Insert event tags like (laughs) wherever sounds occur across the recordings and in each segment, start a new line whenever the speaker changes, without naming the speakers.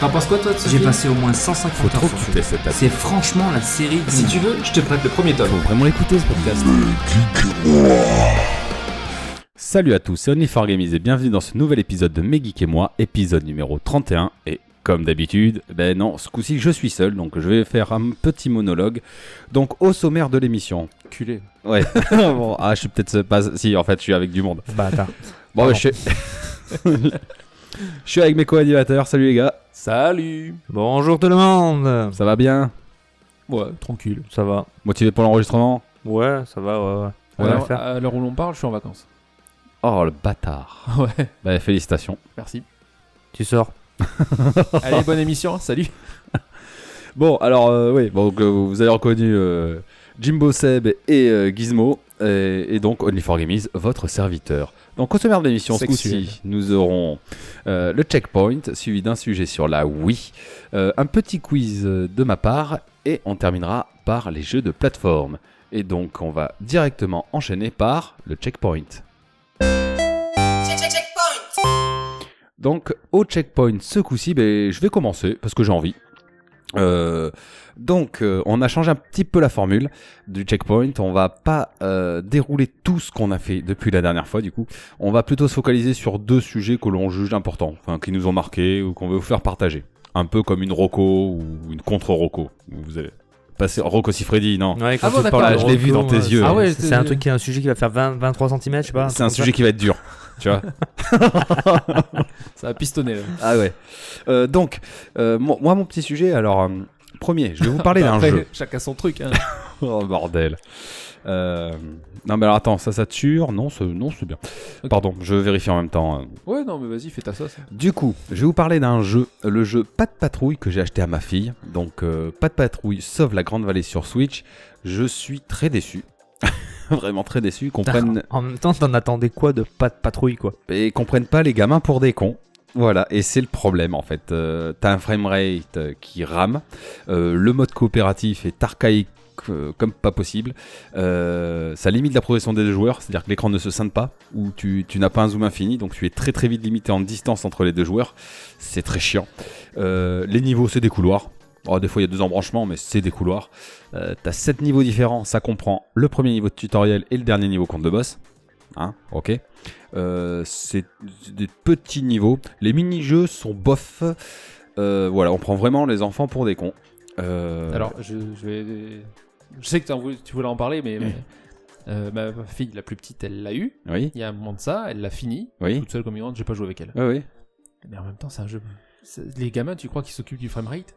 T'en penses quoi, toi, de ce
J'ai
film
passé au moins 150
Faut trop
heures.
que
sur
tu
le
testes cette
film.
app.
C'est franchement la série.
Ah,
du
Si
moment.
tu veux, je te prête le premier tome.
Faut vraiment l'écouter ce podcast. Salut à tous, c'est OnlyForGamies et bienvenue dans ce nouvel épisode de Mes Geeks et moi, épisode numéro 31. Et comme d'habitude, ben non, ce coup-ci je suis seul, donc je vais faire un petit monologue. Donc au sommaire de (laughs) l'émission.
Culé.
Ouais, bon, ah, je suis peut-être pas. Si, en fait, je suis avec du monde.
(laughs)
Bâtard.
Bon, je suis. (laughs) Je suis avec mes co-animateurs, salut les gars,
Salut Bonjour tout le monde
ça va bien
Ouais, tranquille, ça va.
Motivé pour l'enregistrement
Ouais, ça va, ouais, ouais.
Ouais,
Alors,
ouais.
à l'heure où l'on parle, je suis en vacances.
Oh le bâtard
Ouais,
Bah félicitations
merci.
Tu sors.
(laughs) Allez, bonne émission, salut
Bon, alors, euh, oui, bon, donc, euh, vous avez reconnu euh, Jimbo Seb et euh, Gizmo, et, et donc Only4Gamies, votre serviteur. Donc, au sommaire de l'émission, ce
Sexuel.
coup-ci, nous aurons euh, le checkpoint, suivi d'un sujet sur la Wii, euh, un petit quiz euh, de ma part, et on terminera par les jeux de plateforme. Et donc, on va directement enchaîner par le checkpoint. Donc, au checkpoint, ce coup-ci, ben, je vais commencer parce que j'ai envie. Euh, donc, euh, on a changé un petit peu la formule du checkpoint. On va pas euh, dérouler tout ce qu'on a fait depuis la dernière fois. Du coup, on va plutôt se focaliser sur deux sujets que l'on juge importants, enfin, qui nous ont marqué ou qu'on veut vous faire partager. Un peu comme une roco ou une contre roco. Vous avez passé roco Sifredi, non
Ouais,
Ah bon,
tu
d'accord.
parles
Ah,
de
je
l'ai vu
Rocco,
dans tes
euh,
yeux.
c'est-
Ah ouais,
c'est
c'est-
un truc qui est un sujet qui va faire 20, 23 cm, je sais pas.
C'est un sujet qui va être dur, tu vois.
Ça a pistonné là.
(laughs) Ah ouais. Euh, donc, euh, mo- moi, mon petit sujet, alors, euh, premier, je vais vous parler d'un
Après,
jeu.
Chacun son truc. Hein.
(laughs) Oh, bordel. Euh, non, mais alors, attends, ça, ça tue Non, c'est non, c'est bien.
Ok.
Pardon, je vérifie en même temps. euh.
ouais, non, mais vas-y, fais ta sauce.
Du coup, je vais vous parler d'un jeu, le jeu Pas de patrouille que j'ai acheté à ma fille. Donc, euh, Pas de patrouille, sauve la Grande Vallée sur Switch. Je suis très déçu. (laughs) Vraiment très déçu. Qu'on prenne
En même temps, t'en attendais quoi de pas de patrouille, quoi
Et ils comprennent pas les gamins pour des cons. Voilà, et c'est le problème en fait. Euh, T'as un framerate euh, qui rame, euh, le mode coopératif est archaïque euh, comme pas possible, Euh, ça limite la progression des deux joueurs, c'est-à-dire que l'écran ne se scinde pas, ou tu, tu n'as pas un zoom infini, donc tu es très très vite limité en distance entre les deux joueurs, c'est très chiant. Euh, les niveaux, c'est des couloirs. Oh, des fois, il y a deux embranchements, mais c'est des couloirs. Euh, T'as sept niveaux différents, ça comprend le premier niveau de tutoriel et le dernier niveau contre le boss. Hein, ok. Euh, c'est des petits niveaux. Les mini-jeux sont bof. Euh, voilà, on prend vraiment les enfants pour des cons. Euh,
Alors, je, je vais. Je sais que t'en voulais- tu voulais en parler, mais. mais, euh, ma ma fille, la plus petite, elle l'a eu.
Oui,
Il y a un moment de ça, elle l'a fini.
oui.
Toute seule comme une grande, j'ai pas joué avec elle.
Oui, oui.
Mais en même temps, c'est un jeu. c'est- Les gamins, tu crois qu'ils s'occupent du framerate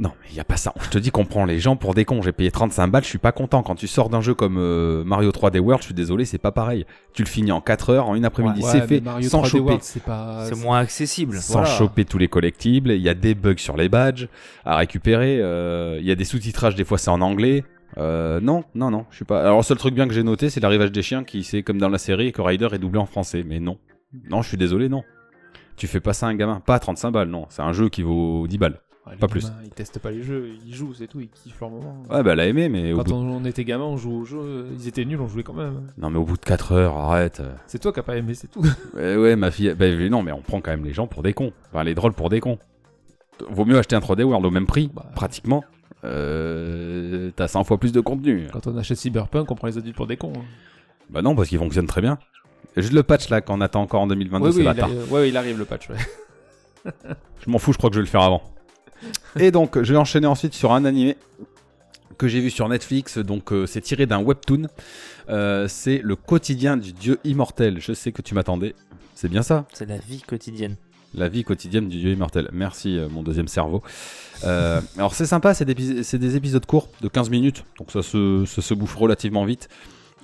Non, mais il n'y a pas ça. Je te dis qu'on prend les gens pour des cons. J'ai payé 35 balles, je suis pas content. Quand tu sors d'un jeu comme euh, Mario 3D World, je suis désolé, c'est pas pareil. Tu le finis en 4 heures, en une après-midi, c'est
mais
fait,
Mario
sans
3D
choper.
World, c'est pas.
C'est moins accessible.
Sans choper tous les collectibles, il y a des bugs sur les badges à récupérer, euh, il y a des sous-titrages, des fois c'est en anglais. Euh, non, non, non, je suis pas. Alors, le seul truc bien que j'ai noté, c'est l'arrivage des chiens qui, c'est comme dans la série, que Ryder est doublé en français. Mais non, non, je suis désolé, non. Tu fais pas ça à un gamin, pas à 35 balles, non. C'est un jeu qui vaut 10 balles.
Ouais, les
Pas plus.
gamins, Ils testent pas les jeux, ils jouent, c'est tout, ils kiffent leur moment.
Ouais, bah, elle a aimé, mais au
Quand
bout...
on, on était gamin, on jouait au jeu, ils étaient nuls, on jouait quand même.
non, mais au bout de 4 heures, arrête. euh.
C'est toi qui as pas aimé, c'est
(laughs)
tout.
Ouais, ouais, ma fille. Bah, non, mais on prend quand même les gens pour des cons. Enfin, les drôles pour des cons. Vaut mieux acheter un 3D World au même prix,
Bah.
pratiquement. Euh, T'as 100 fois plus de contenu.
Quand on achète Cyberpunk, on prend les adultes pour des cons. hein.
Bah non, parce qu'il fonctionne très bien. Juste le patch là qu'on attend encore en 2022,
Ouais,
c'est
oui, il
bâtard.
arrive- ouais, ouais, il arrive le
(laughs)
patch. ouais.
Je m'en fous, je crois que je vais le faire
(laughs)
avant. Et donc, je vais enchaîner ensuite sur un animé que j'ai vu sur Netflix. Donc, euh, c'est tiré d'un webtoon. Euh, c'est le quotidien du dieu immortel. Je sais que tu m'attendais. C'est bien ça
C'est la vie quotidienne.
La vie quotidienne du dieu immortel. Merci, euh, mon deuxième cerveau. Euh, alors, c'est sympa, c'est des, épis- c'est des épisodes courts de 15 minutes, donc ça se, ça se bouffe relativement vite.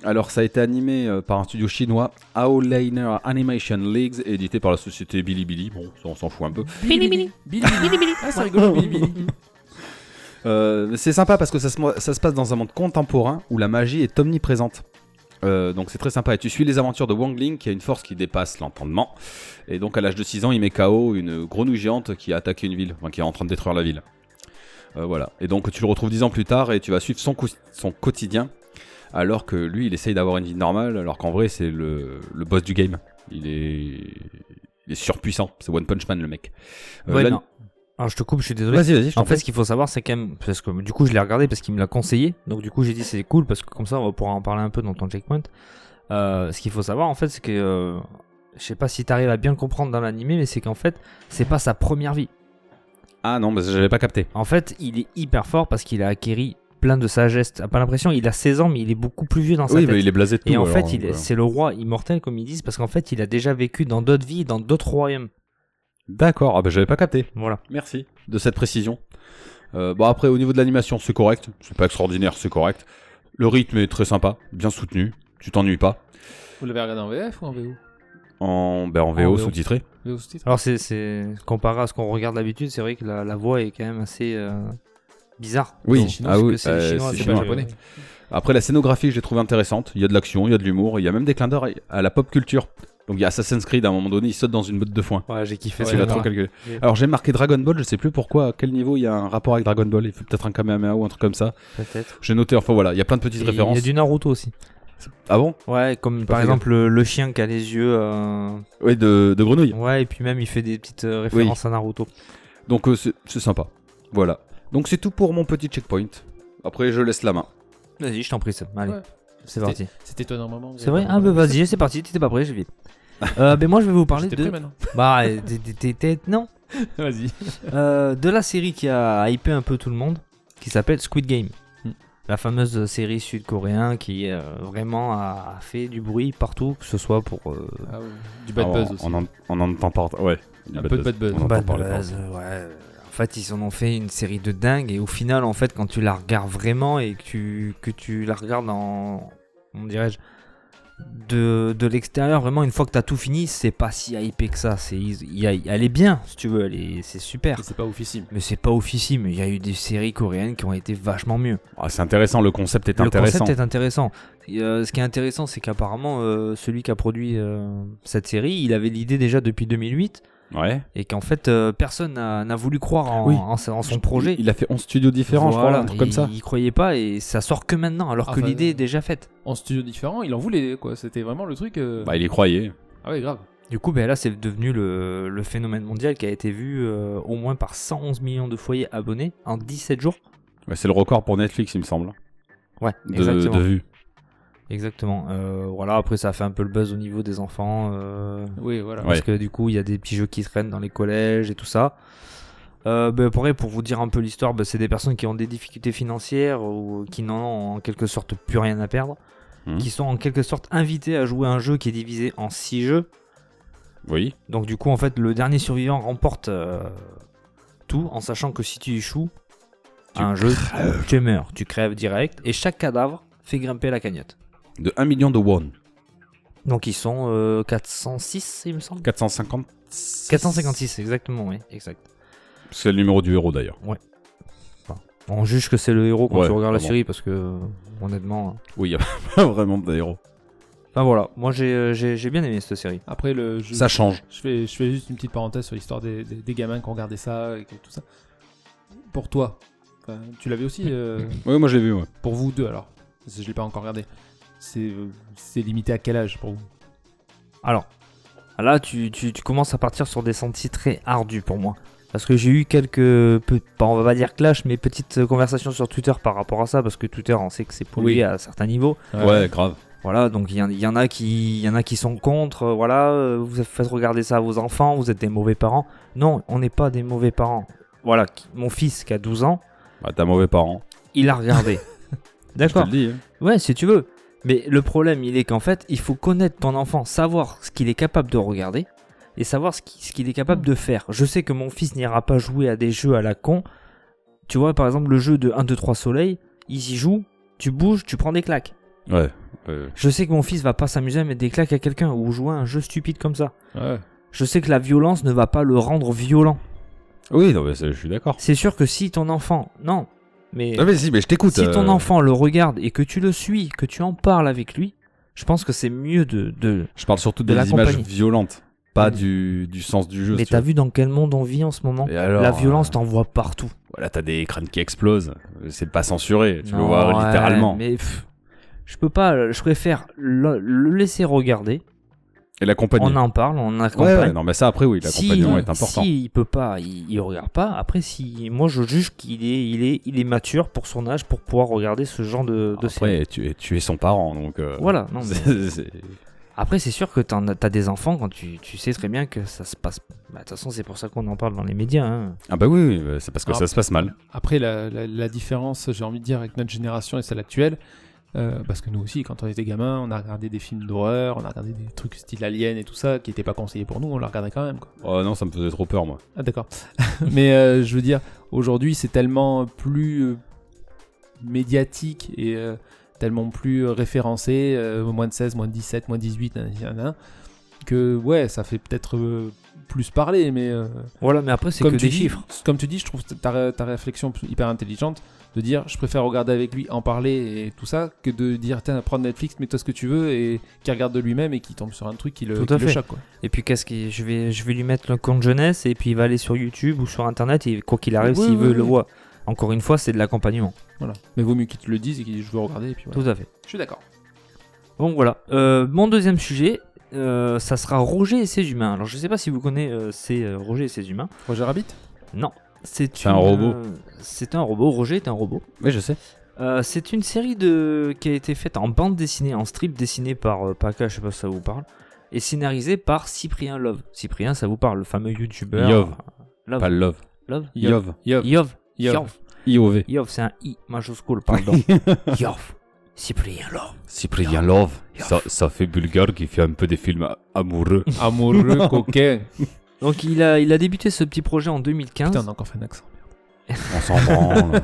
Alors, ça a été animé euh, par un studio chinois, Aoliner Animation Leagues, édité par la société Bilibili. Bon, ça, on s'en fout un peu.
Billy, Billy, Billy. Ah, c'est rigolo, Billy, Billy.
Euh, c'est sympa parce que ça se, mo- ça se passe dans un monde contemporain où la magie est omniprésente. Euh, donc c'est très sympa. Et tu suis les aventures de Wang Ling qui a une force qui dépasse l'entendement. Et donc à l'âge de 6 ans, il met KO une grenouille géante qui a attaqué une ville, enfin, qui est en train de détruire la ville. Euh, voilà. Et donc tu le retrouves 10 ans plus tard et tu vas suivre son, cous- son quotidien. Alors que lui, il essaye d'avoir une vie normale, alors qu'en vrai, c'est le, le boss du game. Il est, il est surpuissant. C'est One Punch Man le mec. Euh,
ouais,
là-
non. Alors je te coupe, je suis désolé.
Vas-y, vas-y, je t'en
En fait,
prie.
ce qu'il faut savoir, c'est quand même parce que du coup, je l'ai regardé parce qu'il me l'a conseillé. Donc du coup, j'ai dit c'est cool parce que comme ça, on va pouvoir en parler un peu dans ton checkpoint. Euh, ce qu'il faut savoir, en fait, c'est que euh, je sais pas si t'arrives à bien le comprendre dans l'animé, mais c'est qu'en fait, c'est pas sa première vie.
Ah non, mais je l'avais pas capté.
En fait, il est hyper fort parce qu'il a acquéri plein de sagesse. T'as pas l'impression, il a 16 ans, mais il est beaucoup plus vieux dans sa
oui,
tête.
mais il est blasé de tout.
Et en
alors, hein,
fait, il est-
voilà.
c'est le roi immortel, comme ils disent, parce qu'en fait, il a déjà vécu dans d'autres vies, dans d'autres royaumes.
D'accord, ah bah, j'avais pas capté
Voilà.
Merci de cette précision. Euh, bon, après, au niveau de l'animation, c'est correct. C'est pas extraordinaire, c'est correct. Le rythme est très sympa, bien soutenu. Tu t'ennuies pas.
Vous l'avez regardé en VF ou en VO
En, ben, en
En
VO
VO.
sous-titré.
VO sous-titre
Alors, c'est, c'est comparé à ce qu'on regarde d'habitude, c'est vrai que la, la voix est quand même assez euh, bizarre.
Oui,
Donc, chinois,
ah
c'est
oui,
que c'est le
euh,
chinois,
c'est
c'est
chinois.
pas japonais.
Après, la scénographie, je l'ai trouvée intéressante. Il y a de l'action, il y a de l'humour, il y a même des clins d'œil à la pop culture. Donc, il y a Assassin's Creed, à un moment donné, il saute dans une botte de foin.
Ouais, j'ai kiffé
Ouais,
Tu l'as
d'accord.
trop calculé. Alors, j'ai marqué Dragon Ball, je sais plus pourquoi, à quel niveau il y a un rapport avec Dragon Ball. Il fait peut-être un Kamehameha ou un truc comme ça.
Peut-être.
J'ai noté, enfin voilà, il y a plein de petites
Et Il
références.
y a du Naruto aussi.
Ah bon
Ouais, comme
Pas
par
fait
exemple le, le chien qui a les yeux. euh,
Oui, de, de grenouille.
Ouais, et puis même il fait des petites euh, références à Naruto.
Donc euh, c'est c'est sympa. Voilà. Donc c'est tout pour mon petit checkpoint. Après, je laisse la main.
Vas-y, je t'en prie, Sam. Allez,
Ouais.
c'est parti.
C'était toi normalement.
C'est vrai
hein,
Ah, bah vas-y, c'est parti, t'étais pas prêt, j'ai (laughs) vite. Euh, ben moi je vais vous parler
J'étais
de.
(laughs)
prêt maintenant.
Bah, euh, t'es- t'es- t'es- t'es- non,
Vas-y.
Euh, de la série qui a hypé un peu tout le monde, qui s'appelle Squid Game.
Hmm.
La fameuse série sud-coréenne qui euh, vraiment a fait du bruit partout, que ce soit pour euh,
Ah ouais. Du bad
Ah,
buzz
on,
aussi.
On en, on en entend parler. Ouais.
Un peu de bad buzz.
On entend
Bad
parler
Buzz, ouais. euh, En fait, ils en ont fait une série de dingue et au final, en fait, quand tu la regardes vraiment et que tu, que tu la regardes en. Comment dirais-je de, de l'extérieur, vraiment, une fois que t'as tout fini, c'est pas si hypé que ça. C'est, ils- il y a- elle est bien, si tu veux, elle est- c'est super.
Et C'est pas officiel.
Mais c'est pas officiel, mais il y a eu des séries coréennes qui ont été vachement mieux.
Ah, c'est intéressant, le concept est
le
intéressant.
concept est intéressant. Et, euh, ce qui est intéressant, c'est qu'apparemment, euh, celui qui a produit euh, cette série, il avait l'idée déjà depuis 2008
Ouais.
et qu'en fait, euh, personne n'a n'a voulu croire en,
Oui.
en sa- en son projet.
Il, il a fait 11 studios différents, je
Voilà,
crois, un truc comme
il-
ça.
Il croyait pas et ça sort que maintenant, alors
Ah,
que
bah,
l'idée
euh,
est déjà faite.
En studio différent, il en voulait quoi. C'était vraiment le truc. euh,
Bah, il y croyait.
Ah ouais, grave.
Du coup, ben là, c'est devenu le, le phénomène mondial qui a été vu euh, au moins par 111 millions de foyers abonnés en 17 jours.
Ouais, Bah, c'est le record pour Netflix, il me semble.
Ouais,
De,
exactement.
de vues.
Exactement. Euh, voilà, après, ça a fait un peu le buzz au niveau des enfants. euh,
Oui, voilà.
Ouais.
Parce que du coup, il y a des petits jeux qui traînent dans les collèges et tout ça. Euh, ben, pour, pour vous dire un peu l'histoire, ben, c'est des personnes qui ont des difficultés financières ou qui n'en ont en quelque sorte plus rien à perdre,
Mhm.
qui sont en quelque sorte invitées à jouer à un jeu qui est divisé en 6 jeux.
Oui.
Donc du coup, en fait, le dernier survivant remporte euh, tout en sachant que si tu échoues
Tu
à un jeu, tu meurs, tu crèves direct et chaque cadavre fait grimper la cagnotte.
De 1 million de won.
Donc ils sont euh, 406, il me semble.
450.
456, exactement, oui, exact.
C'est le numéro du héros d'ailleurs.
On juge que c'est le héros quand
Ouais,
tu regardes la
vraiment.
série parce que euh, honnêtement. euh.
Oui, il y a (laughs) pas vraiment de héros.
Enfin voilà, moi j'ai euh, j'ai j'ai bien aimé cette série.
Après le. Je...
Ça change.
Je fais, je fais juste une petite parenthèse sur l'histoire des, des- des gamins qui ont regardé ça et que- tout ça. Pour toi, enfin, tu l'avais aussi euh,
Oui, moi je l'ai vu, ouais.
pour vous deux alors. Parce que je l'ai pas encore regardé. C'est euh, c'est limité à quel âge pour vous
Alors là tu, tu, tu commences à partir sur des sentiers très ardus pour moi. Parce que j'ai eu quelques, peu- pas- on va pas dire clash, mais petites euh, conversations sur Twitter par rapport à ça, parce que Twitter on sait que c'est pollué
Oui.
à certains niveaux.
Ouais, grave.
Voilà, donc il y, en- il y en a qui, il y en a qui sont contre. euh, Voilà, euh, vous faites regarder ça à vos enfants, vous êtes des mauvais parents. Non, on n'est pas des mauvais parents. Voilà, qui- mon fils qui a 12 ans,
Bah, t'as mauvais parent.
il
(laughs)
a regardé.
Je te
D'accord.
le dis. hein.
Ouais, si tu veux. Mais le problème, il est qu'en fait, il faut connaître ton enfant, savoir ce qu'il est capable de regarder et savoir ce qui- ce qu'il est capable de faire. Je sais que mon fils n'ira pas jouer à des jeux à la con. Tu vois, par exemple, le jeu de 1, 2, 3 soleil, il y joue, tu bouges, tu prends des claques.
Ouais. euh,
Je sais que mon fils va pas s'amuser à mettre des claques à quelqu'un ou jouer à un jeu stupide comme ça.
Ouais.
Je sais que la violence ne va pas le rendre violent.
Oui, non, mais c'est- je suis d'accord.
C'est sûr que si ton enfant. Non, mais.
Ah mais si, mais je t'écoute.
Si ton
euh,
enfant le regarde et que tu le suis, que tu en parles avec lui, je pense que c'est mieux de. de...
Je parle surtout des
de
images
l'accompagner.
violentes, pas
Mm.
du, du sens du jeu.
Mais
si tu
t'as
veux.
vu dans quel monde on vit en ce moment
Et alors,
La violence, t'en vois partout.
euh, voilà, t'as des crânes qui explosent. C'est pas censuré. Tu le
Non,
vois
ouais,
littéralement.
Mais pff, je peux pas. Je préfère le, le laisser regarder
Et l'accompagner.
on en parle, on
Ouais,
accompagne.
ouais, non, mais ça après, oui, l'accompagnement
Si-
est important.
si il peut pas, il, il regarde pas. Après, si moi je juge qu'il est, il est, il est mature pour son âge pour pouvoir regarder ce genre de, de série.
après, tu es, tu es son parent, donc. euh,
Voilà.
(laughs)
non, mais-
c'est- c'est-
Après, c'est sûr que t'en as, t'as des enfants quand tu, tu sais très bien que ça se passe. Bah, De toute façon, c'est pour ça qu'on en parle dans les médias. hein.
Ah bah oui, oui, c'est parce que
Ah.
ça se passe mal.
Après, la, la- la différence, j'ai envie de dire, avec notre génération et celle actuelle, euh, parce que nous aussi, quand on était gamins, on a regardé des films d'horreur, on a regardé des trucs style Alien et tout ça, qui n'étaient pas conseillés pour nous, on les regardait quand même. quoi.
Oh non, ça me faisait trop peur, moi.
Ah d'accord. (laughs) Mais euh, je veux dire, aujourd'hui, c'est tellement plus euh, médiatique et euh, tellement plus euh, référencé, euh, moins de 16, moins de 17, moins de 18, nan, nan, nan, que ouais, ça fait peut-être euh, plus parler, mais... euh,
Voilà, mais après, c'est que
comme tu
des
dis,
chiffres.
Comme tu dis, je trouve ta, ré- ta réflexion hyper intelligente de dire je préfère regarder avec lui, en parler et tout ça, que de dire tiens, prends Netflix, mets-toi ce que tu veux et qu'il regarde de lui-même et qu'il tombe sur un truc qui le,
Tout à
qui le
fait.
choque. quoi.
Et puis, qu'est-ce qui, je vais, je vais lui mettre le compte jeunesse et puis il va aller sur YouTube ou sur Internet et quoi qu'il arrive,
Oui,
s'il
oui,
veut,
oui.
le voit. Encore une fois, c'est de l'accompagnement.
Voilà. Mais vaut mieux qu'il te le dise et qu'il dise je veux regarder et puis voilà.
Tout à fait.
Je suis d'accord.
Bon, voilà. Euh, mon deuxième sujet, euh, ça sera Roger et ses humains. Alors, je sais pas si vous connaissez euh, c'est euh, Roger et ses humains.
Roger Rabbit
C'est
un
une,
robot.
euh, c'est un robot. Roger est un robot.
Oui, je sais.
Euh, c'est une série de... qui a été faite en bande dessinée, en strip dessiné par euh, Paka, je sais pas si ça vous parle, et scénarisée par Cyprien Love. Cyprien, ça vous parle, le fameux youtubeur.
Yov.
Love.
Pas le love.
Love.
Yov.
Yop.
Yov.
Yov.
Yov.
IOV.
Yov, c'est un I majuscule,
(laughs)
pardon. Yov. Cyprien Love.
Cyprien Love. Ça, ça fait bulgare qui fait un peu des films a- amoureux.
(laughs) Amoureux, coquin.
Donc, il a, il a débuté ce petit projet en 2015.
Putain, on a encore fait un accent.
On s'en branle.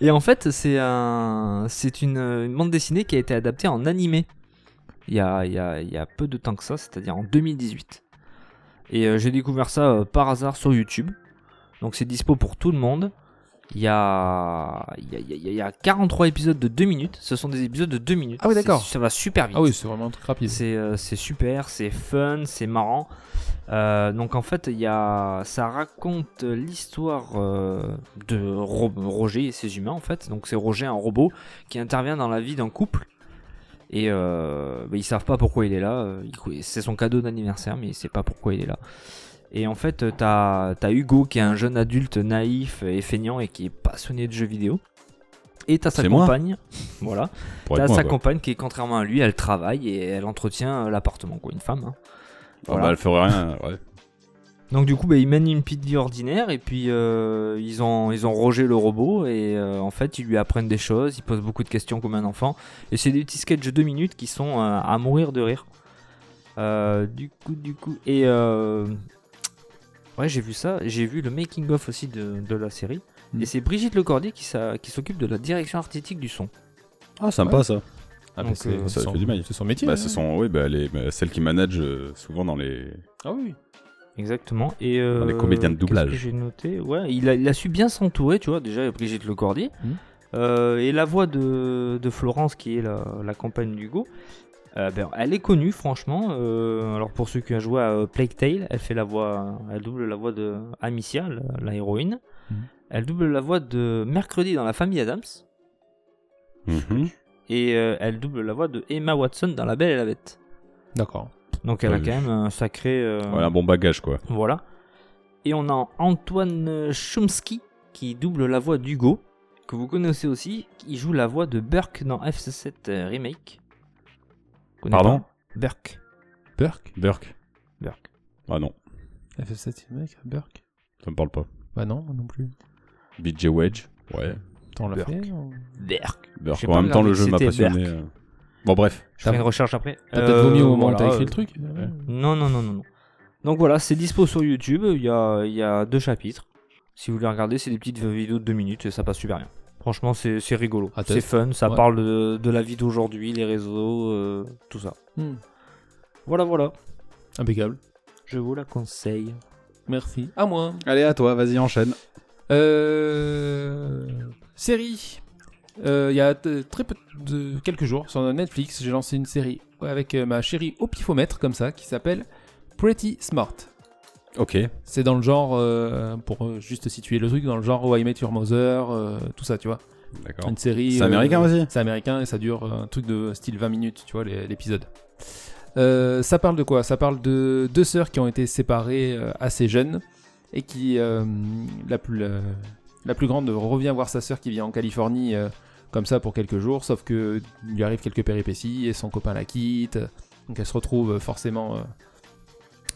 Et en fait, c'est un, c'est une, une bande dessinée qui a été adaptée en animé. Il y a, il y a- il y a peu de temps que ça, c'est-à-dire en 2018. Et euh, j'ai découvert ça euh, par hasard sur YouTube. Donc c'est dispo pour tout le monde. Il y a, il y a- il y a- il y a 43 épisodes de 2 minutes. Ce sont des épisodes de 2 minutes.
Ah oui, d'accord.
C'est- Ça va super vite.
Ah oui, c'est vraiment un truc rapide.
C'est euh, c'est super, c'est fun, c'est marrant. Euh, donc en fait, il y a, ça raconte l'histoire euh, de Ro- Roger et ses humains en fait. Donc c'est Roger, un robot, qui intervient dans la vie d'un couple. Et euh, bah, ils savent pas pourquoi il est là. Euh, il- C'est son cadeau d'anniversaire, mais il sait pas pourquoi il est là. Et en fait, t'as as Hugo qui est un jeune adulte naïf et feignant et qui est passionné de jeux vidéo. Et t'as sa
C'est moi.
compagne, voilà.
(laughs) Pour
T'as
être
sa
moi, quoi.
compagne qui, contrairement à lui, elle travaille et elle entretient euh, l'appartement, quoi, une femme. hein.
Ah bah, elle ferait rien. Ouais.
Donc du coup, bah, ils mènent une petite vie ordinaire et puis euh, ils, ont, ils ont rogé le robot et euh, en fait, ils lui apprennent des choses, ils posent beaucoup de questions comme un enfant. Et c'est des petits sketchs de 2 minutes qui sont euh, à mourir de rire. Euh, du coup, du coup, et euh, ouais, j'ai vu ça, j'ai vu le making of aussi de, de la série.
Mm.
Hmm.
Et c'est Brigitte Lecordier qui, s'a- qui s'occupe de la direction artistique du son.
Ah, sympa ça.
Ah, bah,
Donc,
c'est
euh,
c'est
ça
son,
fait du mal.
c'est son métier.
Bah,
hein.
ce sont oui, bah, les, bah, celles qui managent euh, souvent dans les.
Ah oui.
Exactement. Et euh,
les comédiens de
qu'est-ce
doublage.
que J'ai noté. Ouais, il a, il a su bien s'entourer, tu vois. Déjà, Brigitte Lecordier.
Mmh.
Mhm.
Euh, et la voix de, de Florence, qui est la, la compagne d'Hugo, euh, ben, elle est connue, franchement. Euh, alors, pour ceux qui ont joué à euh, Plague Tale, elle fait la voix, elle double la voix de Amicia, la, la héroïne.
Mmh.
Mhm.
Elle double la voix de Mercredi dans La Famille Adams.
Mhm.
Et euh, elle double la voix de Emma Watson dans La Belle et la Bête.
D'accord.
Donc, elle a
Ouais,
quand même un sacré. euh,
Voilà, un bon bagage quoi.
voilà. Et on a Antoine Chomsky qui double la voix d'Hugo, que vous connaissez aussi, qui joue la voix de Burke dans FC7 euh, Remake. Vous connaissez
Pardon
pas Burke.
Burke
Burke.
Burke.
Ah non,
FF7, mec, Burke
ça me parle pas.
Bah non, moi non plus.
BJ Wedge. Ouais.
T'en l'as
Burke.
fait non
Burke.
Burke.
J'ai
En
pas
même temps, le
regardé
jeu m'a
que c'était
passionné. euh. Bon, bref.
Je fais une recherche après.
T'as peut-être vomi
Euh,
au moment où
voilà,
t'as écrit
euh,
le truc.
Non, non, non, non. non. Donc voilà, c'est dispo sur YouTube. Il y a, il y a deux chapitres. Si vous voulez regarder, c'est des petites vidéos de deux minutes et ça passe super bien. Franchement, c'est c'est rigolo.
À
c'est
test.
fun. Ça
Ouais.
parle de, de la vie d'aujourd'hui, les réseaux, euh, tout ça.
Hmm.
Voilà, voilà.
Impeccable.
Je vous la conseille.
Merci. À moi.
Allez, à toi, vas-y, enchaîne.
Euh... Série. Euh, Il y a t- très peu de quelques jours sur Netflix, j'ai lancé une série avec euh, ma chérie au pifomètre comme ça qui s'appelle Pretty Smart.
Ok.
C'est dans le genre euh, pour euh, juste situer le truc dans le genre How I Met Your Mother, euh, tout ça, tu vois.
D'accord.
Une série. euh,
C'est américain aussi
C'est américain et ça dure euh, un truc de style 20 minutes, tu vois, les- l'épisode. Euh, ça parle de quoi Ça parle de deux sœurs qui ont été séparées euh, assez jeunes et qui euh, la plus la, la plus grande revient voir sa sœur qui vit en Californie euh, comme ça pour quelques jours, sauf que il lui arrive quelques péripéties et son copain la quitte, donc elle se retrouve euh, forcément euh,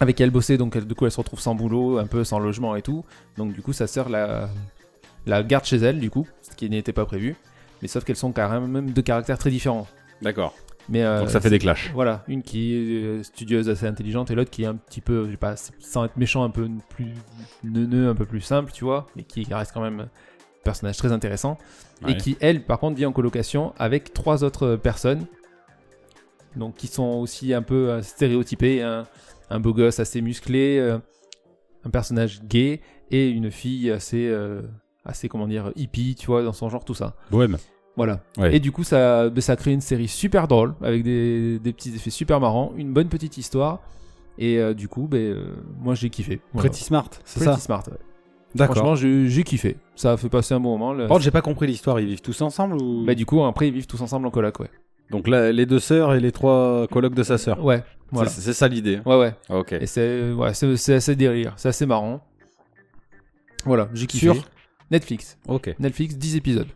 avec elle bosser, donc elle- du coup elle se retrouve sans boulot, un peu sans logement et tout, donc du coup sa sœur la la garde chez elle du coup, ce qui n'était pas prévu, mais sauf qu'elles sont quand même de caractères très différents.
D'accord.
Mais euh,
Donc ça fait des clashs.
voilà, une qui est euh, studieuse, assez intelligente, et l'autre qui est un petit peu, je sais pas, sans être méchant, un peu plus neuneux, un peu plus simple, tu vois, mais qui reste quand même un personnage très intéressant.
Ouais.
Et qui, elle, par contre, vit en colocation avec trois autres personnes, donc qui sont aussi un peu euh, stéréotypées, un, un beau gosse assez musclé, euh, un personnage gay, et une fille assez, euh, assez, comment dire, hippie, tu vois, dans son genre, tout ça.
Bohème.
Voilà.
Ouais.
Et du coup, ça, ben, ça crée une série super drôle, avec des, des petits effets super marrants, une bonne petite histoire. Et euh, du coup, ben, euh, moi j'ai kiffé. Voilà.
Pretty Smart, c'est
Pretty
ça
Smart. ouais.
D'accord.
Franchement, j'ai j'ai kiffé. Ça a fait passer un bon moment. le-
Par contre, j'ai pas compris l'histoire, ils vivent tous ensemble ou...
Bah, du coup, après, ils vivent tous ensemble en coloc, ouais.
Donc là, les deux sœurs et les trois colocs de sa sœur.
Ouais, voilà.
C'est c'est ça l'idée.
Ouais, ouais.
Ok.
Et c'est ouais, c'est- c'est assez délire, c'est assez marrant. Voilà, j'ai kiffé.
Sur
Netflix.
Ok.
Netflix, 10 épisodes.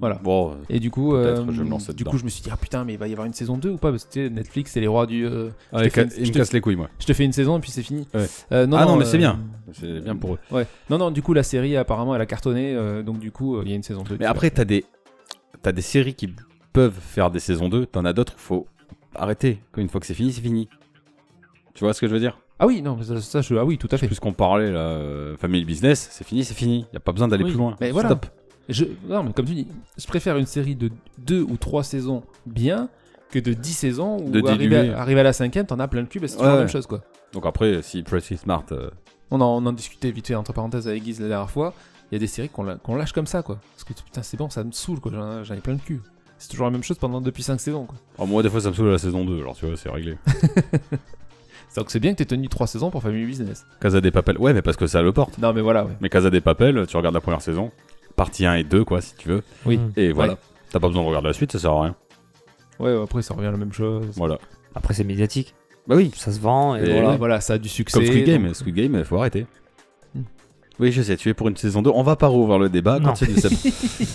Voilà.
Bon,
Et du coup,
Peut-être,
euh,
je vais me lancer
du
dedans.
coup, je me suis dit, ah putain, mais il va y avoir une saison 2 ou pas Parce que tu sais, Netflix, c'est les rois du. euh,
ah,
je
ils
te fais
ca-
une-
ils
je
me
te-
cassent les couilles, moi.
je te fais une saison et puis c'est fini.
Ouais.
Euh,
Ah non, mais
euh,
c'est bien. C'est bien pour eux.
Ouais. Non, non, du coup, la série, apparemment, elle a cartonné, euh, donc du coup, euh, il y a une saison 2.
Mais après, t'as des... t'as des séries qui peuvent faire des saisons 2, t'en as d'autres où faut arrêter. Une fois que c'est fini, c'est fini. Tu vois ce que je veux dire
Ah oui, non, mais ça, ça, je... ah oui, tout à fait.
Plus qu'on parlait, là, euh, family business, c'est fini, c'est fini. Y a pas besoin d'aller
Oui,
plus loin.
mais voilà.
Stop.
Je... Non, mais comme tu dis, je préfère une série de 2 ou 3 saisons bien que de 10 saisons où
De
arrivé,
diluer.
à, arrivé à la cinquième, t'en as plein le cul, bah, c'est toujours
Ouais.
la même chose, quoi.
Donc après, si Pretty Smart, euh,
On en, on en discutait vite fait, entre parenthèses, avec Guise la dernière fois. Il y a des séries qu'on la- qu'on lâche comme ça, quoi. Parce que putain, c'est bon, ça me saoule, quoi. J'en j'en ai plein le cul. C'est toujours la même chose pendant depuis 5 saisons, quoi.
oh, moi des fois ça me saoule à la saison 2, alors tu vois, c'est (laughs) réglé.
Donc c'est bien que t'aies tenu 3 saisons pour Family Business.
Casa des Papel, ouais, mais parce que ça le porte.
Non, mais voilà, ouais.
Mais Casa des Papel, tu regardes la première saison, partie 1 et 2, quoi, si tu veux,
Oui.
et voilà. T'as pas besoin de regarder la suite, ça sert à rien.
Ouais, ouais, après ça revient à la même chose.
Voilà.
Après, c'est médiatique.
Bah oui,
Ça se vend. Et,
Et
voilà.
Ouais, voilà, ça a du succès.
comme Squid Game,
donc-
Squid Game, faut arrêter.
Hmm.
Oui, je sais, tu es pour une saison 2, on va pas rouvrir le débat,
Non.
continue
(laughs)
Seb.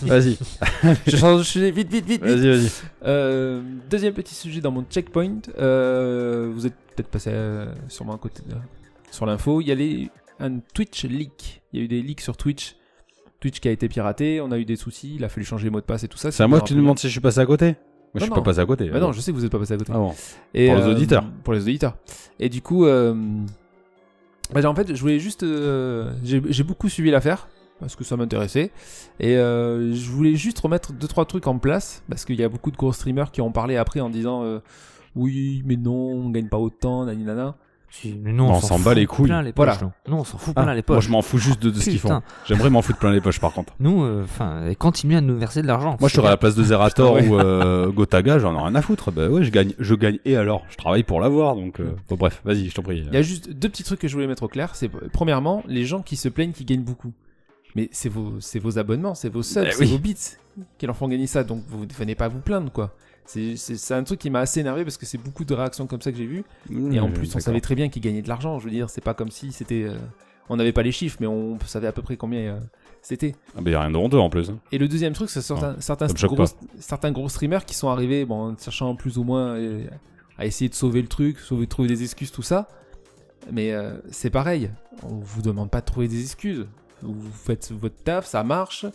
vas-y,
Je change de sujet, vite, vite, vite. vite.
vas-y, vas-y.
Euh, deuxième petit sujet dans mon checkpoint. euh, vous êtes peut-être passé euh, sûrement à côté de sur l'info. Il y a les, un Twitch leak. Il y a eu des leaks sur Twitch. Twitch qui a été piraté. On a eu des soucis. Il a fallu changer les mots de passe et tout ça.
C'est à moi que
qui
tu me demandes si je suis passé à côté Moi je
Non,
suis
non.
pas passé à côté.
Bah non, je sais que vous êtes pas passé à côté.
Ah bon.
Et, euh,
Pour les auditeurs.
Pour les auditeurs. Et du coup, euh, bah, en fait, je voulais juste. euh, J'ai j'ai beaucoup suivi l'affaire parce que ça m'intéressait. Et euh, je voulais juste remettre deux trois trucs en place parce qu'il y a beaucoup de gros streamers qui ont parlé après en disant euh, oui, mais non, on gagne pas autant, nani nana.
Si- mais nous, on,
Bah, On s'en bat
fout
les couilles.
Plein les poches,
Voilà.
nous. Nous, on s'en fout
Ah,
plein les
moi
poches.
je m'en fous juste de, de ce qu'ils font.
Putain.
J'aimerais m'en foutre plein les poches par contre.
Nous, euh, enfin, et continuer à nous verser de l'argent.
Moi, je serais à la place de Zerator
Putain, (laughs) ouais.
ou euh, Gotaga, j'en ai rien à foutre. Bah ouais, je gagne, je gagne et alors Je travaille pour l'avoir, donc. euh, bon, bref, vas-y, je t'en prie.
Il y a juste deux petits trucs que je voulais mettre au clair. C'est euh, premièrement les gens qui se plaignent qui gagnent beaucoup. Mais c'est vos, c'est vos abonnements, c'est vos subs,
Eh
c'est
oui.
vos bits qui leur font gagner ça. Donc vous ne venez pas vous plaindre quoi. C'est- C'est c'est un truc qui m'a assez énervé parce que c'est beaucoup de réactions comme ça que j'ai vu. Et
Mmh,
en plus on savait très bien qu'ils gagnaient de l'argent. Je veux dire, c'est pas comme si c'était. euh, on n'avait pas les chiffres, mais on savait à peu près combien euh, c'était.
Ah, bah, y a rien de honteux en plus. hein.
Et le deuxième truc, c'est certains, certains,
ça me choque
gros, certains gros streamers qui sont arrivés bon, en cherchant plus ou moins euh, à essayer de sauver le truc, sauver, trouver des excuses, tout ça. Mais euh, c'est pareil, on vous demande pas de trouver des excuses. Vous faites votre taf, ça marche.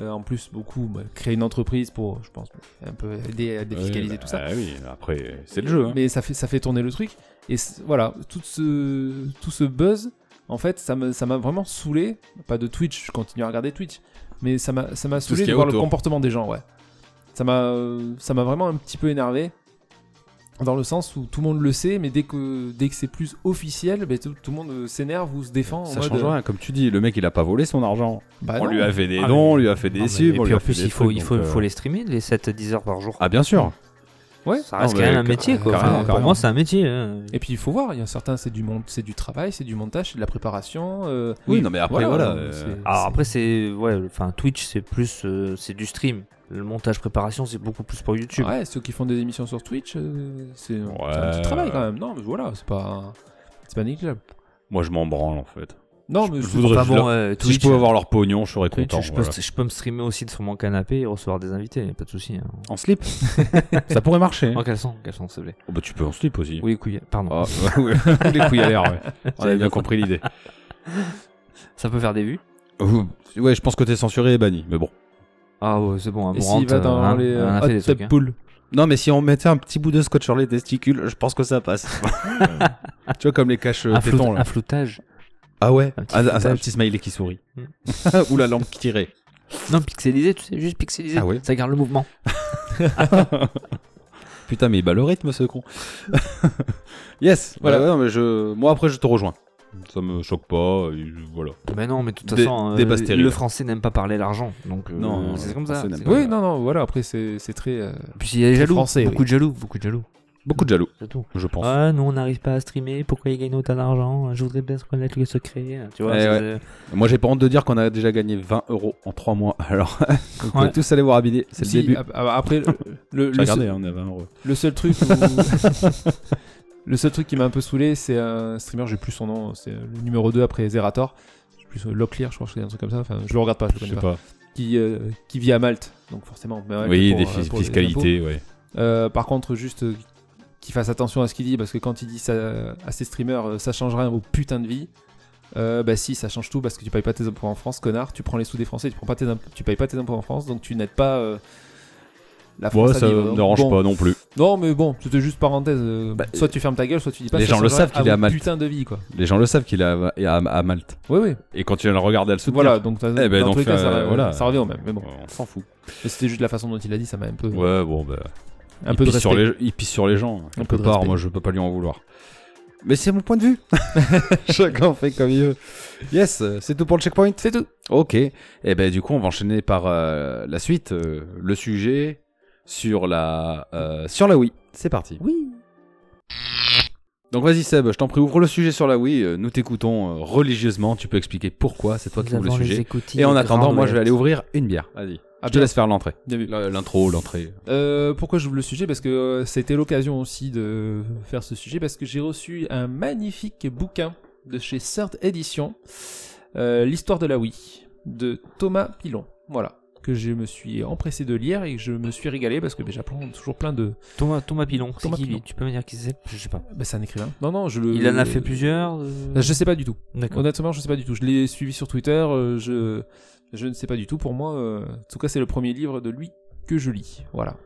Euh, en plus, beaucoup bah, créent une entreprise pour, je pense, un peu aider à défiscaliser
Ouais, bah,
tout ça.
ah oui, après, c'est le jeu. hein.
Mais ça fait, ça fait tourner le truc. Et c- voilà, tout ce, tout ce buzz, en fait, ça me- ça m'a vraiment saoulé. Pas de Twitch, je continue à regarder Twitch. Mais ça m'a ça m'a
ce
saoulé
qu'il y
de
a
voir le
autour.
comportement des gens, ouais. Ça m'a euh, ça m'a vraiment un petit peu énervé. Dans le sens où tout le monde le sait, mais dès que, dès que c'est plus officiel, ben, tout, tout le monde euh, s'énerve ou se défend.
ça
en
change
mode, euh,
rien, comme tu dis, le mec il a pas volé son argent.
bah
on
non.
lui a fait des
Ah,
dons, on
mais-
lui a fait
Ah,
des
mais-
subs,
Et
on
puis
lui a
en
fait
plus,
des
il faut,
trucs,
il
donc,
faut,
euh,
faut les streamer, les 7-10 heures par jour.
Ah bien sûr
Ouais.
Ça reste
Non,
quand
mais
même un
car-
métier, quoi.
carrément,
Enfin, Pour
carrément.
moi, c'est un métier. hein.
Et puis il faut voir, il y a certains, c'est du, mon- c'est du travail, c'est du montage, c'est de la préparation. euh,
Oui, non, mais après, voilà,
euh,
euh,
c'est-
Alors
c'est-
après, c'est. Ouais, enfin, Twitch, c'est plus. euh, c'est du stream. Le montage préparation, c'est beaucoup plus pour YouTube.
Ouais, ceux qui font des émissions sur Twitch, euh, c'est
Ouais.
c'est un petit travail quand même. Non, mais voilà, c'est pas, c'est pas négligeable.
Moi, je m'en branle en fait.
Non, mais
je
c'est-
voudrais-
Enfin,
je
bon,
leur-
euh,
Si je
Twitch,
pouvais avoir leur pognon, je serais
Twitch,
content.
je, peux,
voilà.
je peux me streamer aussi de sur mon canapé et recevoir des invités, y a pas de souci. hein.
En slip
(laughs)
Ça pourrait marcher.
En caleçon, caleçon, s'il te plaît.
Oh, bah, tu peux en slip aussi.
Oui, couille, pardon. (laughs)
Ah, ouais, les couilles à l'air, ouais. On a bien compris l'idée.
Ça peut faire des vues.
Ouh, Ouais, je pense que t'es censuré et banni, mais bon.
Ah ouais, c'est bon, un
Et s'il va dans les euh,
on a
Ah,
hot
fait des
tub
trucs. hein.
pool.
Non, mais si on mettait un petit bout de scotch sur les testicules, je pense que ça passe.
(laughs)
tu vois, comme les caches euh,
Un, flou-
tétons, là.
un floutage.
Ah ouais
un petit
Un, un-
floutage.
un petit Mm. smiley qui sourit.
Hmm.
(laughs) Ou la lampe qui tirait. (laughs)
Non, pixelisé, tu sais, juste pixelisé.
Ah ouais.
Ça garde le mouvement.
Putain, mais il bat le rythme, ce con. (laughs) yes, voilà.
Voilà.
ouais, non, mais je... Moi, après, je te rejoins. Ça me choque pas, et voilà.
Mais non, mais de toute
Des-
façon, euh,
des basses
le
terribles.
français n'aime pas parler l'argent. Donc, euh,
Non,
c'est
le
comme ça.
Français n'aime
c'est
pas.
comme
Oui,
ça.
non, non, voilà, après, c'est c'est très. euh,
Puis il y a des
Très
jaloux.
français,
beaucoup
oui.
de jaloux, beaucoup de jaloux.
Beaucoup de jaloux,
C'est tout.
je pense.
Ah, nous on n'arrive pas à streamer, pourquoi ils gagnent autant d'argent Je voudrais bien connaître le secret. Tu vois,
Eh
c'est-
ouais. Moi, j'ai pas honte de dire qu'on a déjà gagné 20 euros en 3 mois. (laughs) Alors, vous pouvez
Ouais.
tous aller voir Abidé. C'est
si,
le début.
ap-
(laughs)
Après, le- le, le,
Regardez, hein, on est à 20 euros.
Le seul truc où- (laughs) le seul truc qui m'a un peu saoulé, c'est un streamer, j'ai plus son nom, c'est le numéro 2 après Zerator. J'ai plus son- Locklear, je crois que c'est un truc comme ça, enfin, je le regarde pas, je le connais pas. Qui, euh, qui vit à Malte, donc forcément. mais Malte
Oui,
pour,
des
euh,
fis-
pour les
fiscalités, ouais.
impôts. Euh, par contre, juste euh, qu'il fasse attention à ce qu'il dit, parce que quand il dit ça à ses streamers, euh, ça change rien aux putains de vie. euh, bah si, ça change tout parce que tu payes pas tes impôts en France, connard. Tu prends les sous des Français, tu prends pas tes impôts, tu payes pas tes impôts en France, donc tu n'aides pas euh, la France.
Moi,
à
ça
vivre.
me
Donc,
dérange
bon,
pas non plus.
non, mais bon, c'était juste parenthèse. euh,
Bah,
soit tu fermes ta gueule, soit tu dis pas.
les
ça
gens le
changera
savent qu'il est à
vos
Malte.
Putain de vie, quoi.
Les gens le savent qu'il est à, à- à Malte.
Oui, oui.
Et quand tu viens le regarder à le soutenir,
Voilà, donc ça-
Eh ben,
dans
donc,
tous les cas,
euh,
ça,
voilà.
ça revient au même. Mais bon,
on s'en fout.
Mais c'était juste la façon dont il a dit, ça m'a un peu,
Ouais, bon, bah.
un
il,
peu de
pisse
respect.
sur les, il pisse sur les gens.
Un
Quelque
peu de
part,
respect.
moi, je peux pas lui en vouloir. Mais c'est mon point de (laughs) vue. Chacun fait comme il veut. Yes, c'est tout pour le checkpoint.
C'est tout.
Ok. Et ben du coup, on va enchaîner par euh, la suite, euh, le sujet sur la euh, sur la Wii. C'est parti.
Oui.
Donc vas-y Seb, je t'en prie, ouvre le sujet sur la Wii. euh, Nous t'écoutons euh, religieusement. Tu peux expliquer pourquoi. C'est toi qui
Nous
ouvre le
avons les
sujet.
écoutilles
Et en attendant,
grandes
moi, je vais aller
ouvertes.
ouvrir une bière. Vas-y. je
Ah,
te
bien.
laisse faire l'entrée.
Bien vu.
L- L'intro, l'entrée.
Euh, pourquoi j'ouvre le sujet Parce que euh, c'était l'occasion aussi de faire ce sujet parce que j'ai reçu un magnifique bouquin de chez Third Edition, euh, l'histoire de la Wii de Thomas Pilon. Voilà que je me suis empressé de lire et que je me suis régalé parce que ben, j'apprends toujours plein de.
Thomas, Thomas Pilon, c'est
Thomas
qui lui
Pilon.
Tu peux me dire qui c'est Je sais pas.
Ben, c'est un écrivain. Non non, je le.
Il en a fait plusieurs euh,
Je sais pas du tout.
D'accord.
Honnêtement, je sais pas du tout. Je l'ai suivi sur Twitter. euh, je, je ne sais pas du tout. Pour moi, euh, en tout cas, c'est le premier livre de lui que je lis. Voilà.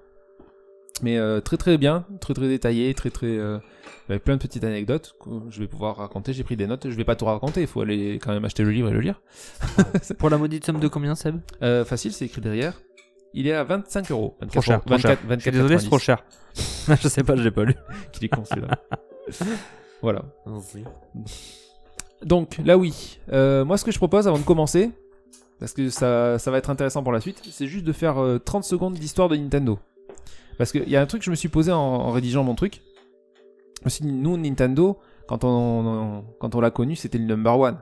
Mais euh, très très bien, très très détaillé, très très euh, avec plein de petites anecdotes que je vais pouvoir raconter. J'ai pris des notes. Je vais pas tout raconter. Il faut aller quand même acheter le livre et le lire.
Pour la maudite somme de combien, Seb
Euh, facile, c'est écrit derrière. Il est à 25 euros.
Trop cher, trop cher.
24,
Je suis désolé, c'est trop
24,90.
cher. (laughs) je sais pas, je l'ai pas lu.
Qu'il est con, celui-là. hein. (laughs) voilà. Donc, là oui. Euh, moi, ce que je propose avant de commencer, parce que ça, ça va être intéressant pour la suite, c'est juste de faire euh, 30 secondes d'histoire de Nintendo. Parce qu'il y a un truc que je me suis posé en, en rédigeant mon truc. Je me suis dit, nous, Nintendo, quand on, on- quand on l'a connu, c'était le number one.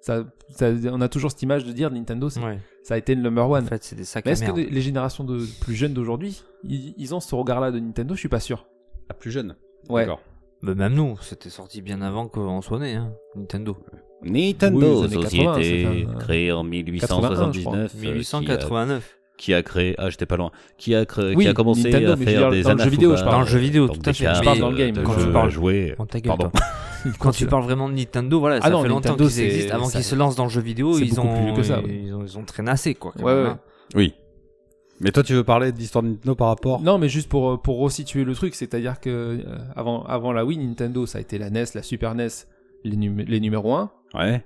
Ça, ça- on a toujours cette image de dire Nintendo, c'est-
Ouais.
ça a été le number one.
En fait, c'est des sacs
Mais
à
est-ce que
merde.
des- les générations de, plus jeunes d'aujourd'hui, ils, ils ont ce regard-là de Nintendo Je suis pas sûr.
Ah, plus jeune.
Ouais.
D'accord.
Mais Bah, même nous, c'était sorti bien avant qu'on soit né, hein, Nintendo.
Nintendo,
Oui, les années 80,
société
c'est un-
créée en
81,
1879, euh, qui, a,
1889.
qui a créé, ah j'étais pas loin, qui a créé,
Oui,
qui a commencé à
Nintendo, mais je veux
faire
dire,
des
dans le jeu vidéo, je parle.
Anafuba,
Dans le jeu vidéo,
dans
tout
des
à fait. euh,
cartes,
Je parle dans le game.
de
Quand
jeux
tu parles.
joués.
Prends ta gueule,
Pardon.
toi. Quand tu parles vraiment de Nintendo, voilà,
Ah
ça
non,
fait longtemps
Nintendo,
qu'ils
c'est-
existent. Avant
ça-
qu'ils se lancent dans le jeu vidéo,
c'est
ils
beaucoup
ont,
plus que ça, oui.
ils ont, ils ont traînassé quoi. quand
Ouais,
même,
ouais.
hein.
Oui. Mais toi, tu veux parler de l'histoire de Nintendo par rapport
Non, mais juste pour, euh, pour resituer le truc, c'est-à-dire que euh, avant, avant la Wii, Nintendo, ça a été la NES, la Super NES, les, numé- les numéros 1.
Ouais.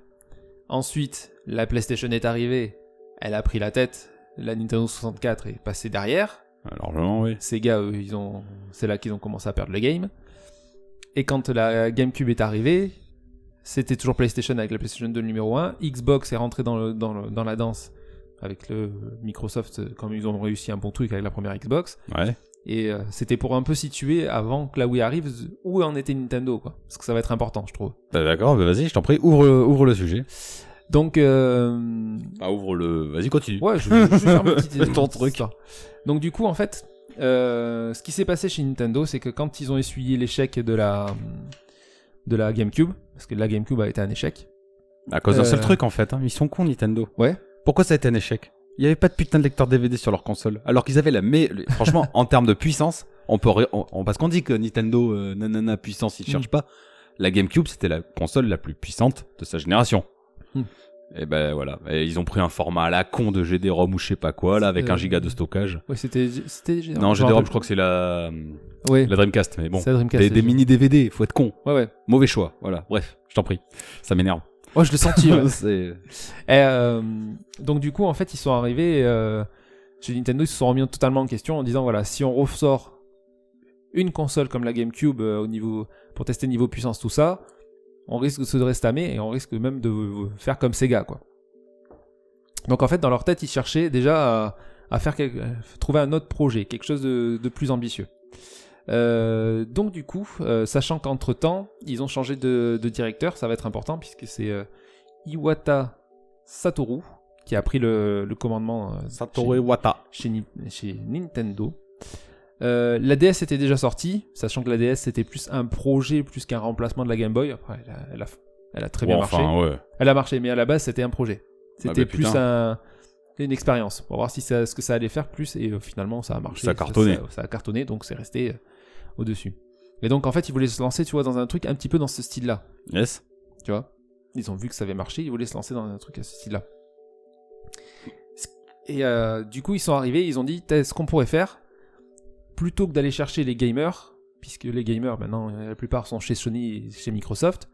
Ensuite, la PlayStation est arrivée, elle a pris la tête, la Nintendo 64 est passée derrière.
Largement, oui.
Sega, eux, ils ont, c'est là qu'ils ont commencé à perdre le game. Et quand la GameCube est arrivée, c'était toujours PlayStation avec la PlayStation 2 numéro 1. Xbox est rentré dans, le- dans, le- dans euh, la danse avec le Microsoft, comme ils ont réussi un bon truc avec la première Xbox.
Ouais.
Et euh, c'était pour un peu situer avant que la Wii arrive où en était Nintendo, quoi. Parce que ça va être important, je trouve.
Bah, D'accord, bah, vas-y, je t'en prie, ouvre, ouvre le sujet.
Donc, euh,
Bah, ouvre le. Vas-y, continue.
ouais, je, je vais faire ma
(laughs)
petite
Ton truc.
histoire. Donc du coup, en fait, euh, ce qui s'est passé chez Nintendo, c'est que quand ils ont essuyé l'échec de la de la GameCube, parce que la GameCube a été un échec.
À cause d'un
Euh.
seul truc en fait, hein. ils sont cons Nintendo.
Ouais.
Pourquoi ça a été un échec Il n'y avait pas de putain de lecteur DVD sur leur console, alors qu'ils avaient la mais
(laughs)
franchement en termes de puissance, on peut ré- on- on- parce qu'on dit que Nintendo euh, nanana puissance ils
Mm.
cherchent pas. La GameCube c'était la console la plus puissante de sa génération.
Mm.
Et ben voilà, Et ils ont pris un format à la con de GD-ROM ou je sais pas quoi là avec
Euh,
un giga de stockage.
Ouais, c'était c'était
Non, GD-ROM je crois que c'est la
Ouais.
la Dreamcast, mais bon,
c'est la Dreamcast,
des, des
c'est-
mini DVD, faut être con,
Ouais ouais.
mauvais choix, voilà. Bref, je t'en prie, ça m'énerve.
Oh, je le sentis.
(laughs)
(laughs) ouais.
C'est-
Et, euh, donc du coup, en fait, ils sont arrivés euh, chez Nintendo, ils se sont remis totalement en question en disant voilà, si on ressort une console comme la GameCube euh, au niveau pour tester niveau puissance tout ça, on risque de se restamer et on risque même de euh, faire comme Sega quoi. Donc en fait, dans leur tête, ils cherchaient déjà à, à faire quelque- à trouver un autre projet, quelque chose de, de plus ambitieux. Euh, donc du coup, euh, sachant qu'entre temps, ils ont changé de, de directeur, ça va être important puisque c'est euh, Iwata Satoru qui a pris le, le commandement euh,
Satoru Iwata.
chez, Ni- chez Nintendo. Euh, la DS était déjà sortie, sachant que la DS c'était plus un projet plus qu'un remplacement de la Game Boy. Après, elle a, elle a- elle a très
Ouais,
bien
enfin,
marché.
ouais.
Elle a marché, mais à la base c'était un projet. C'était
bah,
plus
putain.
un- une expérience pour voir si ça, ce que ça allait faire plus. Et euh, finalement, ça a marché.
Ça a cartonné.
Ça, ça a cartonné, donc c'est resté euh, au dessus. Et donc en fait, ils voulaient se lancer, tu vois, dans un truc un petit peu dans ce style-là
Yes.
tu vois. Ils ont vu que ça avait marché, ils voulaient se lancer dans un truc à ce style-là. Et euh, du coup, ils sont arrivés, ils ont dit, T'as- ce qu'on pourrait faire, plutôt que d'aller chercher les gamers, puisque les gamers, maintenant, euh, la plupart sont chez Sony et chez Microsoft,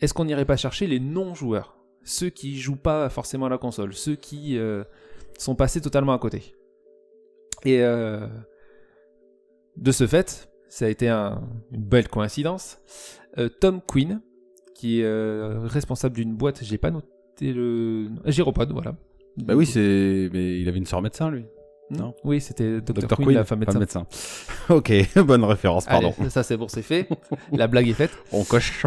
est-ce qu'on n'irait pas chercher les non-joueurs Ceux qui jouent pas forcément à la console, ceux qui euh, sont passés totalement à côté. Et euh, de ce fait, ça a été un- une belle coïncidence. euh, Tom Quinn, qui est euh, responsable d'une boîte, j'ai pas noté le. Gyropod, voilà.
Bah oui, c'est. Mais il avait une sœur médecin, lui. non.
Hmm Oui, c'était Dr.
Docteur
Quinn, la femme médecin.
(laughs) ok, (laughs) bonne référence, pardon.
Allez, ça c'est bon, c'est fait. la blague est faite.
On coche.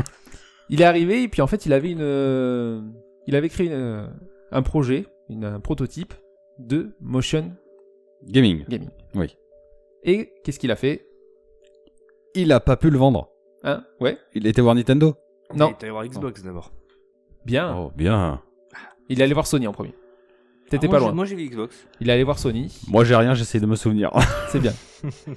Il est arrivé et puis en fait il avait une, euh, il avait créé une, euh, un projet, une, un prototype de motion
Gaming.
gaming.
Oui.
Et qu'est-ce qu'il a fait
Il a pas pu le vendre.
Hein Ouais.
Il était voir Nintendo.
Non.
Il allé voir Xbox d'abord.
Bien.
Oh, bien.
Il est allé voir Sony en premier. T'étais pas loin.
Ah, Moi j'ai vu Xbox.
Il est allé voir Sony.
Moi, j'ai rien, j'essaie de me souvenir.
C'est
(laughs)
bien.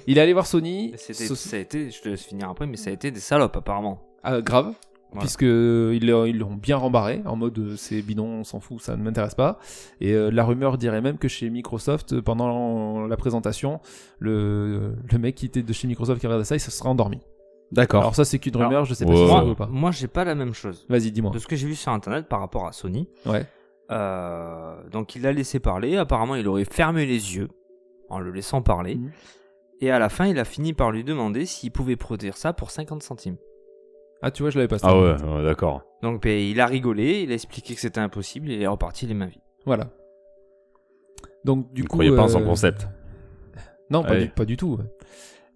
il est allé voir Sony.
C'était,
so-
ça a été, je te laisse finir après, mais ça a été des salopes apparemment.
ah, grave.
Voilà.
Puisque ils l'ont ils l'ont bien rembarré en mode euh, c'est bidon, on s'en fout, ça ne m'intéresse pas. Et euh, la rumeur dirait même que chez Microsoft, euh, pendant la présentation, le, le mec qui était de chez Microsoft qui regardait ça, il se serait endormi.
(laughs) D'accord.
Alors ça c'est qu'une
Alors,
rumeur, je sais pas
ouais.
si c'est
Moi-
vrai ou pas.
Moi j'ai pas la même chose.
Vas-y, dis-moi.
De ce que j'ai vu sur internet par rapport à Sony,
Ouais.
euh, donc il l'a laissé parler, apparemment il aurait fermé les yeux en le laissant parler,
Mhm.
et à la fin il a fini par lui demander s'il pouvait produire ça pour 50 centimes.
Ah tu vois, je l'avais pas. ça.
Ah ouais, ouais, d'accord.
Donc ben, il a rigolé, il a expliqué que c'était impossible, et il est reparti les mains vides.
Voilà. Donc du
Vous ne
coup.
croyez pas en son
euh,
concept.
Non, pas
Allez.
du, pas du tout. ouais.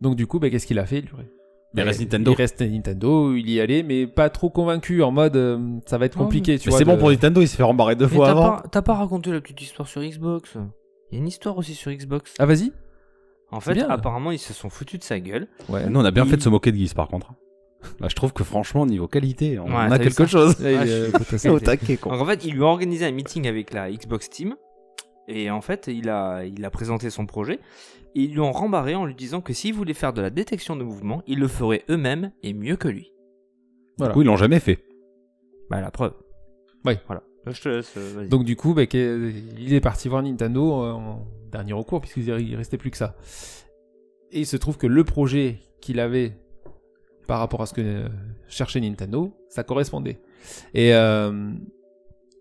Donc du coup, bah, qu'est-ce qu'il a fait lui
Il reste
Il
Nintendo.
reste Nintendo, il y allait, mais pas trop convaincu en mode euh, ça va être
Ouais,
compliqué.
Mais
tu vois,
c'est bon
de-
pour Nintendo, il se fait rembarrer deux
Mais
fois
t'as
avant.
pas, t'as pas raconté la petite histoire sur Xbox Il y a une histoire aussi sur Xbox.
Ah vas-y.
en
c'est
fait,
bien.
apparemment, ils se sont foutus de sa gueule.
Ouais.
Nous, on a bien
Il-
fait de se moquer de Guise, par contre. Là, Bah, je trouve que franchement, niveau qualité, on
Ouais,
a
t'as vu
quelque
ça
chose.
Là, il
(laughs)
Ah,
est, euh,
je-
potentiel.
Au
taquet,
Donc, en fait, il lui a organisé un meeting avec la Xbox Team. Et en fait, il a, il a présenté son projet. Et ils lui ont rembarré en lui disant que s'ils voulaient faire de la détection de mouvement, ils le feraient eux-mêmes et mieux que lui.
Du coup, ils l'ont jamais fait.
Bah, la preuve.
Ouais.
Voilà. Je te laisse, euh, vas-y.
Donc du coup, bah, que- il est parti voir Nintendo euh, en dernier recours, puisqu'il restait plus que ça. Et il se trouve que le projet qu'il avait par rapport à ce que euh, cherchait Nintendo, ça correspondait. Et euh,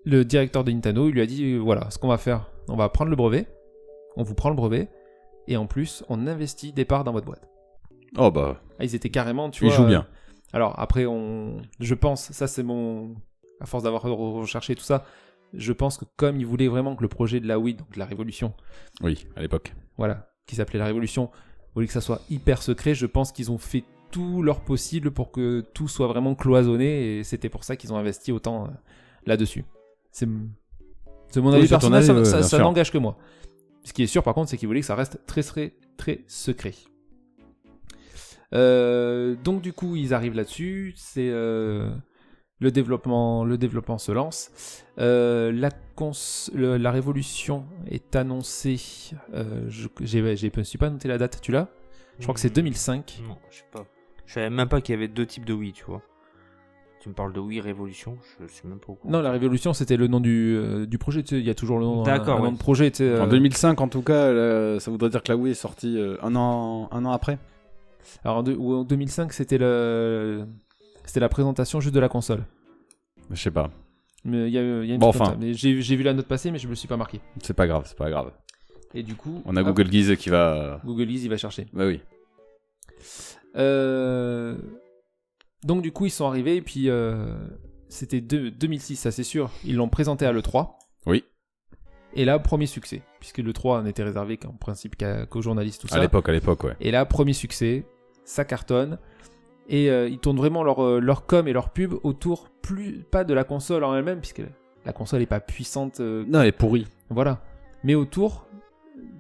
le directeur de Nintendo, il lui a dit, euh, voilà, ce qu'on va faire, on va prendre le brevet, on vous prend le brevet, et en plus, on investit des parts dans votre boîte.
Oh bah,
Ah, ils étaient carrément, tu
ils
vois,
jouent
euh,
bien.
alors après, on, je pense, ça c'est mon, à force d'avoir recherché tout ça, je pense que comme ils voulaient vraiment que le projet de la Wii, donc de la Révolution,
Oui, à l'époque.
voilà, qui s'appelait la Révolution, Au lieu que ça soit hyper secret, je pense qu'ils ont fait tout leur possible pour que tout soit vraiment cloisonné et c'était pour ça qu'ils ont investi autant euh, là-dessus. C'est m- c'est mon
Oui,
avis
c'est ton
personnel,
avis,
ça-
ouais,
ça,
bien
ça
sûr.
n'engage que moi. Ce qui est sûr par contre, c'est qu'ils voulaient que ça reste très très très secret. Euh, donc du coup, ils arrivent là-dessus. C'est euh, le développement, le développement se lance. Euh, la, cons- le- la révolution est annoncée. euh, je j'ai- j'ai- je ne suis pas noté la date. Tu l'as Je crois que c'est
Hmm.
2005.
Non, je sais pas. Je savais même pas qu'il y avait deux types de Wii, tu vois. Tu me parles de Wii Révolution, je sais même pas au courant.
Non, la révolution, c'était le nom du, euh, du projet. tu sais, Il y a toujours le nom,
D'accord,
un nom
ouais.
de projet. tu sais, euh.
En 2005, en tout cas, euh, ça voudrait dire que la Wii est sortie euh, un, an, un an après.
Alors, en, deux- ou en 2005, c'était le, c'était la présentation juste de la console.
Je sais pas.
Mais il y a, il y a une
Bon,
truc comme
enfin.
ça. Mais J'ai j'ai vu la note passer, mais je me le suis pas marqué.
C'est pas grave, c'est pas grave.
Et du coup,
On a
hop,
Google Guise qui va.
Google Is, il va chercher.
Bah oui.
Euh, donc du coup, ils sont arrivés et puis euh, c'était deux- 2006, ça c'est sûr. Ils l'ont présenté à l'E3.
Oui.
Et là, premier succès, puisque l'E3 n'était réservé qu'en principe qu'à- qu'aux journalistes, tout
À
ça.
l'époque, à l'époque, ouais.
Et là, premier succès, ça cartonne. Et euh, ils tournent vraiment leur, euh, leur com et leur pub autour, plus pas de la console en elle-même, puisque la console n'est pas puissante, euh,
Non, elle est pourrie.
voilà, mais autour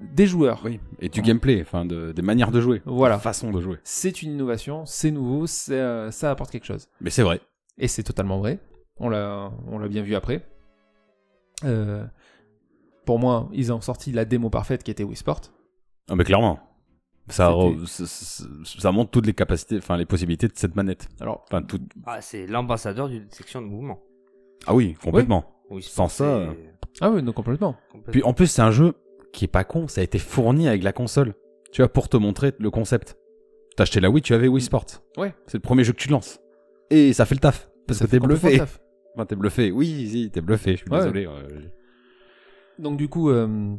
des joueurs.
Oui. Et du gameplay, enfin, de- des manières de jouer.
Voilà.
Façon de jouer.
C'est une innovation, c'est nouveau, c'est, euh, ça apporte quelque chose.
Mais c'est vrai.
Et c'est totalement vrai. On l'a, on l'a bien vu après. Euh, pour moi, ils ont sorti la démo parfaite qui était Wii Sport.
Ah, mais clairement. Ça,
C'était-
re- ça- ça- ça montre toutes les capacités, enfin, les possibilités de cette manette.
Alors,
Enfin, tout...
Ah, c'est l'ambassadeur d'une section de mouvement.
Ah oui, complètement.
Oui, c'est-
Sans ça,
c'est
ah oui, non, complètement.
complètement-
Puis en plus, c'est un jeu qui est pas con, ça a été fourni avec la console. Tu vois, pour te montrer le concept. T'as acheté la Wii, tu avais Wii Sports.
Mm. Ouais.
C'est le premier jeu que tu lances. Et ça fait le taf. Parce
Ça
que
fait
t'es
complètement
bluffé.
taf.
Enfin, t'es bluffé. Oui, si, t'es bluffé. Je suis
Ouais.
désolé. euh,
Donc du coup, euh,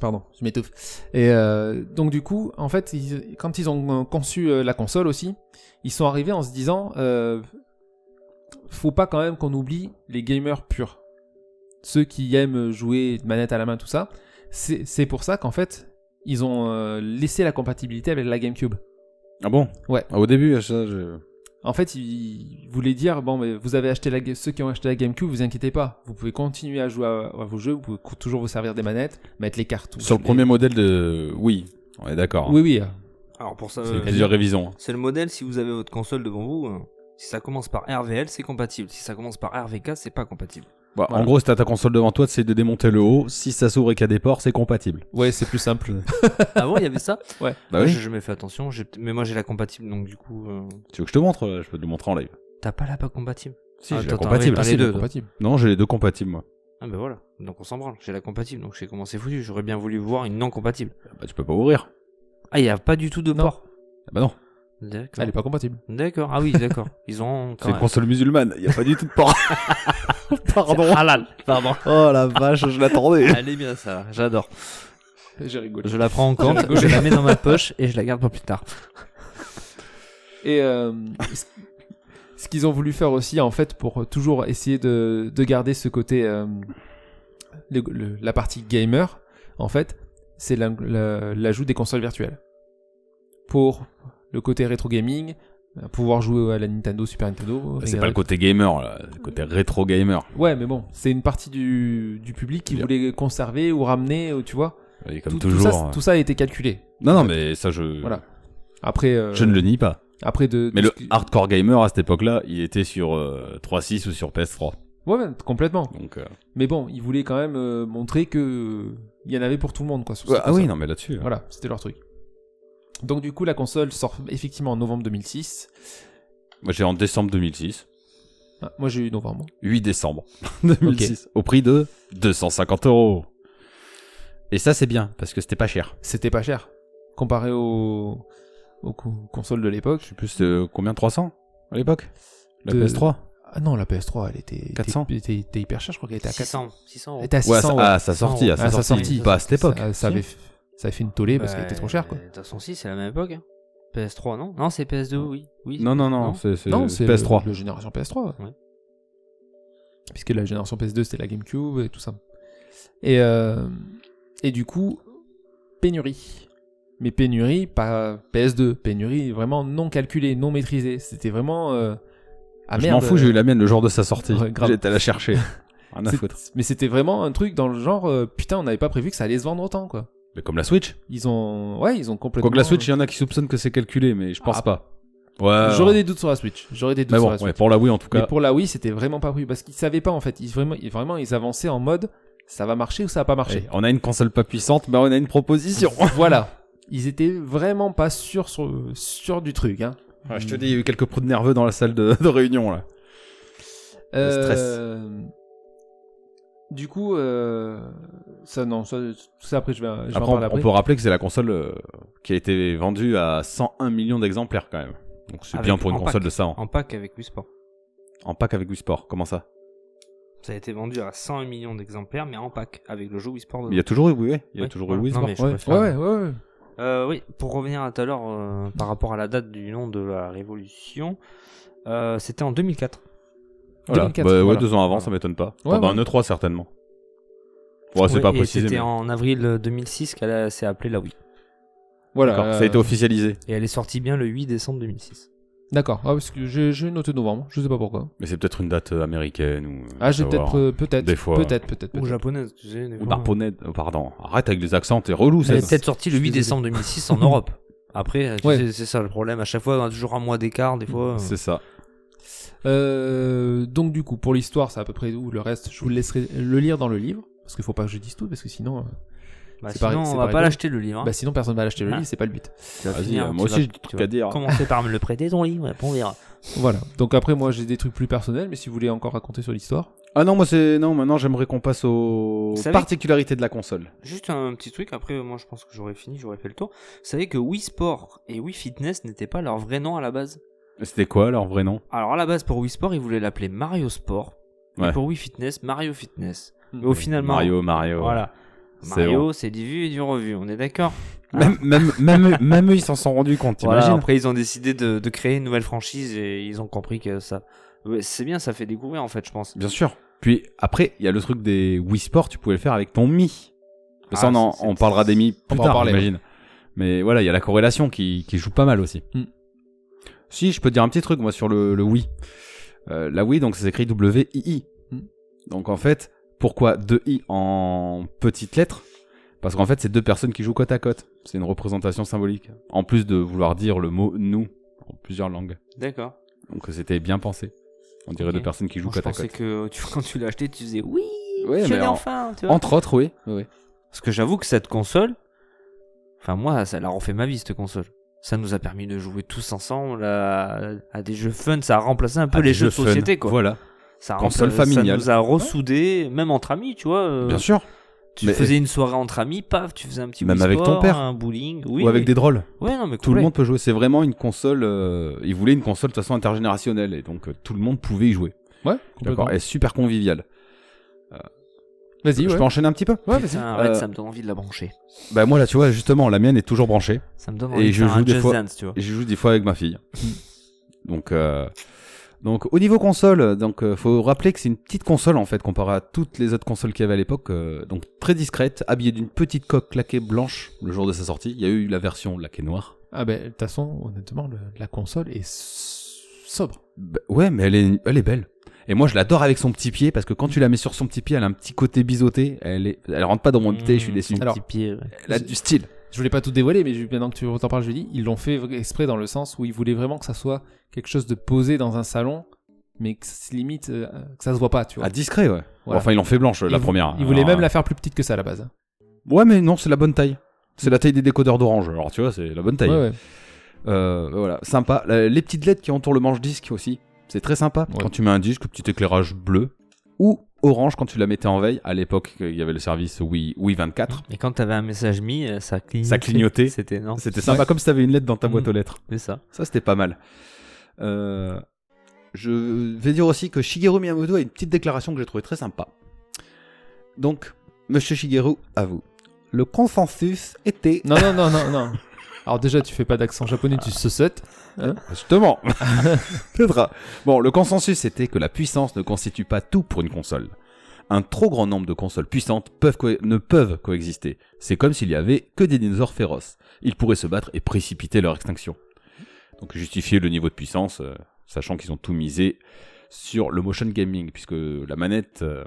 pardon, je m'étouffe. Et euh, donc du coup, en fait, ils- quand ils ont euh, conçu euh, la console aussi, ils sont arrivés en se disant, euh, faut pas quand même qu'on oublie les gamers purs, ceux qui aiment jouer de manette à la main, tout ça. C'est c'est pour ça qu'en fait, ils ont euh, laissé la compatibilité avec la GameCube.
Ah bon
Ouais.
Ah, au début, ça, je...
En fait, ils voulaient dire bon, mais vous avez acheté la ga- ceux qui ont acheté la GameCube, vous inquiétez pas, vous pouvez continuer à jouer à, à vos jeux, vous pouvez cou- toujours vous servir des manettes, mettre les cartouches.
sur le
les-
premier modèle de Wii, on est d'accord. hein.
Oui, oui. euh,
Alors pour ça,
C'est
euh,
plusieurs révisions.
c'est le modèle si vous avez votre console devant vous. euh, Si ça commence par RVL, c'est compatible. Si ça commence par RVK, c'est pas compatible.
Bah,
Voilà.
En gros, si t'as ta console devant toi, c'est de démonter le haut. Si ça s'ouvre et qu'il y a des ports, c'est compatible.
Ouais, c'est plus simple.
(laughs) Avant, il y avait ça
Bah
Moi,
oui.
J'ai jamais fait attention, j'ai- mais moi j'ai la compatible, donc du coup, euh,
Tu veux que je te montre Je peux te le montrer en live.
t'as pas la pas compatible.
Si,
Ah,
j'ai la
attends,
compatible.
t'as
Ah,
les
si,
deux.
compatible.
Non, j'ai les deux compatibles, moi.
Ah ben voilà, donc on s'en branle, j'ai la compatible, donc je sais comment c'est foutu, j'aurais bien voulu voir une non compatible.
Bah, tu peux pas ouvrir.
Ah, il y a pas du tout de
Non.
port.
Ah Bah non.
D'accord.
Elle est pas compatible.
D'accord, ah
(laughs)
oui, d'accord. Ils ont.
C'est une console musulmane, il n'y a pas du tout de port.
(laughs)
Pardon.
halal, pardon.
Oh la vache, je (laughs) l'attendais.
(laughs) Elle est bien ça, j'adore.
J'ai rigolé.
Je la prends en compte, je la mets dans ma poche et je la garde pour plus tard.
Et euh, ce- ce qu'ils ont voulu faire aussi, en fait, pour toujours essayer de, de garder ce côté, euh, le- le- la partie gamer, en fait, c'est la- la- l'ajout des consoles virtuelles. Pour le côté rétro gaming, euh, pouvoir jouer à la Nintendo, Super Nintendo.
C'est
Mega
pas le
Drive.
côté gamer, là. le côté rétro gamer.
Ouais, mais bon, c'est une partie du, du public qui
Bien.
voulait conserver ou ramener, ou tu vois.
Et comme
tout, tout
toujours.
ça,
euh,
tout ça a été calculé.
Non, non, mais ça, je.
Voilà. Après, euh,
Je ne le nie pas.
après de.
Mais
de
le
ce qui-
hardcore gamer à cette époque-là, il était sur euh, 3.6 ou sur PS3.
Ouais, ouais, complètement.
Donc, euh,
Mais bon, ils voulaient quand même euh, montrer que euh, il y en avait pour tout le monde, quoi. sur
ouais,
cette
ah oui,
console.
non, mais là-dessus. euh,
Voilà, c'était leur truc. Donc du coup, la console sort effectivement en novembre 2006.
Moi, j'ai en décembre 2006.
Ah, moi, j'ai eu novembre.
8 (laughs) décembre 2006. Au prix de 250 euros. Et ça, c'est bien, parce que c'était pas cher.
C'était pas cher comparé aux, aux co- consoles de l'époque.
Je sais plus, c'était combien 300 à l'époque La
De-
PS3
Ah non, la PS3, elle était
400.
était, était- était hyper chère. Je crois qu'elle était à 400.
600, 600
Elle
euros.
était à
Ouais,
600.
ça-
ouais.
à sa sortie, à
Ah,
sa
sa
sortie.
sortie.
Pas à cette époque.
Ça, ça
Si.
avait, f- ça avait fait une tollée parce qu'elle était trop chère, quoi.
De toute façon, si, c'est la même époque. hein. PS3, non Non, c'est PS2, oui. oui.
Non, non, non,
Non.
c'est c'est
Non, c'est
PS3.
Le, le génération PS3. ouais.
Ouais.
Puisque la génération PS2, c'était la GameCube et tout ça. Et, euh, et du coup, pénurie. mais pénurie, pas PS2, pénurie vraiment non calculée, non maîtrisée. C'était vraiment. euh, ah
je m'en
merde,
fous, j'ai eu la mienne le jour de sa sortie.
Ouais, grave.
J'étais à la chercher. euh, (laughs) Rien à
C'est-
foutre.
euh, Mais c'était vraiment un truc dans le genre, euh, putain, on n'avait pas prévu que ça allait se vendre autant, quoi.
Mais comme la Switch.
Ils ont, ouais, ils ont complètement.
Quoi que la Switch, il y en a qui soupçonnent que c'est calculé, mais je pense
Ah.
pas. Ouais.
J'aurais des doutes sur la Switch. J'aurais des doutes
euh, Mais
sur
bon,
la Switch.
ouais, pour la Wii en tout
Mais
cas.
pour la Wii, c'était vraiment pas prévu parce qu'ils savaient pas en fait. Ils vraiment, ils, vraiment, ils avançaient en mode, ça va marcher ou ça va pas marcher.
Eh, on a une console pas puissante, mais on a une proposition.
(laughs) voilà. Ils étaient vraiment pas sûrs sur, sûrs du truc. Hein.
(laughs) Ouais, je te dis, il y a eu quelques coups de nerveux dans la salle de, de réunion là. Le stress.
Euh, Du coup, euh, ça non, ça, ça après je vais, je vais en
Après, on, on
parler après.
peut rappeler que c'est la console euh, qui a été vendue à 101 millions d'exemplaires quand même. Donc c'est
Avec-
bien pour une
en
console
pack.
de ça Ah, en,
En pack avec Wii Sport.
en pack avec Wii Sport. Comment ça
Ça a été vendu à 101 millions d'exemplaires, mais en pack, avec le jeu Wii Sport. dedans.
Il y a toujours eu Wii, ouais. il y a
Ouais,
toujours eu
voilà.
Wii
Non,
Sport.
mais je
Ouais,
préfère-
ouais, ouais, ouais.
Euh, oui, pour revenir à tout à l'heure euh, par rapport à la date du nom de la révolution, euh, c'était en 2004.
Voilà.
2004,
Bah ouais,
voilà.
deux ans avant,
Voilà.
ça m'étonne pas.
Ouais,
Pendant
ouais.
un E3 certainement. Ouais, c'est
Ouais,
pas
et
précisé.
C'était
mais-
en avril euh, 2006 qu'elle a- s'est appelée la Wii.
Voilà.
D'accord,
euh,
Ça a été officialisé.
Et elle est sortie bien le 8 décembre 2006.
D'accord. Ah, parce que j'ai j'ai noté novembre. Je sais pas pourquoi.
Mais c'est peut-être une date euh, américaine ou.
Ah, j'ai
savoir.
peut-être, euh, peut-être,
Des fois.
peut-être, peut-être,
Ou
peut-être.
japonaise, tu sais. des
Ou
fois.
barponnet. oh, pardon. Arrête avec les accents, t'es relou,
Elle
ça.
est peut-être sortie le 8 décembre 2006
(laughs)
en Europe. Après, tu
Ouais.
sais, c'est ça le problème. À chaque fois, on a toujours un mois d'écart, des fois.
C'est ça.
Euh, donc du coup, pour l'histoire, c'est à peu près où le reste. Je vous laisserai le lire dans le livre, parce qu'il faut pas que je dise tout, parce que sinon, euh,
Bah,
C'est
sinon,
pareil, c'est
on va
pareil.
pas l'acheter le livre. hein.
bah sinon personne va l'acheter le
Ah.
livre, c'est pas le but.
Tu vas
Vas-y,
finir,
euh,
tu
moi
vas-
aussi, j'ai des
tu
trucs
vas
à dire.
Commencer par me le prêter ton livre, et après on verra.
Voilà. Donc après, moi, j'ai des trucs plus personnels, mais si vous voulez encore raconter sur l'histoire.
Ah non, moi c'est. Non, maintenant j'aimerais qu'on passe aux
Vous savez-
particularités de la console.
Juste un petit truc, après moi je pense que j'aurais fini, j'aurais fait le tour. Vous savez que Wii Sport et Wii Fitness n'étaient pas leur vrai nom à la base
C'était quoi leur vrai nom
Alors à la base pour Wii Sport ils voulaient l'appeler Mario Sport,
Ouais.
et pour Wii Fitness Mario Fitness. Mais
Mm.
au final
Mario, Mario.
Voilà.
C'est
Mario c'est du vu et du revu, on est d'accord
Même, même, même, eux- même eux, ils s'en sont rendus compte,
Voilà,
t'imagines
après ils ont décidé de, de créer une nouvelle franchise et ils ont compris que ça... Ouais, C'est bien, ça fait découvrir en fait je pense.
Bien sûr. Puis après, il y a le truc des Wii Sport, tu pouvais le faire avec ton Mi. Mais ça,
Ah,
on, en-
c'est- c'est-
on parlera des Mi plus
va en
tard,
parler,
j'imagine. Mais voilà, il y a la corrélation qui, qui joue pas mal aussi.
Hmm.
Si, je peux te dire un petit truc, moi, sur le, le Wii. Euh, la Wii, donc, ça s'écrit W-I-I.
Hmm.
Donc, en fait, pourquoi 2-I en petites lettres Parce qu'en fait, c'est deux personnes qui jouent côte à côte. C'est une représentation symbolique. En plus de vouloir dire le mot nous en plusieurs langues.
D'accord.
Donc, c'était bien pensé. On dirait
Ok.
deux personnes qui jouent
Moi, Je
côte à côte.
pensais que tu- (laughs) quand tu l'as acheté tu faisais oui,
Ouais,
je
mais
l'ai
en-
enfin tu vois.
Entre autres, oui. oui.
Parce que j'avoue que cette console, enfin moi, ça l'a refait ma vie cette console. Ça nous a permis de jouer tous ensemble à, à des jeux fun, ça a remplacé un peu les jeux de société quoi.
Voilà.
Ça a
Console
rempla-
familiale.
Ça nous a ressoudés, même entre amis, tu vois. euh,
Bien sûr.
Tu
Mais-
faisais une soirée entre amis, paf, tu faisais un petit
Même
Wii
avec ton
Sport,
père.
un bowling, oui.
Ou avec
oui.
des drôles.
Ouais, non mais
Tout le
complet.
monde peut jouer. C'est vraiment une console. euh, Ils voulaient une console de façon intergénérationnelle et donc euh, tout le monde pouvait y jouer.
Ouais,
D'accord.
complètement.
Et super convivial. Euh,
Vas-y,
Je
ouais.
peux enchaîner un petit peu
Ouais, vas-y.
Putain, arrête,
Euh,
ça me donne envie de la brancher.
Bah moi là, tu vois, justement, la mienne est toujours branchée.
Ça me donne
et
envie de
je
faire
joue
un
des
Just
fois-
Dance, tu vois.
Et je joue des fois avec ma fille. donc, euh, donc au niveau console, donc euh, faut rappeler que c'est une petite console en fait comparée à toutes les autres consoles qu'il y avait à l'époque. euh, donc très discrète, habillée d'une petite coque laquée blanche le jour de sa sortie. Il y a eu la version laquée noire.
Ah ben, de toute façon, honnêtement, le- la console est s- sobre.
Bah, ouais, mais elle est, elle est belle. Et moi, je l'adore avec son petit pied parce que quand tu la mets sur son petit pied, elle a un petit côté biseauté. Elle est, elle rentre pas dans mon pied, je suis
Mmh,
déçu.
son
Alors-
petit pied, ouais.
Elle a du style.
Je voulais pas tout dévoiler, mais je- maintenant que tu t'en parles, je le dis, ils l'ont fait v- exprès dans le sens où ils voulaient vraiment que ça soit quelque chose de posé dans un salon, mais que c'est limite euh, que ça se voit pas, tu vois.
Ah, discret, ouais.
Voilà.
Enfin, ils l'ont fait blanche la
Ils vou-
première.
Ils voulaient
Alors,
même la faire plus petite que ça à la base.
Ouais, mais non, c'est la bonne taille. C'est la taille des décodeurs d'orange. Alors, tu vois, c'est la bonne taille.
Ouais, ouais.
Euh, voilà, sympa. La- Les petites lettres qui entourent le manche disque aussi, c'est très sympa.
Ouais.
Quand tu mets un disque, petit éclairage bleu ou orange quand tu la mettais en veille. À l'époque, il y avait le service Wii, Wii 24.
Et quand t'avais un message mis, euh, ça clignotait.
Ça clignotait.
C'était non,
C'était sympa, comme si t'avais une lettre dans ta boîte
Mm.
aux lettres.
c'est ça.
Ça, c'était pas mal. Euh, je vais dire aussi que Shigeru Miyamoto a une petite déclaration que j'ai trouvée très sympa. Donc, monsieur Shigeru, à vous. Le consensus était.
Non, non, non, non, non. Alors déjà, tu fais pas d'accent japonais,
Euh,
tu sautes.
Justement Peut-être. Bon, le consensus était que la puissance ne constitue pas tout pour une console. un trop grand nombre de consoles puissantes peuvent co- ne peuvent coexister. C'est comme s'il y avait que des dinosaures féroces. Ils pourraient se battre et précipiter leur extinction. Donc justifier le niveau de puissance, euh, sachant qu'ils ont tout misé sur le motion gaming, puisque la manette, euh,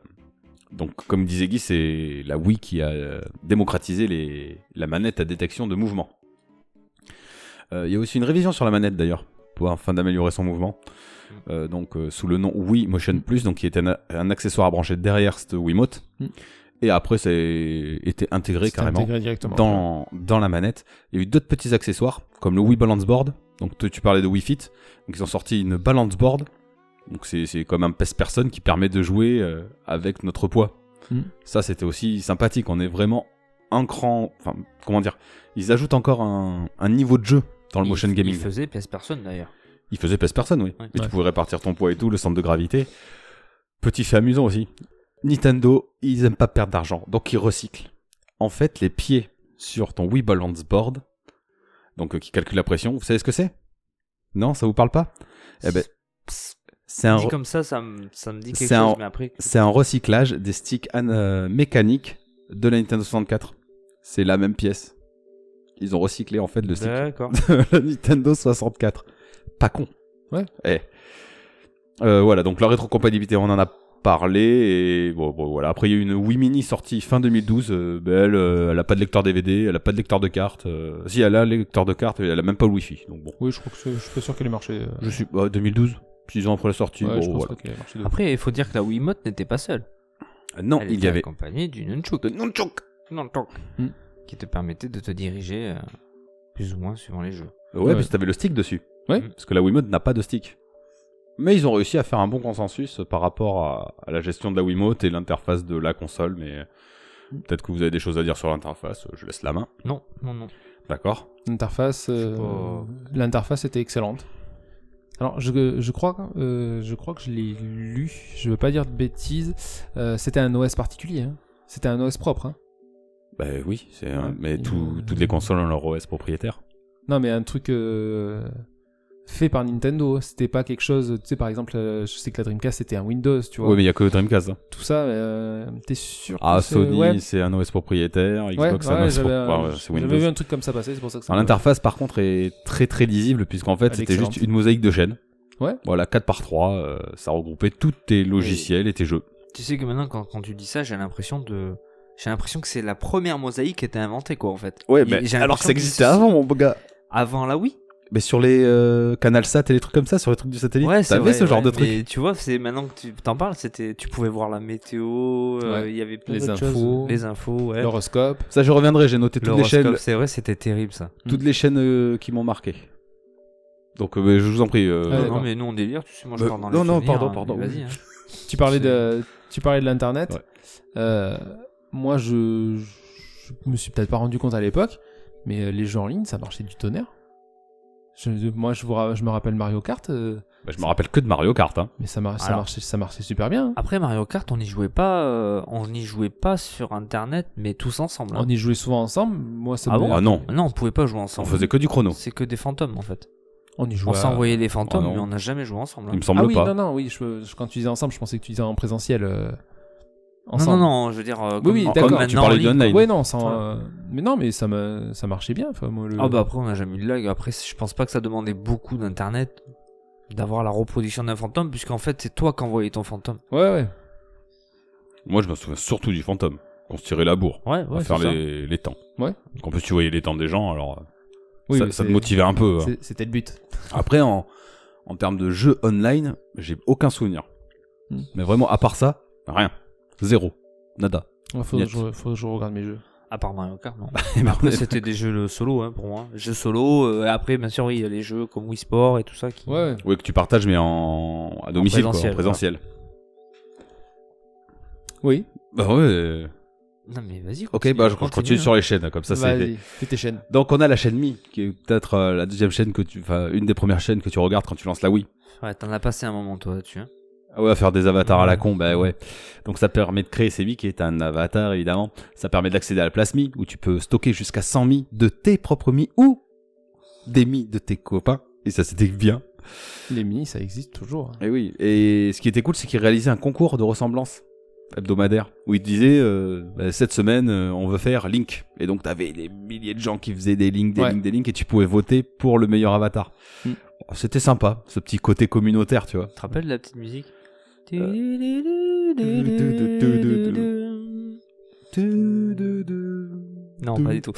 donc comme disait Guy, c'est la Wii qui a euh, démocratisé les, la manette à détection de mouvement. Euh, Il y a aussi une révision sur la manette d'ailleurs, pour afin d'améliorer son mouvement. Euh, donc euh, sous le nom Wii Motion Plus, donc qui était un, un accessoire à brancher derrière cette Wiimote.
Mm.
Et après, c'est été intégré
C'est
carrément
intégré directement.
dans, dans la manette. Il y a eu d'autres petits accessoires, comme le Wii Balance Board. Donc toi, tu parlais de Wii Fit. Donc ils ont sorti une Balance Board. Donc c'est c'est comme un pèse-personne qui permet de jouer euh, avec notre poids.
Mm.
Ça, c'était aussi sympathique. On est vraiment un cran... Enfin, comment dire Ils ajoutent encore un, un niveau de jeu dans le
Il-
motion gaming.
Il faisait PS Personne d'ailleurs.
Il faisait pèse personne, oui.
Ouais.
Mais
Ouais.
tu pouvais répartir ton poids et tout, le centre de gravité. Petit fait amusant aussi. Nintendo, ils aiment pas perdre d'argent, donc ils recyclent. En fait, les pieds sur ton Wii Balance Board, donc euh, qui calcule la pression, vous savez ce que c'est Non, ça vous parle pas Eh ben, c'est un,
Dit
re-
comme ça, ça me, ça me dit quelque
C'est un-
chose, mais après.
c'est un recyclage des sticks an- euh, mécaniques de la Nintendo 64. C'est la même pièce. Ils ont recyclé en fait le stick (laughs)
D'accord.
de la Nintendo 64. Pas con.
Ouais.
Eh. Euh, voilà, donc la rétrocompatibilité, on en a parlé. Et bon, bon, voilà. Après, il y a eu une Wii Mini sortie fin 2012. euh, ben, elle, euh, elle a pas de lecteur DVD, elle a pas de lecteur de carte. euh, si elle a le lecteur de carte, elle a même pas le Wi-Fi. Donc bon,
Oui, je crois que c'est- je suis pas sûr qu'elle ait marché. euh,
je suis bah, 2012. 6 ans après la sortie,
ouais,
bon,
je pense
voilà.
pas qu'elle ait marché de ouf.
Après, il faut dire que la Wiimote n'était pas seule.
Euh, Non,
Elle
il y
était
avait. Euh, Mm.
accompagnée du Nunchuk.
de Nunchuk.
Nunchuk.
Hmm.
Qui te permettait de te diriger euh, plus ou moins suivant les jeux.
Ouais,
Ouais.
parce que t'avais le stick dessus. Mm.
Ouais.
Parce que la Wiimote n'a pas de stick. Mais ils ont réussi à faire un bon consensus euh, par rapport à, à la gestion de la Wiimote et l'interface de la console, mais euh, peut-être que vous avez des choses à dire sur l'interface, euh, je laisse la main.
Non, non, non.
D'accord
L'interface, euh,
pas.
l'interface était excellente. Alors, je, je crois, euh, je crois que je l'ai lu. Je veux pas dire de bêtises. Euh, c'était un OS particulier. hein. C'était un OS propre. hein.
Bah oui, c'est un-
Ouais.
mais
Ils
tout-
ont-
toutes les consoles ont leur OS propriétaire.
Non, mais un truc euh, fait par Nintendo. C'était pas quelque chose. Tu sais, par exemple, euh, je sais que la Dreamcast c'était un Windows, tu vois.
Oui, mais il n'y a que le Dreamcast. hein.
Tout ça, euh, t'es sûr
Ah,
que c'est-
Sony,
ouais,
c'est un OS propriétaire,
ouais,
Xbox, un
ouais,
OS
j'avais,
propriétaire.
euh,
c'est
j'avais
Windows.
vu un truc comme ça passer. C'est pour ça que ça.
Alors,
me-
L'interface par contre est très très lisible puisqu'en fait
Elle est
c'était
excellente.
juste une mosaïque de chaînes.
Ouais.
Voilà, 4 par 3, euh, ça regroupait tous tes logiciels et tes jeux.
Tu sais que maintenant, quand, quand tu dis ça, j'ai l'impression de. J'ai l'impression que c'est la première mosaïque qui était inventée, quoi, en fait.
Ouais,
Il-
mais
j'ai
alors que
l'impression
ça existait
ce-
avant, mon gars.
Avant la Wii.
Mais sur les euh, CanalSat et les trucs comme ça, sur les trucs du satellite,
Ouais, c'est
t'avais
vrai,
ce genre
ouais,
de trucs.
Mais tu vois, c'est maintenant que tu t'en parles, c'était, tu pouvais voir la météo, euh, il
Ouais.
y avait plein
les
d'autres
infos,
choses. les infos, ouais.
l'horoscope.
Ça, je reviendrai, j'ai noté toutes les
L'horoscope,
chaînes,
c'est vrai, c'était terrible ça.
Mm.
toutes les chaînes euh, qui m'ont marqué. Donc, euh, mais je vous en prie. euh,
Ah,
non,
d'accord.
mais nous on délire, tu sais, moi je
Bah,
pars dans
non,
les
non,
souvenirs,
pardon,
hein,
pardon,
mais
oui.
Vas-y. hein.
Tu parlais
C'est-
de, tu parlais de l'internet.
Ouais.
Euh, moi, je, je me suis peut-être pas rendu compte à l'époque, mais euh, les jeux en ligne, ça marchait du tonnerre. Je, moi, je, vous ra- je me rappelle Mario Kart, euh,
bah, je me rappelle que de Mario Kart. hein.
mais ça, mar- ça
Alors. Ah,
marchait, ça marchait super bien. hein.
Après Mario Kart, on n'y jouait pas, euh, on n'y jouait pas sur internet, mais tous ensemble. hein.
On y jouait souvent ensemble. Moi, ça
Ah
me-
bon
Ah non,
Non, on pouvait pas jouer
on
ensemble.
faisait que du chrono.
C'est que des fantômes en fait.
on y jouait.
On s'envoyait des fantômes,
Oh, non.
mais on n'a jamais joué ensemble. hein.
Il me
Ah
semble
oui,
pas.
non, non, oui. je- je- quand tu disais ensemble, je pensais que tu disais en présentiel. euh,
Non,
ensemble.
non, non, je veux dire. euh,
Oui,
comme-
oui,
comme
d'accord.
maintenant
tu parlais
en ligne.
d'online.
Ouais, non, sans,
Voilà.
euh, mais non, mais ça, me, ça marchait bien. Enfin, moi, le-
Ah bah après on n'a jamais eu de lag. Après je pense pas que ça demandait beaucoup d'internet d'avoir la reproduction d'un fantôme puisqu'en fait c'est toi qui envoyais ton fantôme.
Ouais, ouais.
Moi, je me souviens surtout du fantôme. Qu'on se tirait la bourre.
Ouais
à faire les, les temps.
Ouais.
Donc, en plus, tu voyais les temps des gens, alors euh,
Oui,
ça,
mais
ça te
c'est-
motivait un peu. hein.
c'est- C'était le but.
Après, en, en termes de jeux online, j'ai aucun souvenir.
Hmm.
Mais vraiment, à part ça, rien. Zéro. (laughs) Nada.
Il faut, que
Yes.
je- faut que je regarde mes jeux.
À part Mario
(laughs)
Kart non.
Eh ben, on
Après
est-
c'était des jeux euh, solo hein, pour moi. Jeux solo. euh, après bien sûr oui il y a les jeux comme Wii Sport et tout ça qui.
Ouais, ouais.
Oui, que tu partages, mais en à domicile, quoi, en
présentiel,
présentiel.
Oui.
Bah ouais. euh,
Non mais vas-y. hein.
Ok,
Ah,
bah je je continue sur les chaînes, comme ça c'est fait.
Vas-y, fais tes chaînes.
Donc on a la chaîne Mi, qui est peut-être euh, la deuxième chaîne que tu, enfin une des premières chaînes que tu regardes quand tu lances la Wii.
Ouais t'en as passé un moment toi là-dessus. hein.
Ah ouais, faire des avatars à la
Mhm.
con, bah ouais. Donc ça permet de créer ces Mi, qui est un avatar évidemment. Ça permet d'accéder à la place Mi, où tu peux stocker jusqu'à 100 Mi de tes propres Mi ou des Mi de tes copains. Et ça c'était bien.
Les mini, ça existe toujours. hein.
Eh Et oui. Et ce qui était cool, c'est qu'ils réalisaient un concours de ressemblance. hebdomadaire où il te disait euh, bah, cette semaine euh, on veut faire Link et donc t'avais des milliers de gens qui faisaient des links des
Ouais.
links des links et tu pouvais voter pour le meilleur avatar
Mm.
c'était sympa ce petit côté communautaire tu vois
Tu te rappelles la petite musique Euh. Non, pas du tout.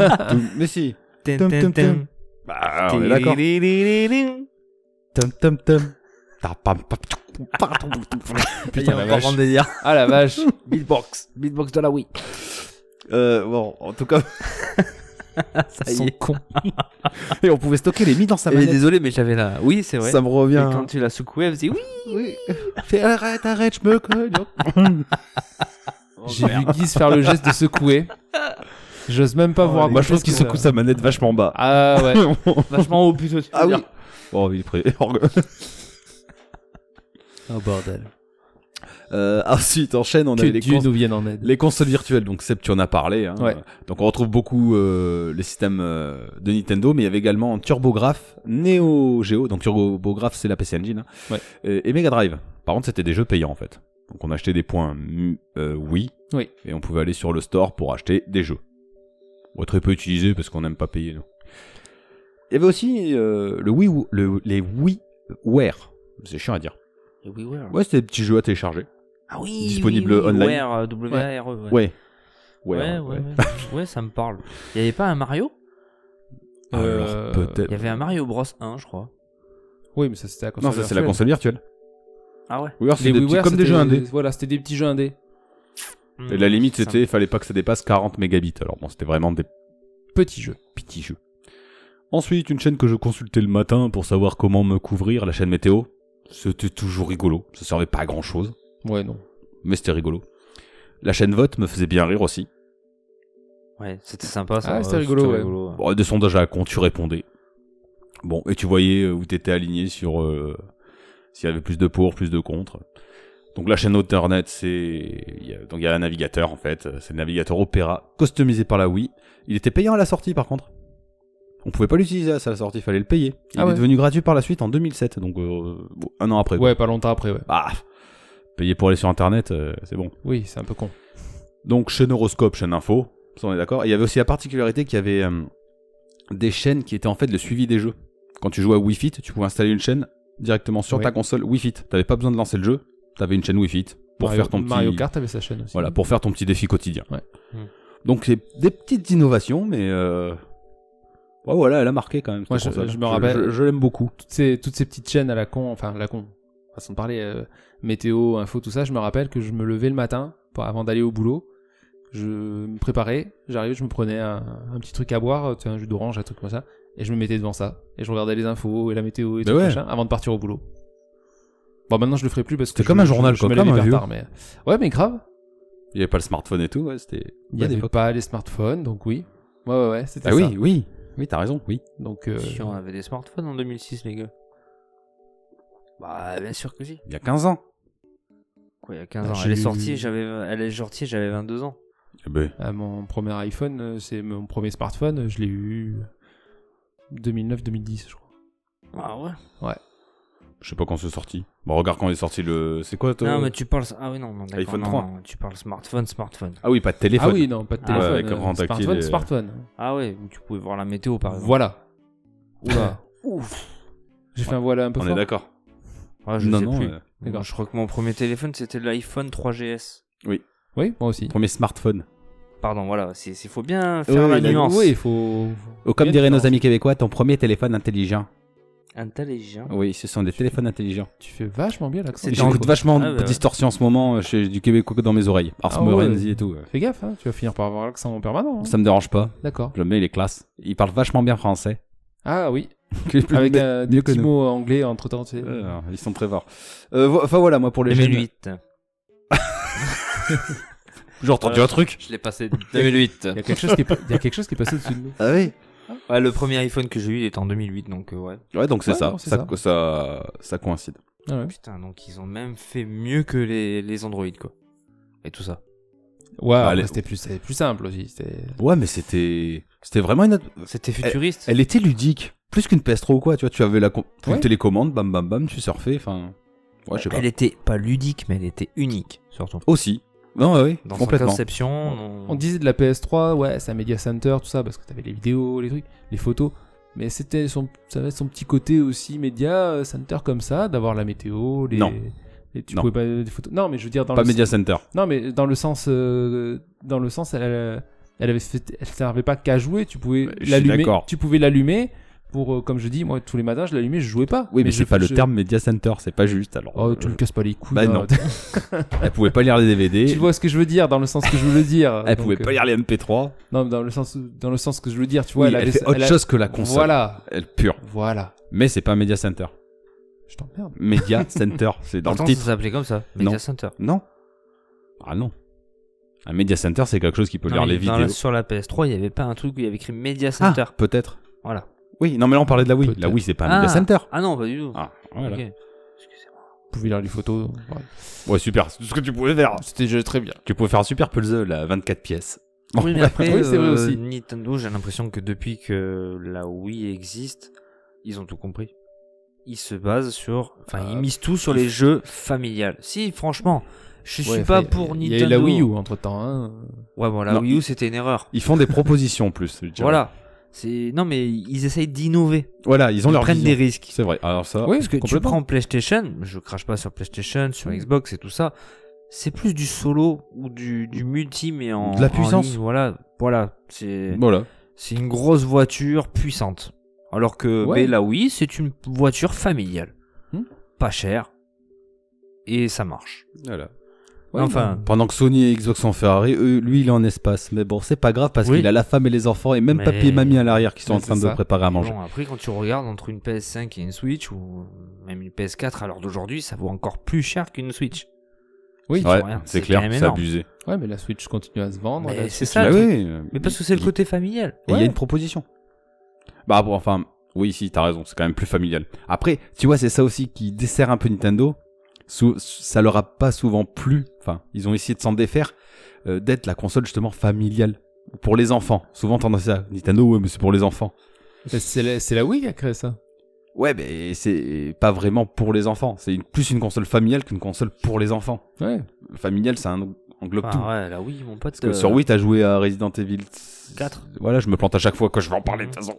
Ah. mais si
Tin, tin, tin.
bah on est d'accord Tom tom tom Ta pam pam tou- pa tou- tou- tou- Putain, la vache.
Ah la (laughs) vache.
Beatbox, beatbox de la Wii.
Euh, bon, en tout
(laughs)
cas,
Ça
Ils
y
sont
est.
cons.
et on pouvait stocker les mi dans sa
(laughs) Et
manette.
désolé, Eh, mais j'avais la. Oui, c'est vrai.
Ça me revient.
Et quand tu la secouais, elle faisait oui.
Oui. Fais, arrête, arrête, je me cogne.
J'ai vu Guise faire le geste de secouer. J'ose même pas voir.
Moi, je trouve qu'il
Qu'est-ce qu'on
secoue sa manette vachement bas.
Ah
(laughs)
ouais.
Vachement haut plutôt. tu veux
Ah oui.
dire.
Oh, il est prêt. (laughs)
Oh bordel.
euh, ensuite, enchaîne, on
Que
avait les,
Dieu
cons-
nous vienne en aide.
les consoles virtuelles. Donc, Seb, tu en as parlé. hein.
Ouais.
Donc, on retrouve beaucoup euh, les systèmes euh, de Nintendo, mais il y avait également TurboGraph, Neo Geo. Donc, TurboGraph, c'est la PC Engine. hein.
Ouais.
Et, et Mega Drive. Par contre, c'était des jeux payants, en fait. Donc, on achetait des points mm, euh, oui,
Oui.
et on pouvait aller sur le store pour acheter des jeux. Ou très peu utilisés parce qu'on n'aime pas payer, nous. Il y avait aussi euh, le Wii, le, les WiiWare. C'est chiant à dire.
Et WiiWare.
Ouais, c'était des petits jeux à télécharger.
Ah oui.
Disponible
oui, oui,
online.
WiiWare, euh, W-A-R-E, ouais.
Ouais. hein,
Ouais, ouais, ouais. Ouais, ça me parle. Il y avait pas un Mario
Alors,
Euh,
peut-être.
Il y avait un Mario Bros 1, je crois.
Oui, mais ça c'était la console.
Non, ça c'est la
virtuelle.
console virtuelle.
Ah ouais.
WiiWare,
Les
c'est des petits-
WiiWare,
comme des
c'était-
jeux indés.
Voilà, c'était des petits jeux indés.
Hmm.
Et la limite, c'était, il fallait pas que ça dépasse 40 mégabits. Alors bon, c'était vraiment des
Petits jeux.
petits jeux. Ensuite, une chaîne que je consultais le matin pour savoir comment me couvrir, la chaîne météo. C'était toujours rigolo. Ça servait pas à grand chose,
Ouais, non.
mais c'était rigolo. La chaîne vote me faisait bien rire aussi.
Ouais, c'était sympa ça.
Ah, c'était
ouais,
rigolo, ouais.
ouais.
Bon, des sondages à la con, tu répondais. Bon, et tu voyais euh, où t'étais aligné sur euh, s'il y avait plus de pour, plus de contre. Donc la chaîne internet, c'est il y a- donc il y a un navigateur en fait, c'est le navigateur Opera customisé par la Wii. Il était payant à la sortie par contre. On pouvait pas l'utiliser à sa sortie, fallait le payer. Il
Ah ouais.
est devenu gratuit par la suite en 2007, donc euh, bon, un an après. quoi.
Ouais, pas longtemps après, ouais.
Bah, payer pour aller sur internet, euh, c'est bon.
Oui, c'est un peu con.
Donc chaîne Horoscope, chaîne Info, ça on est d'accord. Et Il y avait aussi la particularité qu'il y avait euh, des chaînes qui étaient en fait le suivi des jeux. Quand tu jouais à Wii Fit, tu pouvais installer une chaîne directement sur
Oui.
ta console Wii Fit. T'avais pas besoin de lancer le jeu, t'avais une chaîne Wii Fit pour
Mario,
faire ton petit
Mario Kart avait sa chaîne aussi.
voilà, pour faire ton petit défi quotidien.
Ouais.
Mm.
Hmm.
Donc c'est des petites innovations, mais euh, ouais, voilà, elle a marqué quand même. cette
Moi, je-
console.
je me rappelle-
je, je l'aime beaucoup.
toutes ces, toutes ces petites chaînes à la con, enfin à la con, façon de parler, euh, météo, info, tout ça, je me rappelle que je me levais le matin pour- avant d'aller au boulot, je me préparais, j'arrivais, je me prenais un, un petit truc à boire, tu sais, un jus d'orange, un truc comme ça, et je me mettais devant ça, et je regardais les infos et la météo et
Bah
tout
ouais.
machin avant de partir au boulot. Bon, maintenant je le ferai plus parce que
C'était
je-
comme un
je-
journal,
je
quoi,
me
comme
lève
un
hyper
vieux.
tard, mais ouais, mais grave.
Il y avait pas le smartphone et tout, ouais, c'était.
Il n'y
bonne
avait
époque.
pas les smartphones, donc oui. Ouais, ouais, ouais, c'était
Ah
ça.
oui, oui, oui, t'as raison, oui.
Donc, euh,
Si on avait des smartphones en 2006, les gars. Bah, bien sûr que si.
Il y a 15 ans.
Quoi, il y a 15
Ah,
ans.
j'ai
Elle est
eu-
sortie, j'avais, elle est sortie, j'avais 22 ans.
Eh ben,
Ah, mon premier iPhone, euh, c'est mon premier smartphone, euh, je l'ai eu 2009-2010, je crois.
Ah ouais.
Je sais pas quand c'est sorti. Bon, regarde quand est sorti le. C'est quoi toi euh,
Non, mais tu parles. Ah oui, non, non d'accord.
iPhone
non,
3.
non, tu parles smartphone, smartphone.
Ah oui, pas de téléphone.
Ah oui, non, pas de
Ah,
téléphone.
avec
euh,
écran tactile
smartphone,
et-
smartphone. hein,
Ah ouais, où tu pouvais voir la météo par exemple.
Voilà. Oula,
Ouf.
j'ai fait un voilà un peu
On est
fort.
d'accord.
Ouais, Ah, je
non,
sais
non.
plus.
euh,
D'accord.
Je crois que mon premier téléphone, c'était l'iPhone 3GS.
Oui, moi aussi.
premier smartphone.
Pardon, voilà, c'est c'est- faut bien
Ouais,
faire la
il a-
nuance.
Oui, il faut...
Oh, comme
Bien diraient
diraient nos
nos d'accord.
amis québécois, ton premier téléphone intelligent.
Intelligent.
Oui, ce sont des téléphones intelligents.
Tu fais vachement bien l'accent.
C'est dans
J'écoute
le-
vachement
Ah,
de
bah ouais.
distorsion en ce moment euh, chez du québécois dans mes oreilles. Ars
Ah ouais.
Morenzi et tout. euh.
Fais gaffe, hein, tu vas finir par avoir l'accent en permanent. hein.
Ça me dérange pas.
D'accord.
J'aime bien, il est classe. Il parle vachement bien français. (laughs)
Ah oui,
Il est plus-
avec
mais-
euh, des
mieux que
petits
nous.
mots anglais entre-temps, tu sais.
Euh, ils sont très forts. Euh, vo- Enfin voilà, moi pour les jeunes.
2008.
J'ai entendu un truc.
Je l'ai (laughs) passé 2008.
Il y, a quelque chose qui est... il y a quelque chose qui est passé au-dessus de nous.
Ah oui.
Ouais, le premier iPhone que j'ai eu, il était en 2008, donc euh, ouais.
Ouais, donc c'est
Ouais,
ça.
non, c'est
ça.
ça.
co- Ça, ça coïncide.
Ah ouais.
Putain, donc ils ont même fait mieux que les, les Android, quoi. Et tout ça.
Ouais, après,
Allez.
c'était plus, c'était plus simple aussi. c'était-
Ouais, mais c'était, c'était vraiment une. autre-
C'était futuriste.
Euh, Elle était ludique, plus qu'une PS3 ou quoi, tu vois, tu avais la com-
Ouais.
une télécommande, bam bam bam, tu surfais, enfin. Ouais, je sais pas.
Elle était pas ludique, mais elle était unique, surtout.
Aussi. Non, ouais, ouais,
Dans sa
complètement.
conception,
On
on-
disait de la PS3, ouais, c'est un Media Center, tout ça, parce que t'avais les vidéos, les trucs, les photos. Mais c'était son, ça avait son petit côté aussi Media euh, Center comme ça, d'avoir la météo, les.
Non.
les- tu
Non.
pouvais pas euh, des photos. Non, mais je veux dire dans
Pas
le
Media Center.
Non, mais dans le sens, euh, dans le sens, elle, euh, elle avait fait, elle servait pas qu'à jouer. Tu pouvais
Ouais, je suis
l'allumer.
d'accord.
Tu pouvais l'allumer pour, euh, comme je dis, moi tous les matins, je l'allumais, je jouais pas.
Oui, mais,
je-
c'est pas le
je-
terme Media Center, c'est pas juste. Alors,
Oh,
euh,
tu me casses pas les couilles.
Bah
là.
non. elle pouvait pas lire les DVD.
(laughs) tu vois ce que je veux dire dans le sens que je veux le dire.
Elle
Donc,
pouvait
euh,
pas lire les MP3.
Non, mais dans le sens, dans le sens que je veux dire, tu vois,
Oui,
elle,
elle,
avait
fait autre
elle a-
chose que la console.
Voilà,
Elle pure.
voilà.
Mais c'est pas Media Center.
Je t'emmerde.
Media
(laughs)
Center, c'est dans
Pourtant,
le titre.
ça s'appelait comme ça,
Non.
Media Center.
Non. Ah non. Un Media Center, c'est quelque chose qui peut
Non,
lire
mais
les
dans la-
vidéos.
sur la PS3, il n'y avait pas un truc où il y avait écrit Media
Ah,
Center.
peut-être.
Voilà.
Oui, non, mais là on parlait de la Wii. La
Peut-être.
Wii, c'est pas un
Ah.
Media Center.
Ah non, pas du tout.
Ah, voilà.
Ok.
Vous pouvez lire les photos. voilà.
Ouais, super. C'est tout ce que tu pouvais faire.
C'était déjà très bien.
Tu pouvais faire un super puzzle à 24 pièces. Bon,
Oui, mais après,
Oui, c'est vrai
euh,
aussi.
Nintendo, j'ai l'impression que depuis que la Wii existe, ils ont tout compris. Ils se basent sur. Enfin, ils
Euh,
misent tout sur les jeux familiales. Si, franchement, je suis
Ouais,
pas
enfin,
pour
Il y
Nintendo.
a eu la Wii U entre temps. Hein.
Ouais, bon, la
Non.
Wii U, c'était une erreur.
Ils font des propositions en plus. je dirais.
Voilà. C'est Non, mais ils essayent d'innover.
Voilà, ils ont
Ils
leur
prennent
vision.
des risques.
C'est vrai. Alors ça.
Oui,
Parce que tu
complètement.
prends PlayStation, je crache pas sur PlayStation, sur
Mm.
Xbox et tout ça, c'est plus du solo ou du, du multi, mais en.
De la
en
puissance.
ligne, voilà, voilà. C'est
Voilà.
c'est une grosse voiture puissante. Alors que
Ouais.
ben, la Wii, c'est une voiture familiale.
Hmm.
Pas chère. Et ça marche.
Voilà.
Ouais,
enfin,
Pendant que Sony et Xbox sont en Ferrari, eux, lui, il est en espace. Mais bon, c'est pas grave parce
Oui.
qu'il a la femme et les enfants et même
Mais-
papy et mamie à l'arrière qui sont
Mais
en train
c'est
de
ça.
préparer à manger.
Bon, après, quand tu regardes entre une PS5 et une Switch, ou même une PS4 à l'heure d'aujourd'hui, ça vaut encore plus cher qu'une Switch.
Oui,
c'est
ouais,
rien.
c'est
C'est
clair,
quand même
c'est
énorme.
abusé.
Ouais, mais la Switch continue à se vendre.
Mais
la
c'est
Switch-
ça.
Bah
le truc.
oui,
Mais parce que c'est le côté familial.
Et il y
Ouais.
a une proposition. Bah bon, enfin, oui, si, t'as raison, c'est quand même plus familial. Après, tu vois, c'est ça aussi qui dessert un peu Nintendo. Sou- ça leur a pas souvent plu, enfin, ils ont essayé de s'en défaire, euh, d'être la console justement familiale. Pour les enfants. Souvent tendance à Nintendo, ouais, mais c'est pour les enfants.
Mais C'est la, c'est la Wii qui a créé ça.
Ouais, mais c'est pas vraiment pour les enfants. C'est une- plus une console familiale qu'une console pour les enfants.
Ouais.
Familiale, ça en- englobe
Ah
tout.
ouais, la Wii, mon pote.
Parce
euh,
que sur Wii, t'as joué à Resident Evil
4.
Voilà, je me plante à chaque fois quand je vais en parler de toute façon.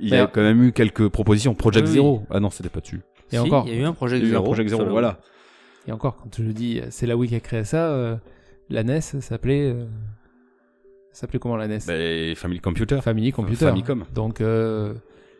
Il y a
Mais-
quand même eu quelques propositions. Project
Oui, oui.
Zero. Ah non, c'était pas dessus.
il
Et encore.
y a eu un projet
Il y a eu un
Zero.
Project Zero,
sur la
voilà.
Et encore, quand je dis euh, c'est la Wii qui a créé ça, euh, la NES s'appelait. euh, s'appelait comment la NES
Bah, Family Computer.
Family Computer.
Famicom.
Donc, euh,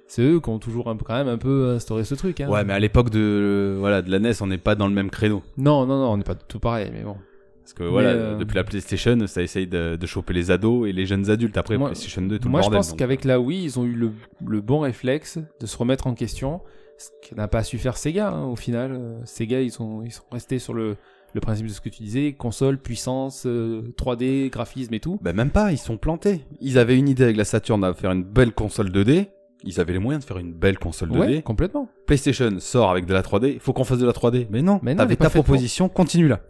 c'est eux qui ont toujours un, peu- quand même un peu instauré ce truc. Hein.
Ouais, mais à l'époque de, euh, voilà, de la NES, on n'est pas dans le même créneau.
Non, non, non, on n'est pas tout pareil, mais bon.
Parce que voilà,
euh,
depuis la PlayStation, ça essaye de, de choper les ados et les jeunes adultes. Après,
Moi-
PlayStation 2, tout
Moi,
le
je
bordel.
pense
donc. euh.
qu'avec la Wii, ils ont eu le, le bon réflexe de se remettre en question, ce que n'a pas su faire Sega hein, au final. Euh, Sega, ils sont, ils sont restés sur le, le principe de ce que tu disais console, puissance, euh, 3D, graphisme et tout.
Bah, même pas, ils sont plantés. Ils avaient une idée avec la Saturn à faire une belle console 2D. Ils avaient les moyens de faire une belle console 2D.
Ouais, complètement.
PlayStation sort avec de la 3D. Faut qu'on fasse de la 3D. Mais non,
Mais non, elle
t'avais
est pas
ta
faite pour.
proposition, continue là.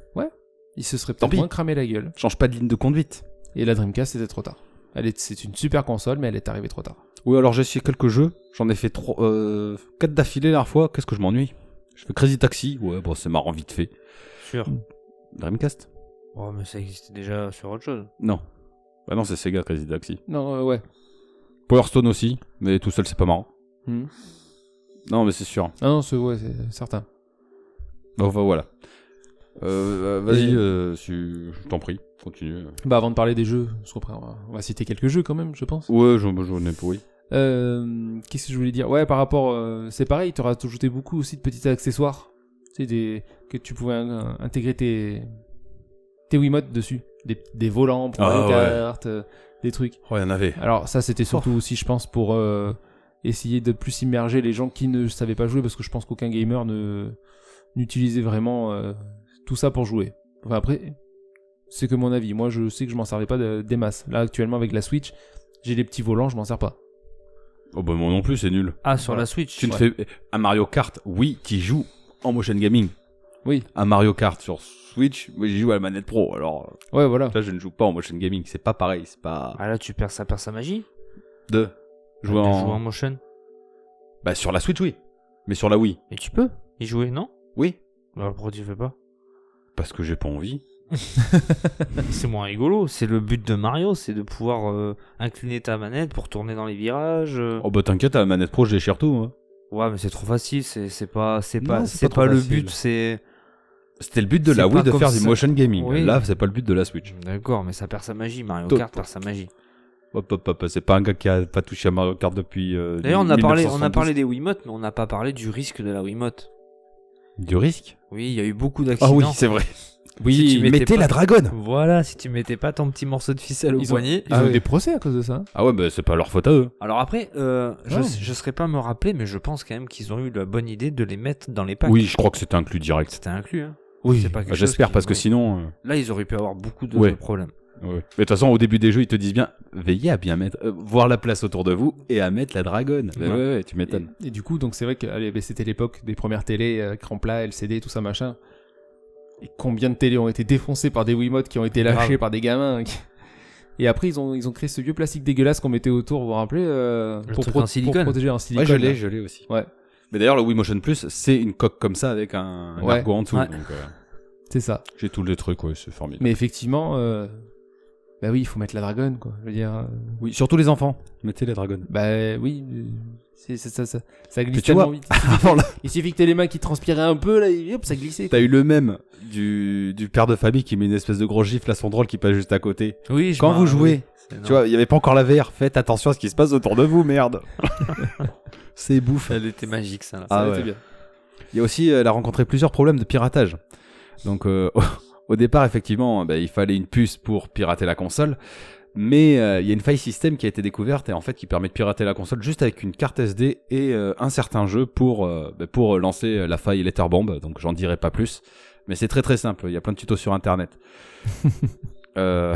Ils se seraient
Tant
peut-être
pis.
moins cramé la gueule.
Change pas de ligne de conduite.
Et la Dreamcast, c'était trop tard. Elle est- C'est une super console, mais elle est arrivée trop tard.
Oui, alors j'ai essayé quelques jeux. J'en ai fait trois, euh, quatre d'affilée la dernière fois. Qu'est-ce que je m'ennuie Je fais Crazy Taxi. Ouais, bon, c'est marrant vite fait.
Sur.
Dreamcast
Oh, mais ça existait déjà sur autre chose.
Non. Bah non, c'est Sega Crazy Taxi.
Non, euh, ouais.
Power Stone aussi, mais tout seul c'est pas marrant.
Hmm.
Non, mais c'est sûr.
Ah non, c'est ouais, c'est certain.
Enfin voilà. Euh, euh, vas-y,
Et-
euh, si- je t'en prie, continue.
Bah, avant de parler des jeux, je comprends, on va, on va citer quelques jeux quand même, je pense.
Ouais, j'en j'en ai pour oui.
Euh, qu'est-ce que je voulais dire Ouais, par rapport, euh, c'est pareil, tu auras ajouté beaucoup aussi de petits accessoires, tu sais, des que tu pouvais euh, intégrer tes tes Wiimotes dessus, des, des volants pour
Ah,
les
ouais.
cartes, euh, des trucs.
Ouais, il y en avait.
Alors ça, c'était surtout aussi, je pense, pour euh, essayer de plus immerger les gens qui ne savaient pas jouer, parce que je pense qu'aucun gamer ne n'utilisait vraiment euh, tout ça pour jouer. Enfin après, c'est que mon avis. Moi, je sais que je m'en servais pas de- des masses. Là, actuellement, avec la Switch, j'ai les petits volants, je m'en sers pas.
Oh bah moi non plus, c'est nul.
Ah, sur
Voilà.
la Switch.
Tu ne
ouais.
fais à Mario Kart, oui, qui joue en motion gaming.
Oui.
À Mario Kart sur Switch, moi j'y joue à la manette pro. Alors
Ouais, voilà.
là, je ne joue pas en motion gaming, c'est pas pareil, c'est pas
Ah là, tu perds, ça perd sa magie.
de jouer
Ah, de
en...
jouer en motion.
bah sur la Switch oui, mais sur la Wii,
Mais tu peux y jouer, non
oui.
Bah, pourquoi tu le fais pas
Parce que j'ai pas envie.
C'est moins rigolo. C'est le but de Mario, c'est de pouvoir euh, incliner ta manette pour tourner dans les virages. euh.
Oh bah t'inquiète, à la manette pro, je déchire tout. hein. moi.
Ouais, mais c'est trop facile. C'est c'est pas, c'est pas,
Non, c'est
c'est
pas trop
pas, le
facile.
but. C'est
C'était le but de
C'est
la
pas
Wii de
comme
faire du
ça.
motion gaming.
Oui.
Là, c'est pas le but de la Switch.
d'accord, mais ça perd sa magie. Mario
Top.
Kart perd sa magie.
Hop, hop, hop, c'est pas un gars qui a pas touché à Mario Kart depuis. euh,
D'ailleurs, on a parlé, on a
1972.
parlé des Wiimotes, mais on n'a pas parlé du risque de la Wiimote.
Du risque
Oui, il y a eu beaucoup
Ah
d'accidents.
oui, c'est vrai.
Si tu mettais pas-
dragonne
Voilà, si tu mettais pas ton petit morceau de ficelle au
Ils ont-
poignet.
Ils
Ah
ont
oui.
des procès à cause de ça. hein.
Ah ouais, bah c'est pas leur faute à eux.
Alors après, euh, je,
Ah.
Ouais.
je serais pas me rappeler, mais je pense quand même qu'ils ont eu la bonne idée de les mettre dans les packs.
Oui, je crois que c'était inclus direct.
C'était inclus. Hein.
Oui.
C'est pas
Bah,
quelque chose
J'espère,
qui-
parce que
ouais.
sinon. euh,
Là, ils auraient pu avoir beaucoup de,
Ouais.
de problèmes.
ouais. Mais de toute façon, au début des jeux, ils te disent bien veillez à bien mettre. euh, voir la place autour de vous et à mettre la dragonne. Bah
Ouais.
ouais, ouais, tu m'étonnes.
Et du coup, donc c'est vrai que allez, ben, c'était l'époque des premières télés, euh, écran plat, LCD, tout ça machin. Et combien de télés ont été défoncées par des Wiimotes qui ont été lâchés
Grave.
par des gamins qui- (laughs) Et après, ils ont, ils ont créé ce vieux plastique dégueulasse qu'on mettait autour, vous vous rappelez euh,
Le
pour,
truc en
pour
silicone.
protéger en
Ouais,
silicone.
je l'ai,
là.
je l'ai aussi.
Ouais.
hein. Mais d'ailleurs, le Wii Motion Plus, c'est une coque comme ça avec un, un
Ouais.
argot en dessous.
Ouais.
donc, euh,
C'est ça.
j'ai tous les trucs, ouais, c'est formidable.
Mais effectivement, euh, bah oui, il faut mettre la dragonne, quoi. Je veux dire, euh,
Oui, surtout les enfants, mettez la dragonne.
bah oui, euh, c'est, c'est- ça, ça, ça glisse
Mais tu vois,
tellement vite. Il suffit,
(laughs) Avant là,
il suffit que t'aies les mains qui transpiraient un peu, là, et hop, ça glissait.
t'as eu le même du, du père de famille qui met une espèce de gros gifle à son drôle qui passe juste à côté.
Oui, je
Quand
m'en-
vous jouez,
c'est
tu
énorme.
vois, il n'y avait pas encore la VR, faites attention à ce qui se passe autour de vous, (laughs) merde. c'est bouffe.
elle était magique ça. Là.
Ah
Ça, c'était
ouais.
bien.
Il y a aussi, euh, elle a rencontré plusieurs problèmes de piratage. Donc, euh, (laughs) au départ, effectivement, bah, il fallait une puce pour pirater la console. Mais euh, il y a une faille système qui a été découverte et en fait qui permet de pirater la console juste avec une carte SD et euh, un certain jeu pour, euh, bah, pour lancer la faille Letterbomb. Donc, j'en dirai pas plus. Mais c'est très très simple. Il y a plein de tutos sur internet. euh.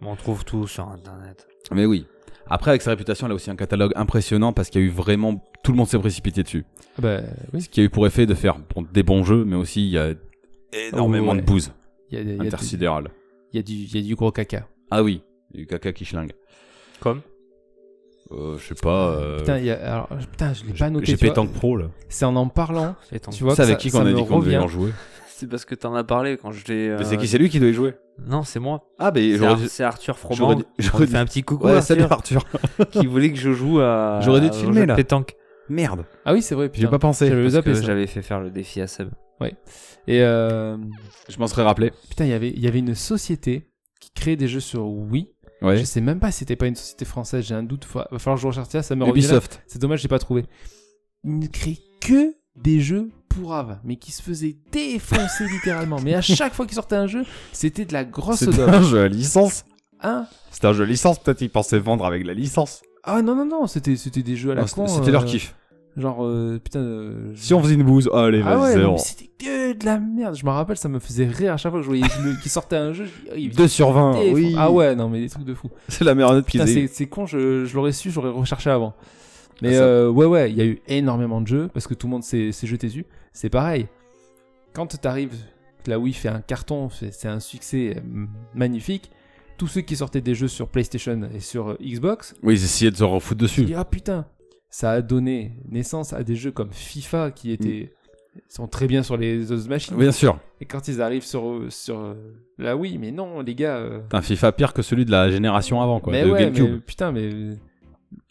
On trouve tout sur internet.
Mais oui. Après, avec sa réputation, elle a aussi un catalogue impressionnant parce qu'il y a eu vraiment. Tout le monde s'est précipité dessus.
Ah bah
Ce
oui,
qui a eu pour effet de faire bon, des bons jeux, mais aussi il y a énormément
Ouais.
de bouse
il y a, il y a du-
intersidérale.
il y a du- il y a du gros caca.
Ah oui, il y a eu caca qui schlingue.
Comme
Euh, je sais pas. euh,
Putain, il y a- alors, putain, je l'ai
j'ai-
pas noté.
J'ai
tu vois.
pétanque pro là.
C'est en en parlant. Tu vois
C'est
que
avec
ça-
qui
ça
qu'on a
me
dit qu'on devait
revient.
en jouer
C'est parce que t'en as parlé quand je l'ai. euh,
Mais c'est qui C'est lui qui devait jouer
Non, c'est moi.
Ah, bah
C'est
j'aurais
Ar-
dû.
c'est Arthur
j'aurais
Froment.
dû-
On lui
j'aurais dû-
fait un petit coucou
Ouais,
Arthur,
salut Arthur.
qui voulait que je joue à.
J'aurais dû te
au
filmer,
jeu de
là.
Pétanque.
Merde,
Ah oui, c'est vrai.
j'ai
putain.
pas pensé.
J'avais le
Parce que
zappé, ça.
J'avais fait faire le défi à Seb.
Et euh,
Je m'en serais rappelé.
putain, il y avait- il y avait une société qui créait des jeux sur Wii.
Ouais.
Je sais même pas si c'était pas une société française. J'ai un doute. Fa- Va falloir que je recherche ça. Ça me revient. là.
Ubisoft.
C'est dommage, j'ai pas trouvé. Ils ne créaient que des jeux pourraves, mais qui se faisaient défoncer (laughs) littéralement. Mais à chaque fois qu'ils sortaient un jeu, c'était de la grosse
C'était (laughs)
dope.
un jeu à licence.
Hein
C'était un jeu à licence, peut-être ils pensaient vendre avec la licence.
Ah non, non, non, c'était c'était des jeux à la
Non,
con.
C'était c'était leur
euh,
kiff.
Genre, euh, putain. euh,
Si on faisait une bouse, allez,
Ah ouais,
vas-y,
non,
zéro.
mais c'était que de la merde. Je me rappelle, ça me faisait rire à chaque fois que je voyais le- qu'il sortait un jeu. je- il-
2 sur 20,
il-
oui.
Ah ouais, non, mais des trucs de fou.
(laughs) C'est la meilleure note qu'ils
Putain,
aient
c'est
eue.
c'est con, je, je l'aurais su, j'aurais recherché avant. Mais
Ah, ça.
euh, ouais, ouais, il y a eu énormément de jeux parce que tout le monde s'est s'est jeté dessus. C'est pareil. Quand t'arrives, que la Wii fait un carton, c'est c'est un succès euh, magnifique. Tous ceux qui sortaient des jeux sur PlayStation et sur euh, Xbox,
Oui, ils essayaient de se refoutre
tu
dessus.
dis, ah putain, ça a donné naissance à des jeux comme FIFA qui étaient
Mm.
sont très bien sur les autres machines.
Bien sûr.
Et quand ils arrivent sur sur euh, la Wii, mais non, les gars. euh,
T'as un FIFA pire que celui de la génération avant, quoi.
mais
de
ouais,
GameCube.
mais putain, mais euh,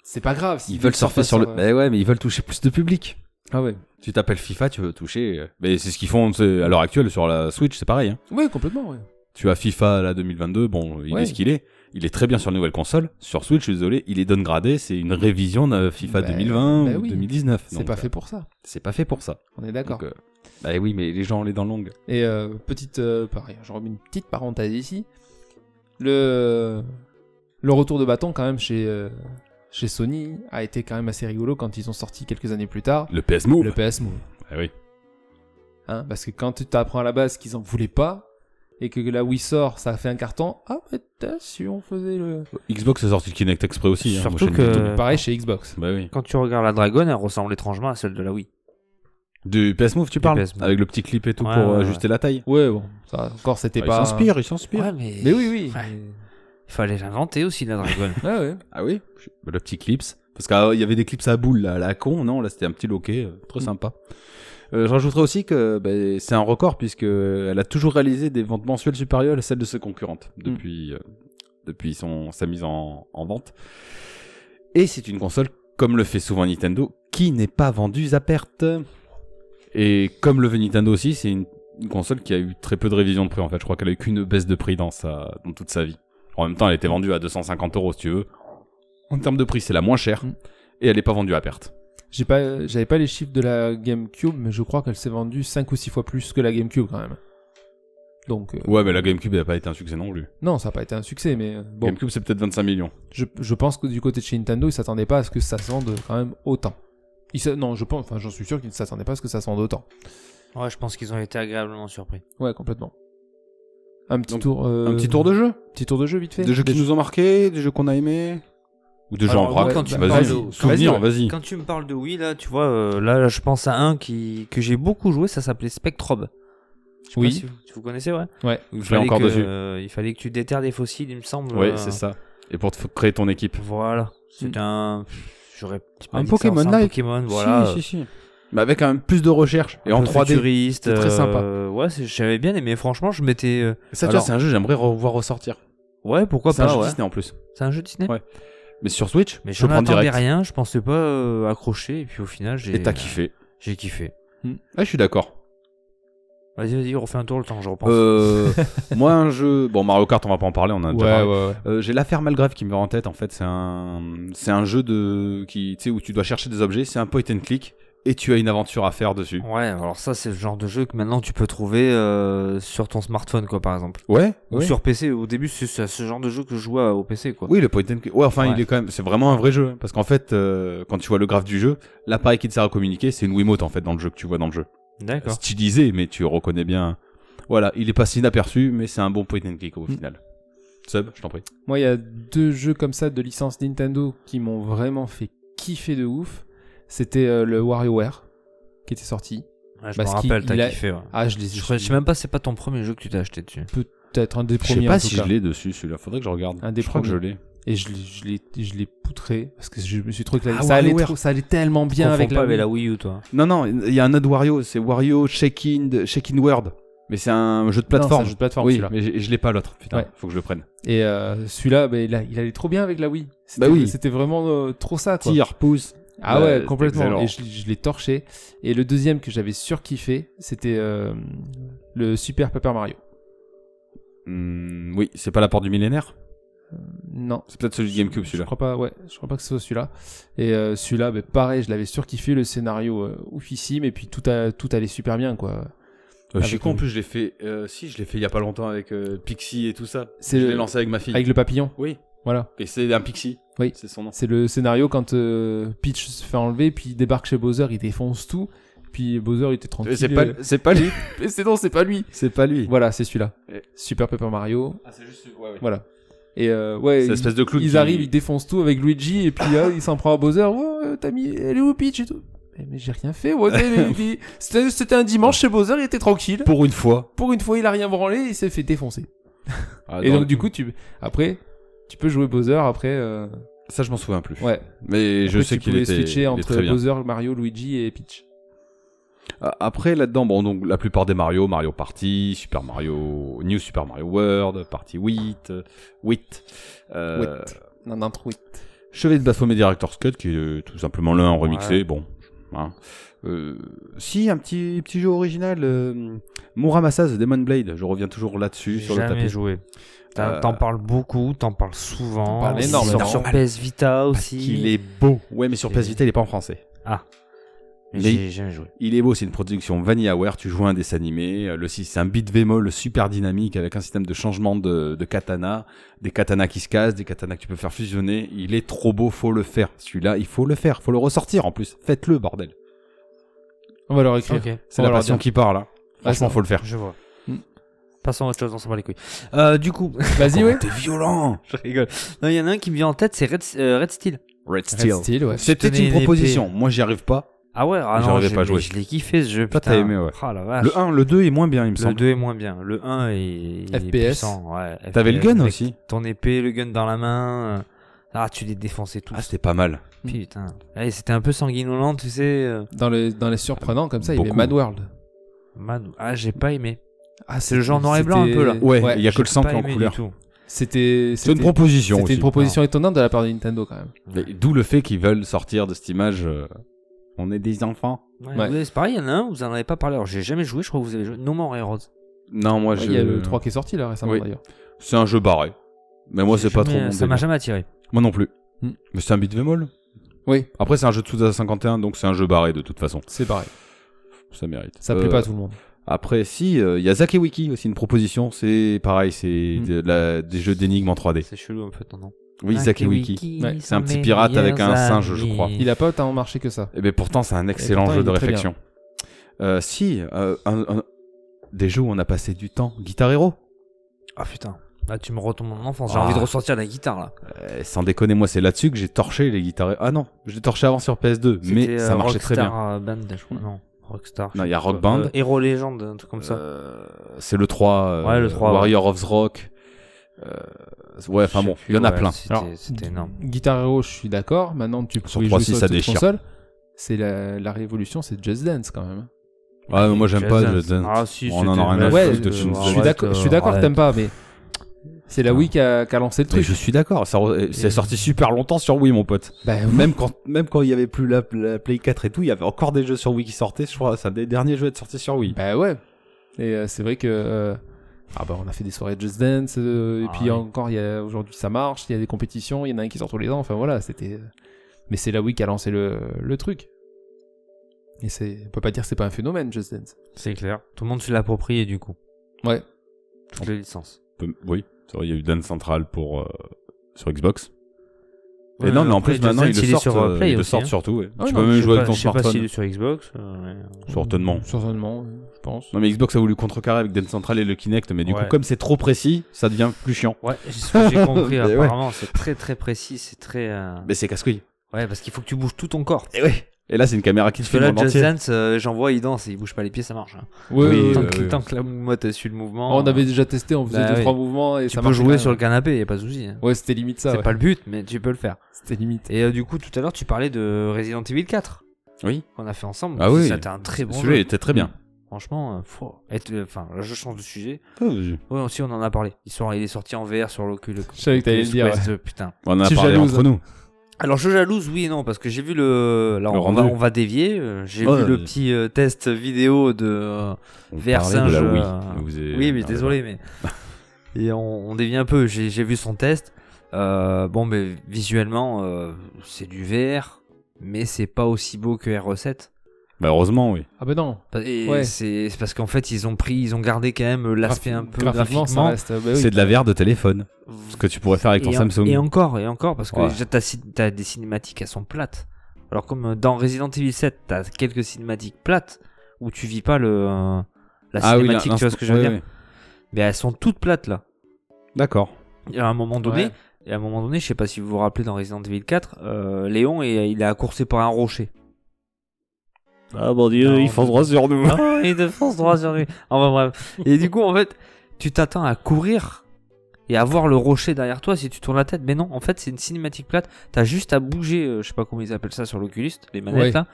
c'est pas grave.
Ils
s'ils
veulent surfer sur le.
pas
Mais ouais, mais ils veulent toucher plus de public.
Ah ouais.
Tu t'appelles FIFA, tu veux toucher. euh, Mais c'est ce qu'ils font tu sais, à l'heure actuelle sur la Switch, c'est pareil. hein.
Oui, complètement. Ouais.
Tu as FIFA là 2022, bon, il
Ouais.
est ce qu'il est. Il est très bien sur les nouvelles consoles. Sur Switch, je suis désolé, il est downgradé. C'est une révision de FIFA
Bah,
2020
bah
ou
oui.
2019.
C'est
donc,
pas
euh,
fait pour ça.
C'est pas fait pour ça.
On est d'accord.
Donc, euh, bah oui, mais les gens, les dents longues.
Et euh, petite, euh, pareil, je remets une petite parenthèse ici. Le le retour de bâton quand même chez euh, chez Sony a été quand même assez rigolo quand ils ont sorti quelques années plus tard
Le PS Move.
le PS Move.
Ah oui.
Hein, parce que quand tu t'apprends à la base qu'ils en voulaient pas, et que la Wii sort, ça a fait un carton. Ah, peut-être si on faisait le.
Xbox a sorti le Kinect exprès aussi. hein, Motion
Surtout
Kinect.
que
Pareil chez Xbox.
Bah oui.
quand tu regardes la Dragon, elle ressemble étrangement à celle de la Wii.
Du PS Move, tu
Du
parles
PS Move.
Avec le petit clip et tout
Ouais,
pour
ouais,
ajuster la taille.
Ouais, bon, ça encore c'était
Ah,
pas.
Il s'inspire, il s'inspire.
mais.
Mais oui, oui.
Ouais. Il fallait l'inventer aussi, la Dragon.
Ouais, ouais.
Ah oui Bah, Mm. Le petit clips. Parce qu'il y avait des clips à boule là, à la con, non Là c'était un petit loquet, euh, très sympa. Euh, je rajouterais aussi que ben, c'est un record puisque euh, elle a toujours réalisé des ventes mensuelles supérieures à celles de ses concurrentes depuis, euh, depuis son, sa mise en, en vente. Et c'est une console, comme le fait souvent Nintendo, qui n'est pas vendue à perte. Et comme le veut Nintendo aussi, c'est une, une console qui a eu très peu de révision de prix en fait. Je crois qu'elle a eu qu'une baisse de prix dans, sa, dans toute sa vie. En même temps, elle était vendue à 250 euros si tu veux. En termes de prix, c'est la moins chère.
Mm.
Et elle n'est pas vendue à perte.
J'ai pas, j'avais pas les chiffres de la GameCube, mais je crois qu'elle s'est vendue 5 ou 6 fois plus que la GameCube quand même. Donc, euh,
Ouais, mais la GameCube n'a pas été un succès non plus.
non, ça n'a pas été un succès, mais euh, bon,
GameCube, c'est peut-être 25 millions.
je, je pense que du côté de chez Nintendo, ils s'attendaient pas à ce que ça se vende euh, quand même autant. Ils se- non, je pense, enfin, j'en suis sûr qu'ils ne s'attendaient pas à ce que ça se vende autant.
(laughs) Ouais, je pense qu'ils ont été agréablement surpris.
Ouais, complètement. Un petit
Donc,
tour, euh,
Un petit tour de jeu
petit tour de jeu vite fait.
Des jeux qui nous ont marqué, des jeux qu'on a aimés Ou des jeux en
Alors,
vrac
ouais, quand tu
Vas-y,
parles
vas-y,
de-
souvenir,
vas-y,
vas-y.
Quand tu me parles de Wii, là, tu vois, euh, là, là, je pense à un qui, que j'ai beaucoup joué, ça s'appelait Spectrobe. Je sais pas
Oui.
si vous, si vous connaissez, ouais.
Ouais.
Je
Il
l'ai
fallait
encore
que,
dessus.
euh, il fallait que tu déterres des fossiles, il me semble.
Ouais,
euh,
c'est ça. Et pour te f- créer ton équipe.
Voilà. C'est un. J'aurais pas
Hmm. Un
dit que ça,
Pokémon
c'est un
like.
Pokémon, voilà.
Si, si, si. Mais avec quand même plus de recherche. Et en 3D.
Futuriste,
c'était très sympa.
euh, ouais, c'est- j'avais bien aimé. Franchement, je m'étais. euh,
Ça, tu vois,
Alors-
c'est un jeu que j'aimerais revoir ressortir.
Ouais, pourquoi
C'est un
pas,
jeu
ouais.
Disney en plus.
C'est un jeu Disney.
Ouais. Mais sur Switch,
Mais
je
je
prends
n'attendais
direct.
rien, je pensais pas euh, accrocher, et puis au final, j'ai.
Et t'as kiffé.
J'ai kiffé.
Ah, je suis d'accord.
Vas-y, vas-y, refais un tour le temps, je repense.
Euh, moi, un jeu. Bon, Mario Kart, on va pas en parler, on en a déjà parlé.
ouais,
Euh, j'ai l'affaire Malgrave qui me vient en tête en fait c'est un c'est un jeu de qui tu sais où tu dois chercher des objets c'est un point and click et tu as une aventure à faire dessus
Ouais, alors ça, c'est le genre de jeu que maintenant tu peux trouver euh, sur ton smartphone, quoi, par exemple.
ouais
Ou sur PC. Au début, c'est c'est ce genre de jeu que je jouais euh, au PC, quoi.
oui le point and click ouais enfin
Ouais.
il est quand même c'est vraiment un vrai jeu hein, parce qu'en fait euh, quand tu vois le graphe du jeu l'appareil qui te sert à communiquer c'est une Wiimote en fait dans le jeu que tu vois dans le jeu
D'accord.
stylisé mais tu reconnais bien voilà il est passé inaperçu mais c'est un bon point and click au final sub je t'en prie
Moi, il y a deux jeux comme ça de licence Nintendo qui m'ont vraiment fait kiffer de ouf. C'était euh, le WarioWare qui était sorti.
Ouais, je
Parce
me
qu'il-
rappelle,
il
t'as
a-
kiffé, ouais.
Ah, je les
Je crois- je sais même pas, c'est pas ton premier jeu que tu t'es acheté dessus.
peut-être un des
je sais
premiers. en
pas
tout
si
cas.
je l'ai dessus celui-là faudrait que je regarde
Un des
je crois que je
premiers.
l'ai
Et je, l'ai- je l'ai- je l'ai poutré parce que je me suis trouvé que la-
Ah,
ça, allait
WarioWare.
trop- ça allait tellement bien avec
pas
la,
avec
Wii.
la Wii U, toi.
Non, non, il y a un autre Wario, c'est Wario Shaking, Shaking World. Mais c'est un jeu de
Non, c'est un
plateforme.
jeu de plateforme.
oui,
celui-là.
mais j'ai- je l'ai pas l'autre. Putain,
Ouais.
faut que je le prenne.
Et euh, celui-là, ben, il, a- il allait trop bien avec la Wii. C'était-
Bah oui.
C'était vraiment euh, trop ça. Quoi.
Tire, pouce.
Ah
Bah,
ouais,
c'était
complètement.
excellent.
Et je, je l'ai torché. Et le deuxième que j'avais surkiffé, c'était euh, le Super Paper Mario.
Hmm, oui, c'est pas la porte du millénaire.
Non.
C'est peut-être celui de GameCube
Je
celui-là.
crois pas, ouais, je crois pas que ce soit celui-là. Et euh, celui-là, ben, pareil, je l'avais surkiffé, le scénario euh, oufissime, et puis tout, a, tout allait super bien, quoi.
Euh, je suis
Avec
con, en
le-
plus je l'ai fait. euh, si, je l'ai fait il y a pas longtemps avec euh, Pixie et tout ça.
C'est
je
le-
l'ai lancé avec ma fille.
Avec le papillon,
Oui,
voilà.
et c'est un Pixie.
Oui.
C'est son nom.
C'est le scénario quand euh, Peach se fait enlever, puis il débarque chez Bowser, il défonce tout, puis Bowser il était tranquille.
Et C'est pas,
euh,
c'est pas lui.
mais c'est non, c'est pas lui.
(laughs) c'est pas lui.
Voilà, c'est celui-là.
Et-
Super Paper Mario,
Ah, c'est juste. Ouais, ouais.
voilà. Et euh, ouais,
C'est
ils,
l'espèce de clown.
ils
qui-
arrivent, ils défoncent tout avec Luigi, et puis là, il s'en prend à Bowser. Oh, euh, t'as mis, elle est où Peach et tout. Mais, mais j'ai rien fait,
(laughs)
moi. t'es- t'es- C'était c'était un dimanche chez Bowser, il était tranquille.
Pour une fois.
Pour une fois, il a rien branlé, il s'est fait défoncer.
Ah,
et
dans-
donc, du coup, tu, après, tu peux jouer Bowser après. euh,
ça je m'en souviens plus.
Ouais.
Mais je
Après,
sais
tu
qu'il
pouvais
était. il
switcher
est
entre
très bien.
Bowser, Mario, Luigi et Peach.
A- Après, là-dedans, bon, donc la plupart des Mario, Mario Party, Super Mario, New Super Mario World, Party 8, euh, 8, euh,
Non, non, trop oui.
Chevet de Baphomet Director's Cut, qui est euh, tout simplement là en remixé,
Ouais.
bon. hein. Euh, si, un petit, petit jeu original, euh, Muramasa The Demon Blade, je reviens toujours là-dessus, sur le
jamais
tapis.
joué. T'en
Euh,
t'en parles beaucoup, t'en parles souvent.
t'en parles
Il
énormément.
sort sur PS Vita aussi.
Il Ah, est beau. Ouais, mais sur
Et-
PS Vita, il est pas en français.
Mais
il est-
J'ai jamais joué.
Il est beau, c'est une production VanillaWare, tu joues un dessin animé, euh, le six- c'est un beat bémol super dynamique avec un système de changement de, de katana, des katanas qui se cassent, des katanas que tu peux faire fusionner, il est trop beau, faut le faire. Celui-là, il faut le faire, faut le ressortir en plus, faites-le bordel.
On va leur écrire.
Ok,
C'est
On
la
va leur
passion
dire.
qui parle, hein.
Ah,
franchement
ça-
faut le faire.
je vois.
Mm.
Hmm.
Passons à autre chose, on s'en bat les couilles. Euh, du coup, (laughs)
Vas-y, ouais.
T'es violent
je rigole. Non, il y en a un qui me vient en tête, c'est Red, euh, Red Steel.
Red
Red
Steel.
Steel, ouais.
C'était
Tenez
une
une
proposition, moi j'y arrive pas.
Ah ouais, ah
Mais
non,
j'arrivais
j'ai-
pas à
mais
jouer.
je l'ai kiffé ce jeu.
Toi, t'as
putain.
aimé, ouais.
Ah la vache.
Le 1, le 2 est moins bien il me
Le
semble.
2 est moins bien. Le 1 est. il est
FPS.
puissant, ouais.
T'avais le
FPS,
gun
mec.
aussi
Ton épée, le gun dans la main. euh, Ah, tu les défonçais tous.
Ah, c'était pas mal.
Putain. Ouais, c'était un peu sanguinolent, tu sais. euh,
Dans les, dans les surprenants, comme ça, il y
Beaucoup.
avait Mad World.
Mad- Ah, j'ai pas aimé.
Ah,
C'est le genre noir et blanc, un
c'était-
peu, là.
Ouais, il
ouais,
y a que le sang
Pas
qui est en
aimé du
couleur.
tout.
C'était
C'est une
c'était-
proposition
c'était
aussi. Ah.
une proposition étonnante de la part de Nintendo quand même.
Mais D'où le fait qu'ils veulent sortir de cette image. euh, on est des enfants.
Ouais,
Ouais.
vous avez- C'est pareil, il y en a un, vous en avez pas parlé. Alors, j'ai jamais joué, je crois que vous avez joué. No More Heroes.
Non, moi
Ouais,
Ah, je.
Il y a le 3 qui est sorti là récemment
Oui.
d'ailleurs.
C'est un jeu barré. Mais moi, c'est pas trop
Jamais-
mon
Ça
délire.
m'a jamais attiré.
Moi non plus.
Hmm.
Mais c'est un beat'em all.
Oui.
Après, c'est un jeu de Souda 51, donc c'est un jeu barré de toute façon.
C'est pareil.
Ça mérite.
Ça
Euh,
plaît pas à tout le monde.
Après, si, il y a Zach et Wiki aussi, une proposition. C'est pareil, c'est
Hmm.
de la- des jeux d'énigmes en 3D.
C'est chelou un peu ton nom.
Oui, Zach et Wiki.
Ouais,
c'est un petit pirate avec un singe, je crois.
Il a pas autant marché que ça.
Et bien Eh ben, pourtant, c'est un excellent
pourtant,
jeu
il
de
est très
réflexion. Euh, si, euh, un- un- des jeux où on a passé du temps. Guitar Hero
Ah putain. Là, tu me retombes en enfance. J'ai
Ah.
envie de ressortir la guitare là.
Euh, sans déconner, moi, c'est là-dessus que j'ai torché les guitares. Ah non, je l'ai torché avant sur PS2, mais
C'était,
ça
euh,
marchait très bien.
Rockstar euh, Band, je crois. Non, Rockstar.
Non, il y a Rock Band.
Euh, Hero Legend, un truc comme ça.
Euh, c'est le 3, euh,
Ouais, le 3,
Warrior of the Rock. Euh, ouais, enfin
Je sais
bon,
plus,
il y en a
ouais,
plein.
c'était-
Alors,
C'était énorme.
Guitar Hero, je suis d'accord. Maintenant, tu peux
Sur
y
3.6,
jouer sur
ça
toute
déchire.
console. C'est la, la révolution, c'est Just Dance quand même.
Ah, moi j'aime pas
Just
Just Dance.
Ah si,
On en a
c'était-
rien à
Ouais,
foutre de
euh,
Just Dance.
je suis
arrête,
d'accord, je suis
euh,
d'accord que
arrête.
t'aimes pas, mais c'est la
Putain.
Wii qui a, qui a lancé le
Mais
truc.
je suis d'accord, ça re- c'est sorti super longtemps sur Wii, mon pote.
Bah,
Même quand même quand il y avait plus la, la Play 4 et tout, il y avait encore des jeux sur Wii qui sortaient. Je crois c'est un des derniers jeux à être sortis sur Wii.
Bah ouais. Et euh, c'est vrai que euh, ah bah on a fait des soirées Just Dance euh, et
Ah
puis
ouais.
encore il y a aujourd'hui ça marche, il y a des compétitions, il y en a un qui sort tous les ans. Enfin voilà, c'était. euh, Mais c'est la Wii qui a lancé le, le truc. Et c'est, on peut pas dire que c'est pas un phénomène Just Dance.
C'est clair. Tout le monde se l'approprie et du coup.
Ouais.
Toutes les licences.
Peu- euh, Oui, c'est vrai, il y a eu Dance Central pour euh, sur Xbox.
Ouais,
et non,
mais
mais en
après,
plus
Just
maintenant
Dance,
ils le
il est
sortent,
sur, euh,
euh,
Play
ils le
aussi,
sortent
hein.
surtout. ouais.
Ah
tu
non,
peux
je
même
Je sais
jouer
pas-
avec ton
Je sais pas
smartphone.
s'il est sur Xbox. euh, ouais.
Certainement.
Certainement, euh, je pense.
Non mais Xbox a voulu contrecarrer avec Dance Central et le Kinect, mais du
Ouais.
coup comme c'est trop précis, ça devient plus chiant.
Ouais, c'est ce que j'ai compris.
(laughs) Mais ouais.
apparemment, c'est très très précis, c'est très. euh,
Mais c'est casse-couille.
Ouais, parce qu'il faut que tu bouges tout ton corps.
Et ouais. Et là c'est une caméra qui te
Parce que
filme
là,
en
Just
entier.
Dance, euh, j'en vois, il danse, il bouge pas les pieds, ça marche. hein.
Oui,
oui,
tant,
euh,
que,
oui.
tant que la moumotte suit le mouvement.
on avait déjà testé, on faisait
Bah
deux
oui.
trois mouvements et
Tu
ça
peux
marchait
jouer
quand
sur le
même.
canapé, y a pas de souci. hein.
Ouais, c'était limite ça.
c'est
ouais.
pas le but, mais tu peux le faire.
C'était limite.
Et euh, du coup, tout à l'heure, tu parlais de Resident Evil 4
Oui.
qu'on a fait ensemble.
Ah oui.
C'était un très bon
Celui-là il
jeu.
était très bien.
Franchement, euh, faut- être- euh, enfin, là, je change de sujet.
Ah,
Ouais, aussi, on en a parlé. Ils sont, il est sorti en VR sur l'Oculus.
Je savais que t'allais le dire. ouais.
putain.
On en a
Tu es
parlé
jalouse,
entre nous.
Alors je jalouse, oui et non, parce que j'ai vu le. Là,
Le
on, va,
rendu.
on va dévier. euh, J'ai
Oh
Ouais,
vu le
mais-
petit euh, test vidéo de. euh,
On
Vers
parlait de la
singe,
Wii.
euh,
mais vous avez-
Oui, mais
non,
désolé, mais. Et on, on dévie un peu. J'ai j'ai vu son test. Euh, bon, mais visuellement, euh, c'est du VR, mais c'est pas aussi beau que RE7.
Bah, heureusement, oui.
Ah bah non.
Et
Ouais.
c'est c'est parce qu'en fait, ils ont pris, ils ont gardé quand même l'aspect
Graphi-
un peu
graphiquement,
graphiquement.
ça reste. bah oui.
C'est de la VR de téléphone. Ce que tu pourrais faire avec ton
et en-
Samsung.
et encore, et encore, parce que
Ouais.
déjà, t'as ci- t'as des cinématiques, elles sont plates. Alors, comme euh, dans Resident Evil 7, t'as quelques cinématiques plates où tu vis pas le, euh, la
Ah oui,
cinématique,
l'in-
tu vois ce que je veux
ouais,
dire
ouais.
Mais elles sont toutes plates là.
D'accord.
Et à un moment donné,
Ouais.
et à un moment donné, je sais pas si vous vous rappelez dans Resident Evil 4, euh, Léon est- il est accourcé par un rocher.
Ah mon dieu,
Non,
ils font
mais-
droit sur nous.
Hein
Ah, il de France droit sur lui. Enfin bref. Et du coup, en fait, tu t'attends à courir et à voir le rocher derrière toi si tu tournes la tête. Mais non, en fait, c'est une cinématique plate. T'as juste à bouger, euh, je sais pas comment ils appellent ça sur l'Oculus, les manettes
Ouais.
là.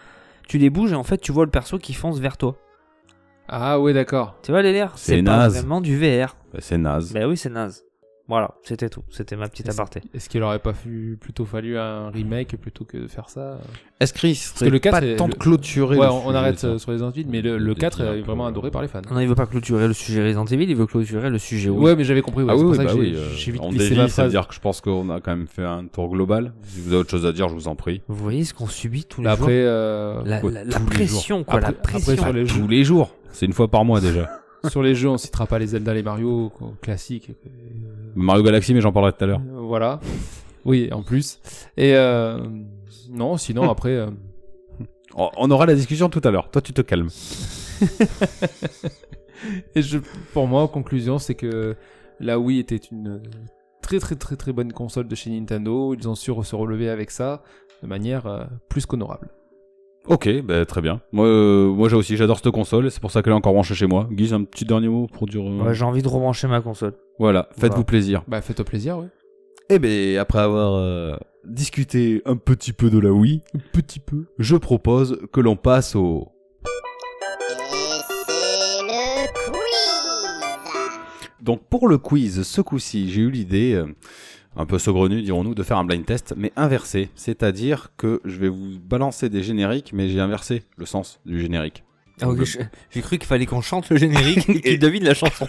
Tu les bouges et en fait, tu vois le perso qui fonce vers toi.
Ah ouais, d'accord.
Tu vois les l'air
C'est
pas
naze.
vraiment du VR.
Bah, c'est naze.
Bah oui, c'est naze. Voilà, c'était tout. C'était ma petite
Est-ce-
aparté.
Est-ce qu'il aurait pas fu- plutôt fallu un remake plutôt que de faire ça
Est-ce qu'il
que le quatre est-
temps de
le-
clôturer
Ouais,
le
on, on
sujet,
arrête
ça
euh, sur les Evil, mais le, le
Des
4
délires
est
un
vraiment
peu-
adoré par les fans.
Non, il veut pas clôturer le sujet Resident Evil, il veut clôturer le sujet. Wii.
Ouais, mais j'avais compris. Ouais,
Ah oui,
c'est pour
oui,
ça
bah
que
oui.
j'ai-
euh,
j'ai vite
on
glissé
dévie, ça
ma
veut
phrase.
dire que je pense qu'on a quand même fait un tour global. Si vous avez autre chose à dire, je vous en prie.
Vous voyez ce qu'on subit tous les
Bah
jours
après, euh,
La,
Ouais,
la- la
tous les
pression, quoi,
Après-
la
après,
pression.
sur les jeux,
Tous les jours. C'est une fois par mois déjà.
sur les jeux, on citera pas les Zelda, les Mario quoi, classiques. euh,
Mario Galaxy, mais j'en parlerai tout à l'heure.
euh, voilà. Oui, en plus. Et euh, non,
(laughs)
sinon après. euh,
On on aura la discussion tout à l'heure. Toi, tu te calmes.
Et je, pour moi, en conclusion, c'est que la Wii était une très très très très bonne console de chez Nintendo. Ils ont su se relever avec ça de manière euh, plus qu'honorable.
Ok, bah, très bien. Moi, euh, moi j'ai aussi, j'adore cette console. C'est pour ça qu'elle est encore branchée chez moi. Guise, un petit dernier mot pour dire. euh,
Ouais, j'ai envie de rebrancher ma console.
Voilà, faites-vous
Voilà.
plaisir.
Bah, faites-toi plaisir, oui.
Eh ben, après avoir euh, discuter un petit peu de la Wii,
Un petit peu.
je propose que l'on passe au...
Et c'est le quiz
Donc pour le quiz, ce coup-ci, j'ai eu l'idée, euh, un peu saugrenue dirons-nous, de faire un blind test, mais inversé. C'est-à-dire que je vais vous balancer des génériques, mais j'ai inversé le sens du générique.
Ah, ok, je- J'ai cru qu'il fallait qu'on chante le générique et qu'il devine la chanson.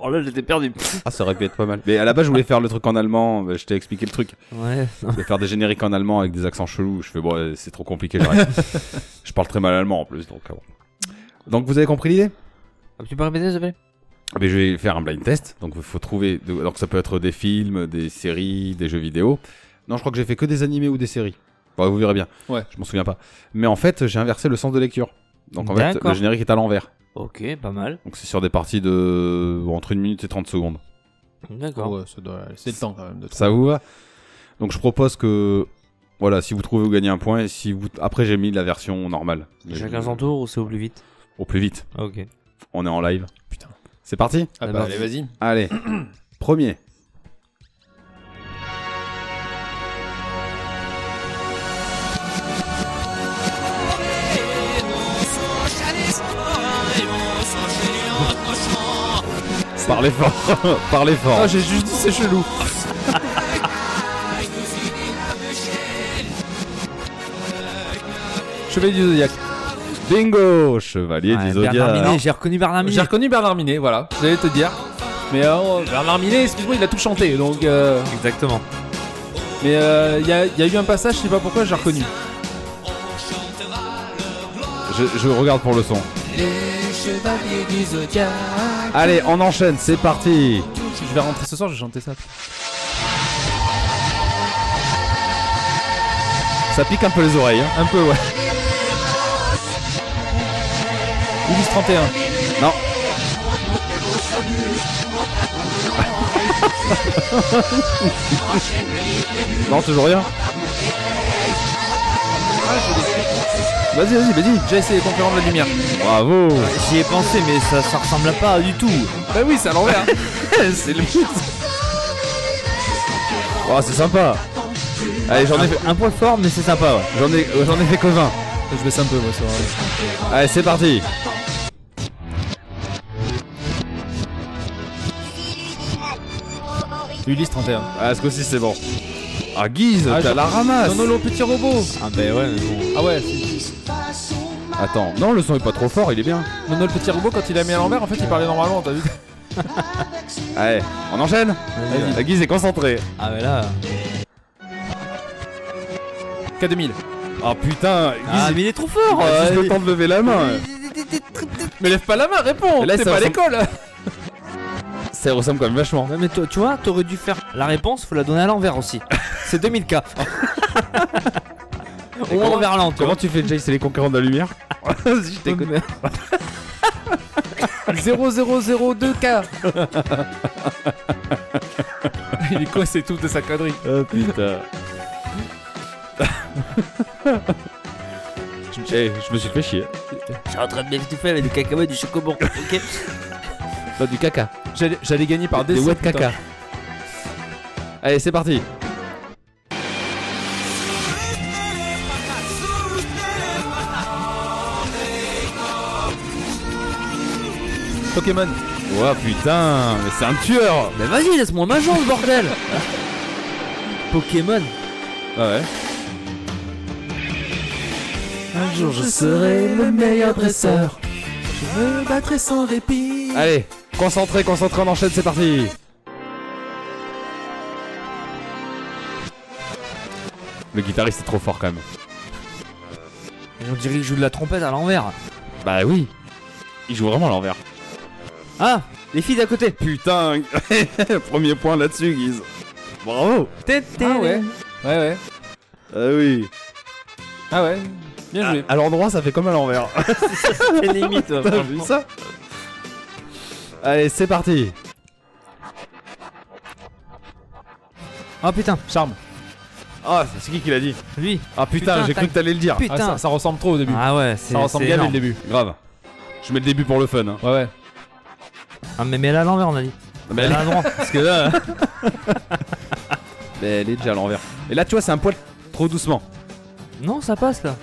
Oh là, j'étais perdu.
Ah, ça aurait pu être pas mal. Mais à la base, je voulais faire le truc en allemand, bah, je t'ai expliqué le truc.
Ouais.
Je vais faire des génériques en allemand avec des accents chelous. Je fais, bon, euh, c'est trop compliqué, (laughs) j'arrête. je parle très mal allemand en plus, donc. ah bon. Donc, vous avez compris l'idée
Tu peux répéter, s'il te plaît
Ah, mais Je vais faire un blind test. Donc, il faut trouver. Donc, ça peut être des films, des séries, des jeux vidéo. Non, je crois que j'ai fait que des animés ou des séries. Enfin, vous verrez bien.
Ouais.
Je m'en souviens pas. Mais en fait, j'ai inversé le sens de lecture. Donc, en fait,
D'accord.
le générique est à l'envers.
Ok, pas mal.
Donc, c'est sur des parties de. entre 1 minute et 30 secondes.
D'accord.
Ouais, ça doit aller. C'est le temps quand même de
Ça vous va Donc je propose que voilà, si vous trouvez vous gagnez un point et si vous après j'ai mis la version normale.
Chacun son tour ou c'est au plus vite
Au plus vite.
Ok.
On est en live.
Putain.
C'est parti
Ah bah
bah,
allez, vas-y.
(clears throat)
Allez. Premier. Parlez (laughs) fort, parlez fort.
Ah, j'ai juste dit c'est chelou. (laughs) Chevalier du Zodiac.
Bingo, chevalier
Ouais,
du
Ah, Bernard
zodiaque.
Minet, j'ai reconnu Bernard
J'ai
Minet.
reconnu Bernard Minet, voilà. J'allais te dire. Mais euh, Bernard Minet, excuse-moi, il a tout chanté. Donc, euh,
Exactement.
mais euh, il y, a- il y a eu un passage, je sais pas pourquoi, j'ai reconnu.
Je, je regarde pour le son. Allez, on enchaîne, c'est parti.
Je vais rentrer ce soir, je vais chanter ça.
Ça pique un peu les oreilles. hein.
Un peu, ouais. Ulysse 31.
Non. (laughs) non, toujours rien. Vas-y, vas-y, vas-y.
J'ai essayé les concurrents de la lumière.
Bravo.
J'y ai pensé, mais ça, ça ressemble pas du tout.
Bah oui, c'est à
(laughs)
l'envers.
c'est le but. Oh, c'est sympa. Allez, j'en ai fait,
Un point fort, mais c'est sympa, ouais.
j'en ai, euh, j'en ai fait que 20.
je baisse un peu, moi, ça va.
Allez, c'est parti.
Ulysse 31.
Ah, ce coup-ci, c'est bon. Ah, Guise,
Ah,
t'as
je-
la ramasse.
Non, non, le petit robot.
Ah, ben ouais, mais bon.
Ah ouais.
Attends, non, le son est pas trop fort, il est bien.
Non, non, le petit robot, quand il a mis à l'envers, en fait, il parlait normalement, t'as vu (laughs)
Allez, on enchaîne
Vas-y.
La Guise est concentrée.
Ah, mais là.
K2000.
Ah, putain, Guise,
Ah, mais il est trop fort
il a
euh,
juste le temps de lever la main.
Mais lève pas la main, réponds
Et là,
T'es
ça
pas à
ressemble-
(laughs) l'école
Ça ressemble quand même vachement.
Ouais, Ah, mais toi, tu vois, t'aurais dû faire la réponse, faut la donner à l'envers aussi. C'est
(laughs)
2000K. Au moins envers l'an, tu vois.
Comment tu fais, Jay C'est les concurrents de la lumière Vas-y, je t'écoute.
0002K (laughs) Il est quoi, c'est tout de sa connerie
Oh putain. je, me... eh, je me suis fait chier.
Je suis en train de m'étouffer avec du cacahuètes, du chocobon. Ok.
Pas du caca.
J'allais j'allais gagner par
Des
défaut,
wet
putain.
caca. Allez, c'est parti.
Pokémon.
Ouah putain, mais c'est un tueur
Mais vas-y, laisse-moi ma chance, bordel Pokémon.
Ah ouais
Un jour, je serai le meilleur dresseur. Je me battrai sans répit.
Allez, concentré, concentré, on enchaîne, c'est parti Le guitariste est trop fort quand même.
Et on dirait que je joue de la trompette à l'envers.
Bah oui Il joue vraiment à l'envers.
Ah, les filles d'à côté.
Putain (laughs) Premier point là-dessus, Guise. Bravo
Ah ouais Ouais, ouais.
Ah oui
Ah ouais. Bien joué.
À l'endroit, ça fait comme à
(laughs)
l'envers.
C'est limite.
T'as vu ça Allez, c'est parti
Ah putain,
Charme.
Ah, c'est qui qui l'a dit
lui.
Ah putain,
Putain,
j'ai cru
t'as-
que t'allais le dire.
Ah, ça,
Putain.
ça ressemble trop au début.
Ah ouais, c'est
ça ressemble
c'est
bien dès le
énorme.
début.
Grave. Je mets le début pour le fun. Hein.
Ouais, ouais.
(laughs)
Ah mais mets-la à l'envers, on a dit.
Mais là,
droit.
parce que là... mais elle est déjà à l'envers. Et là, tu vois, c'est un poil trop doucement.
Non, ça passe là.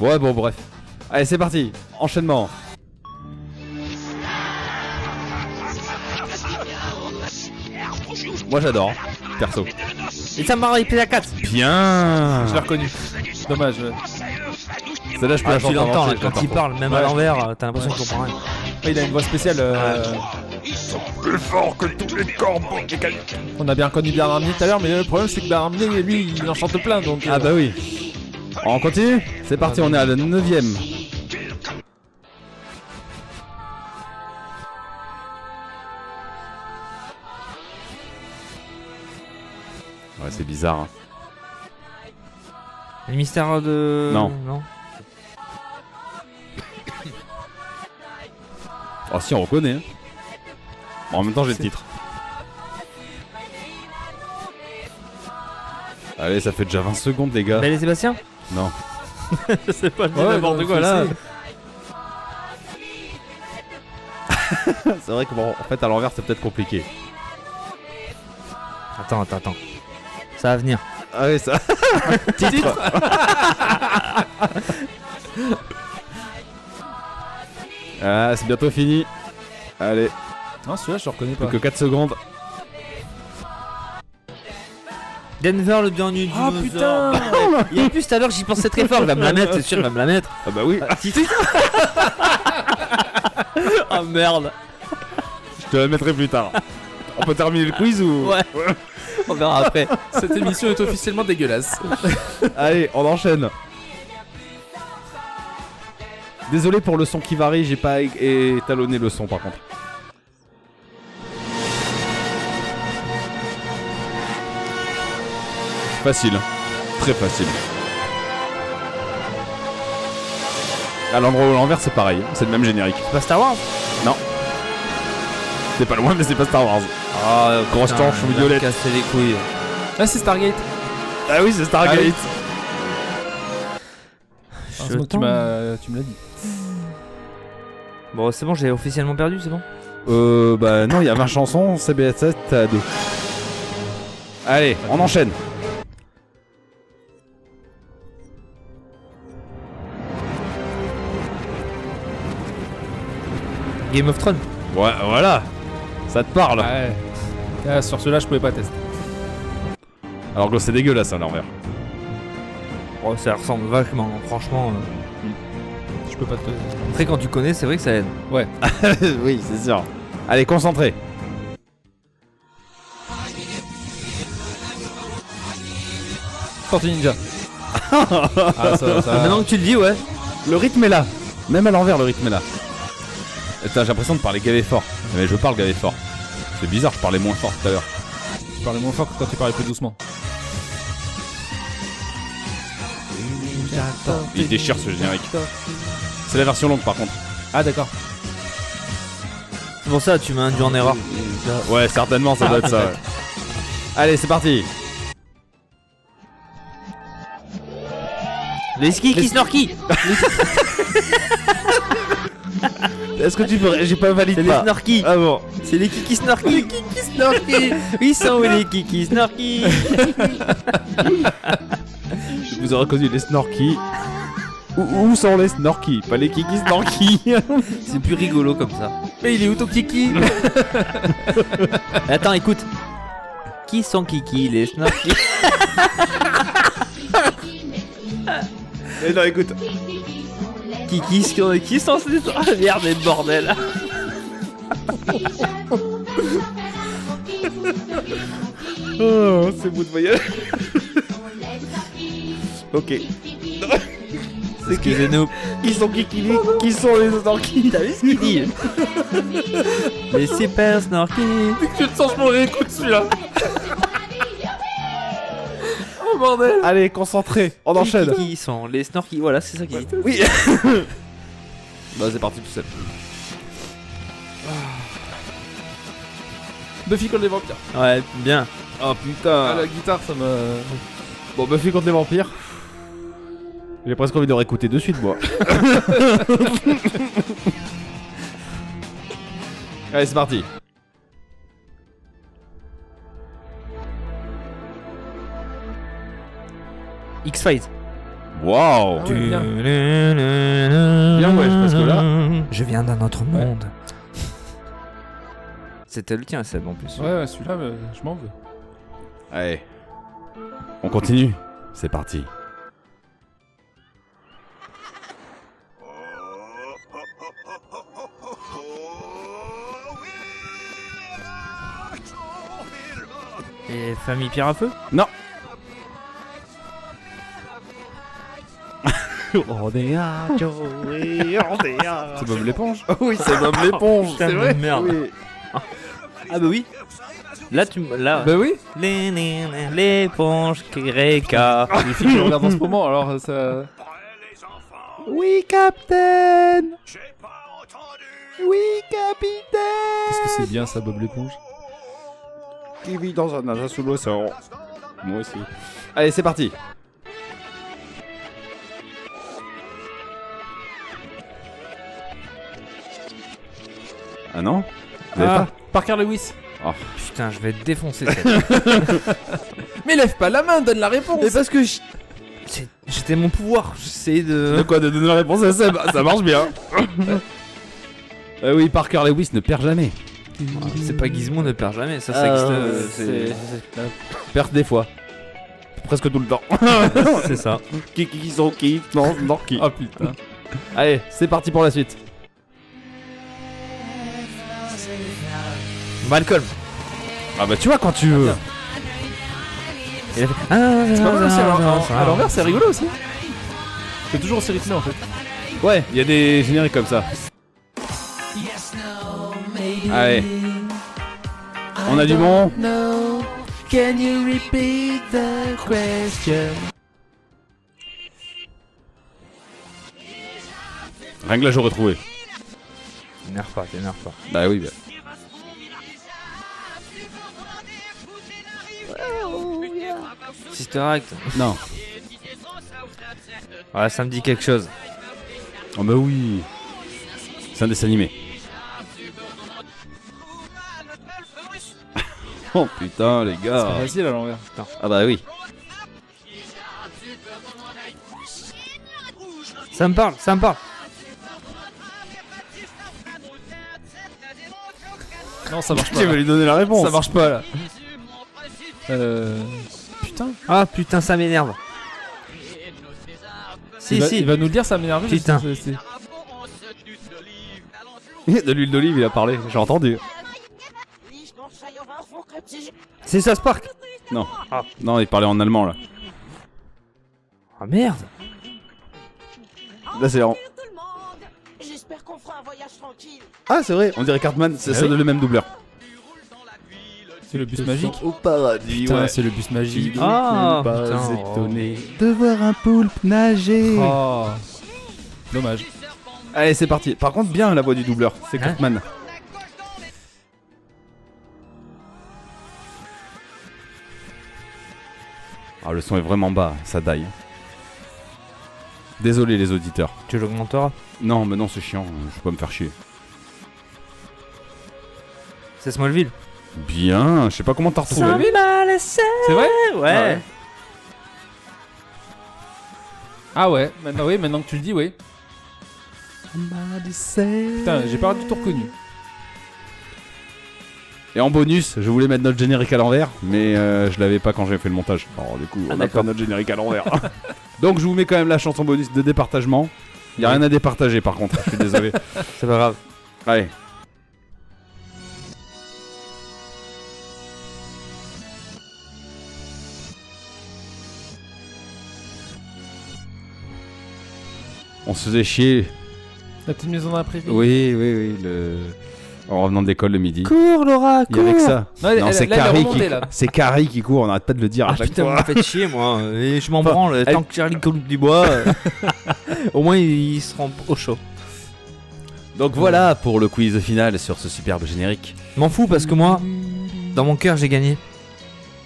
Ouais, bon, bref. Allez, c'est parti. Enchaînement. Moi, j'adore, perso.
Et ça m'a rappelé la 4.
Bien.
Je l'ai reconnu. Dommage. ouais.
Celle-là, je peux la
Ah, tu
chanter en
l'entends là,
entier, je
quand
l'entends.
il parle, même à
Ouais.
l'envers, euh, t'as l'impression qu'il comprend rien.
Ouais, il a une voix spéciale. euh,
Ah,
On a bien reconnu Biarramni tout à l'heure, mais le problème c'est que Biarramni, lui, il en chante plein donc. euh,
Ah bah oui. On continue C'est parti, on est à la 9ème. Ouais, c'est bizarre. hein.
Le mystère de.
Non. Oh si, on reconnaît. hein. Bon, en même temps, j'ai le titre. Allez, ça fait déjà 20 secondes, les gars.
Belle et Bah, Sébastien
Non.
(laughs) Je sais pas, je dis
ouais,
n'importe
non,
quoi
je
là.
sais.
C'est vrai que, bon, en fait, à l'envers, c'est peut-être compliqué.
Attends, attends, attends. Ça va venir.
Ah oui, ça. (laughs) titre (laughs) Ah, c'est bientôt fini. Allez,
Non, celui-là, je le reconnais pas.
plus que 4 secondes.
Denver, le dernier du
Ah putain
Il y a plus tout à l'heure, j'y pensais très fort. Il va me la mettre, c'est sûr, il va me la mettre.
Ah bah oui,
(laughs) Oh,
Ah merde.
(laughs) je te la mettrai plus tard. On peut terminer le quiz ou
Ouais. On verra après.
(laughs) Cette émission est officiellement dégueulasse.
Allez, on enchaîne. Désolé pour le son qui varie, j'ai pas é- étalonné le son par contre. Facile, très facile. À l'endroit ou à l'envers, c'est pareil, c'est le même générique.
C'est pas Star Wars
C'est pas loin, mais c'est pas Star Wars. Ah, grosse
Putain,
torche
il va me
violette.
casser les couilles.
Ah, c'est Stargate.
Ah oui, c'est Stargate.
Ah oui.
Je
Ah, c'est moi qui
t'en-
m'as- tu me l'as dit.
Bon, c'est bon, j'ai officiellement perdu, c'est bon
Euh, bah non, il y a 20 chansons, CBS, t'as 2. Allez, on enchaîne.
Game of Thrones.
Ouais, voilà. Ça te parle.
Ouais. Ah, sur celui-là, je pouvais pas tester.
Alors que c'est dégueulasse à l'envers.
Oh, ça ressemble vachement, franchement. euh.
Je peux pas te.
Après, quand tu connais, c'est vrai que ça aide.
(laughs) oui, c'est sûr. Allez, concentré.
Tortue Ninja. ah, ça, ça.
Maintenant que tu le dis, ouais.
Le rythme est là. Même à l'envers, le rythme est là. Putain, j'ai l'impression de parler gavé fort. Mais je parle gavé fort. C'est bizarre, je parlais moins fort tout à l'heure.
Tu parlais moins fort que quand tu parlais plus doucement.
Il déchire ce générique. C'est la version longue par contre.
Ah, d'accord.
C'est pour ça, tu m'as induit en erreur.
Ouais, certainement, ça doit être
Ah,
ça. ouais. Allez, c'est parti.
Les skis qui snorky
Est-ce que tu peux. J'ai pas validé.
C'est les snorky
Ah bon.
C'est les kiki snorky (laughs) Les kiki snorky Ils sont où les kiki snorky
Je vous ai reconnu les snorkies. Où, où sont les snorkies Pas les kiki snorkies.
C'est plus rigolo comme ça.
Mais il est où ton kiki
(laughs) Attends, écoute. Qui sont kiki les snorky
(laughs) Mais non, écoute.
Kiki sont qui sont les Ah (laughs) merde, les bordel
(laughs) Oh, c'est bout de voyage. (laughs) ok.
Excusez-nous.
Qui sont qui qui, qui sont les snorkies
T'as vu ce qu'il dit hein.
(laughs)
Les super snorky
Je te sens, je m'en réécoute celui-là. oh bordel.
Allez, concentré, on enchaîne.
Qui sont les snorky Voilà, c'est ça qu'il dit.
Oui. bah, c'est parti tout seul.
Buffy contre les vampires.
Ouais, bien.
Oh
Ah,
putain.
la guitare, ça me.
Bon, Buffy contre les vampires. J'ai presque envie de réécouter de
(laughs)
suite, moi. Allez, c'est parti.
X-Files.
Waouh
Ah ouais, bien.
Bien,
ouais, parce que
là. Je viens d'un autre monde. (laughs) C'était le tien, Seb, en plus.
Ouais, ouais, celui-là, euh, je m'en (laughs) veux.
Allez. On continue C'est parti.
Et Famille Pierre à Feu
C'est Bob l'éponge Oui, c'est Bob l'éponge
Putain de merde. Ah bah oui Là, tu me. Là.
Bah oui,
Les- les- les- L'éponge Greka.
Ah.
Ah, les films je regarde en ce moment, alors ça.
Oui, Captain Oui,
Qu'est-ce que
Capitaine
c'est bien ça, Bob l'éponge
Qui vit dans un agent sous l'océan. Moi aussi. Allez, c'est parti Ah non Vous avez
Ah, Parker Lewis
Putain, je vais te défoncer ça. (laughs)
Mais lève pas la main, donne la réponse
Mais parce que je- c'est- j'étais mon pouvoir, j'essayais de.
quoi de donner la réponse à Seb Ça marche
(laughs)
bien Ah oui, Parker Lewis ne perd jamais.
C'est pas Gizmo ne perd jamais, ça, ça
Ah,
existe. euh,
c'est- Perd des fois. Presque tout le temps.
c'est- C'est ça.
qui qui qui sont qui Non, non qui.
Oh putain
Allez, c'est parti pour la suite.
Malcolm.
Ah bah tu vois quand tu veux.
Il a fait. Ah,
C'est pas mal aussi, alors, en- à
alors.
l'envers, Ah, c'est rigolo aussi C'est toujours aussi rythmé en fait.
Ouais, il y a des génériques comme ça. Allez. On a du bon.
Can you repeat the question
Rien que là j'aurais trouvé.
T'énerve pas, t'énerve pas.
Bah oui. Bah.
Sister Act.
Non.
Ouais, ça me dit quelque chose.
Oh bah oui. C'est un dessin animé. (laughs) oh putain les
C'est
gars.
facile à l'envers.
Ah bah oui.
Ça me parle, ça me parle.
Non, ça marche pas.
Tu vas lui donner la réponse.
Ça marche pas là. Euh. Putain.
Ah putain, ça m'énerve.
il,
Si,
va,
si.
il va nous le dire, ça m'énerve.
Putain.
c'est- c'est-
(laughs) De l'huile d'olive il a parlé. J'ai entendu.
C'est ça, Spark.
Non il parlait en allemand là.
Ah merde.
Là c'est en.
J'espère qu'on fera un voyage tranquille.
Ah c'est vrai. On dirait Cartman. C'est
Bah
ça le même doubleur.
C'est le bus magique.
Au paradis.
Putain, c'est le bus magique.
Ah, putain.
De voir un poulpe nager.
Oh. Dommage.
Allez, c'est parti. Par contre, bien la voix du doubleur, c'est
Hein
Cartman. Ah, le son est vraiment bas, ça daille. Désolé les auditeurs.
Tu l'augmenteras.
Non, mais non, c'est chiant, je peux pas me faire chier.
C'est Smallville.
Bien, je sais pas comment t'as retrouvé.
C'est vrai
ouais.
Ah ouais, maintenant, oui, maintenant que tu le dis, oui. Putain, j'ai pas du tout reconnu.
Et en bonus, je voulais mettre notre générique à l'envers, mais euh, je l'avais pas quand j'ai fait le montage. Alors Oh, du coup, on a pas
d'accord.
notre générique à l'envers. (laughs) Donc je vous mets quand même la chanson bonus de départagement. Y a rien à départager par contre, je suis (laughs) désolé.
C'est pas grave.
Allez. On se faisait chier.
La petite maison dans la prairie.
Oui, oui, oui. Le... En revenant de l'école le midi.
Cours, Laura,
Il y avait que ça.
Non, elle-
Non,
elle-
c'est
là, elle est
Carrie
remontée,
qui,
là.
c'est Carrie qui court. On arrête pas de le dire à
Ah
chaque
putain, vous
fois.
me faites chier moi, hein. et je m'en
Enfin,
branle,
elle-
tant que Charlie coupe du bois, euh, (laughs) au moins il, il se rend au chaud.
Donc voilà pour le quiz final sur ce superbe générique.
M'en fous parce que moi, dans mon cœur j'ai gagné,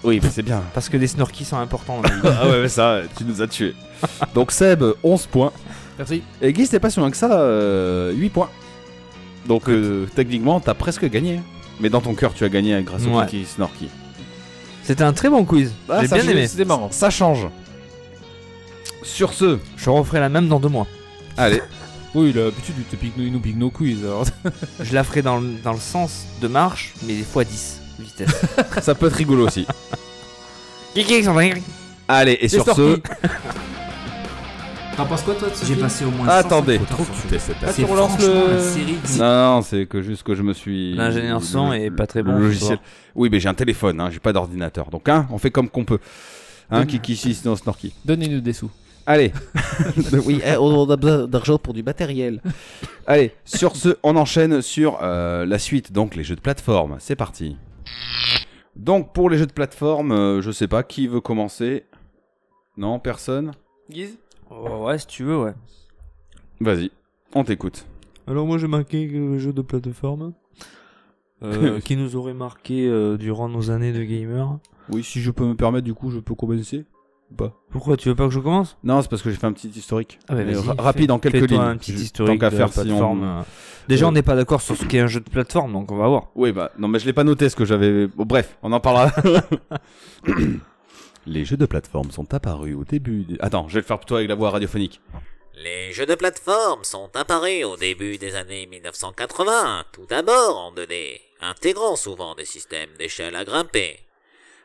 Oui, c'est bien.
parce que les snorkies sont importants dans la vie.
(laughs) ah ouais, mais ça, tu nous as tués. Donc Seb, 11 points.
Merci.
Et Guy, c'était pas si loin que ça, euh, 8 points. Donc euh, techniquement, t'as presque gagné. Mais dans ton cœur, tu as gagné grâce au
Ouais.
Kiki Snorky.
C'était un très bon quiz,
Ah,
j'ai
ça,
bien
j'ai-
aimé.
C'était marrant.
Ça change. Sur ce,
Je referai la même dans deux mois.
allez,
Oui, l'habitude, il, te pique, il nous pique nos quiz.
Je la ferai dans le, dans le sens de marche, mais des fois 10 (laughs) vitesse.
ça peut être rigolo (laughs) aussi.
Kiki,
Allez, et sur ce,
sorti.
T'en penses quoi, toi, J'ai passé au moins
attendez.
150
Trop
fois.
coupé cette
C'est
on lance
franchement
le-
la série X.
Non, non, c'est que juste que je me suis.
L'ingénieur son
le-
est
le-
pas très
le
bon ce
logiciel.
soir.
Oui, mais j'ai un téléphone, hein, j'ai pas d'ordinateur. Donc, hein, on fait comme qu'on peut. Hein, Kiki, si, sinon Snorky.
Donnez-nous des sous.
Allez,
(laughs) oui, eh, on a besoin d'argent pour du matériel.
allez, sur ce, on enchaîne sur euh, la suite, donc les jeux de plateforme. C'est parti. Donc, pour les jeux de plateforme, euh, je sais pas qui veut commencer. Non, personne
Guise
Oh, ouais, si tu veux, ouais.
Vas-y, on t'écoute.
Alors moi j'ai marqué euh, le jeu de plateforme Euh, (laughs) qui nous aurait marqué euh, durant nos années de gamer.
Oui, si je peux me permettre, du coup, je peux commencer Bah.
Pourquoi tu veux pas que je commence
Non, c'est parce que j'ai fait un petit historique.
Ah bah
Mais
vas-y,
ra- rapide en quelques lignes.
Fais-toi un petit
Tant
historique
qu'à
de
faire, si on-
plateforme. euh. Déjà
Euh.
on n'est pas d'accord sur ce qu'est un jeu de plateforme, donc on va voir.
Oui, bah non, mais je l'ai pas noté ce que j'avais. Bon, bref, on en parlera. (coughs) Les jeux de plateforme sont apparus au début. des- Attends, je vais le faire plutôt avec la voix radiophonique.
Les jeux de plateforme sont apparus au début des années 1980, tout d'abord en 2D, intégrant souvent des systèmes d'échelle à grimper.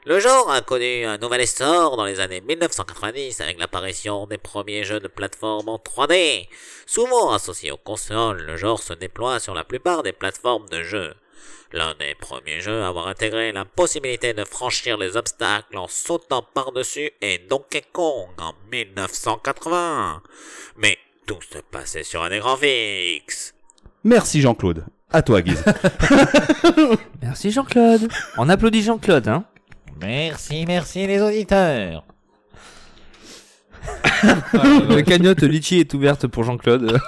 Le genre a connu un nouvel essor dans les années 1990 avec l'apparition des premiers jeux de plateforme en 3D. Souvent associés aux consoles, le genre se déploie sur la plupart des plateformes de jeux. L'un des premiers jeux à avoir intégré la possibilité de franchir les obstacles en sautant par-dessus est Donkey Kong en 1980. Mais tout se passait sur un écran fixe.
Merci Jean-Claude. À toi, Guise.
Merci Jean-Claude. (laughs) on applaudit Jean-Claude, hein.
Merci, merci les auditeurs.
(laughs) La cagnotte Litchi est ouverte pour Jean-Claude.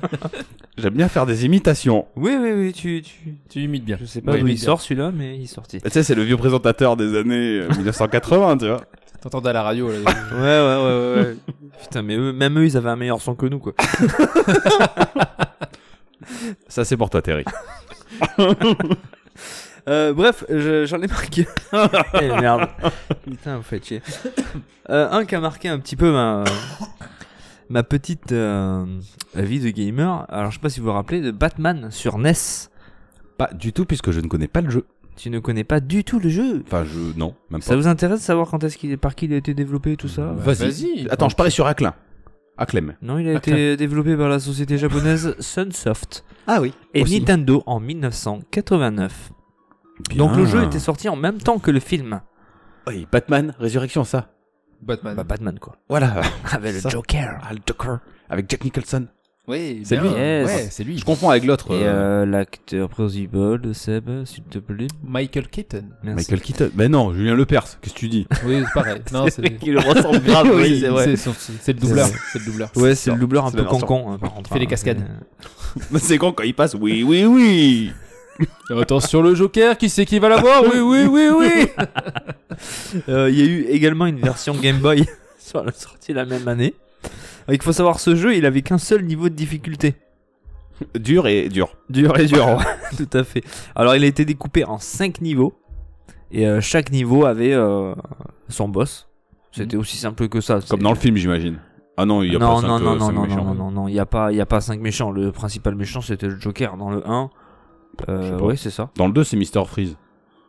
(laughs) J'aime bien faire des imitations.
(laughs) oui, oui, oui, tu, tu...
Tu imites bien.
Je sais pas
Oui,
d'où
mais
il sort celui-là, mais il est sorti.
Tu sais, c'est le vieux présentateur des années (laughs) euh, 1980, tu vois.
T'entendais à la radio. là.
Ouais, ouais, ouais, ouais. ouais. (laughs) Putain, mais eux, même eux, ils avaient un meilleur son que nous, quoi.
Ça, c'est pour toi, Terry.
Euh, bref, je- j'en ai marqué. (laughs) Eh, merde. Putain, vous faites chier. Euh, un qui a marqué un petit peu ma, ma petite euh, vie de gamer. Alors, je sais pas si vous vous rappelez de Batman sur E NES.
Pas du tout, puisque je ne connais pas le jeu.
Tu ne connais pas du tout le jeu.
Enfin, je. Non, même
Ça
pas.
vous intéresse de savoir quand est-ce qu'il est, par qui il a été développé et tout ça
Vas-y.
Attends, je parie sur Aclin. Aclem.
Non, il a été développé par la société japonaise Sunsoft
Ah oui.
et
Aussi.
Nintendo en 1989. Donc le jeu
Bien.
était sorti en même temps que le film.
Oui, Batman, Résurrection, ça.
Batman.
Bah, Batman quoi.
Voilà.
Avec le
Ça.
Joker.
Ah, le Joker. Avec Jack Nicholson.
Oui,
C'est
bien.
lui.
Yes.
Ouais, c'est lui.
Je confonds avec l'autre.
Et
euh,
euh, l'acteur principal de Seb, s'il te plaît.
Michael Keaton.
Merci.
Michael Keaton. Ben non, Julien Lepers. Qu'est-ce que tu dis (laughs)
Oui, c'est (laughs) pareil. non, c'est
Qui le ressemble grave, oui, c'est vrai.
c'est son- c'est le doubleur. C'est le doubleur.
Ouais, c'est le doubleur un
C'est
peu
la version.
con-con. hein, par contre,
fait des
hein,
cascades.
c'est-
C'est quand quand il passe Oui, oui, oui
Attention le Joker, qui c'est qui va l'avoir Oui, oui, oui, oui.
Euh, Il y a eu également une version Game Boy (laughs) sur la sortie la même année. Euh, Il faut savoir, ce jeu, il avait qu'un seul niveau de difficulté.
Dur et dur.
Dur et dur, ouais, (laughs) tout à fait. Alors, il a été découpé en 5 niveaux. Et euh, chaque niveau avait euh, son boss. C'était aussi simple que ça.
Mhm. Comme
c'est-
dans le film, j'imagine. Ah non, il n'y a
non,
pas
non,
cinq,
non,
euh,
non,
cinq
non,
méchants.
non, non, non, il n'y a pas, il y a pas cinq méchants. Le principal méchant, c'était le Joker dans le 1.
Je sais
Euh,
pas.
ouais, c'est ça.
Dans le 2, c'est Mister Freeze.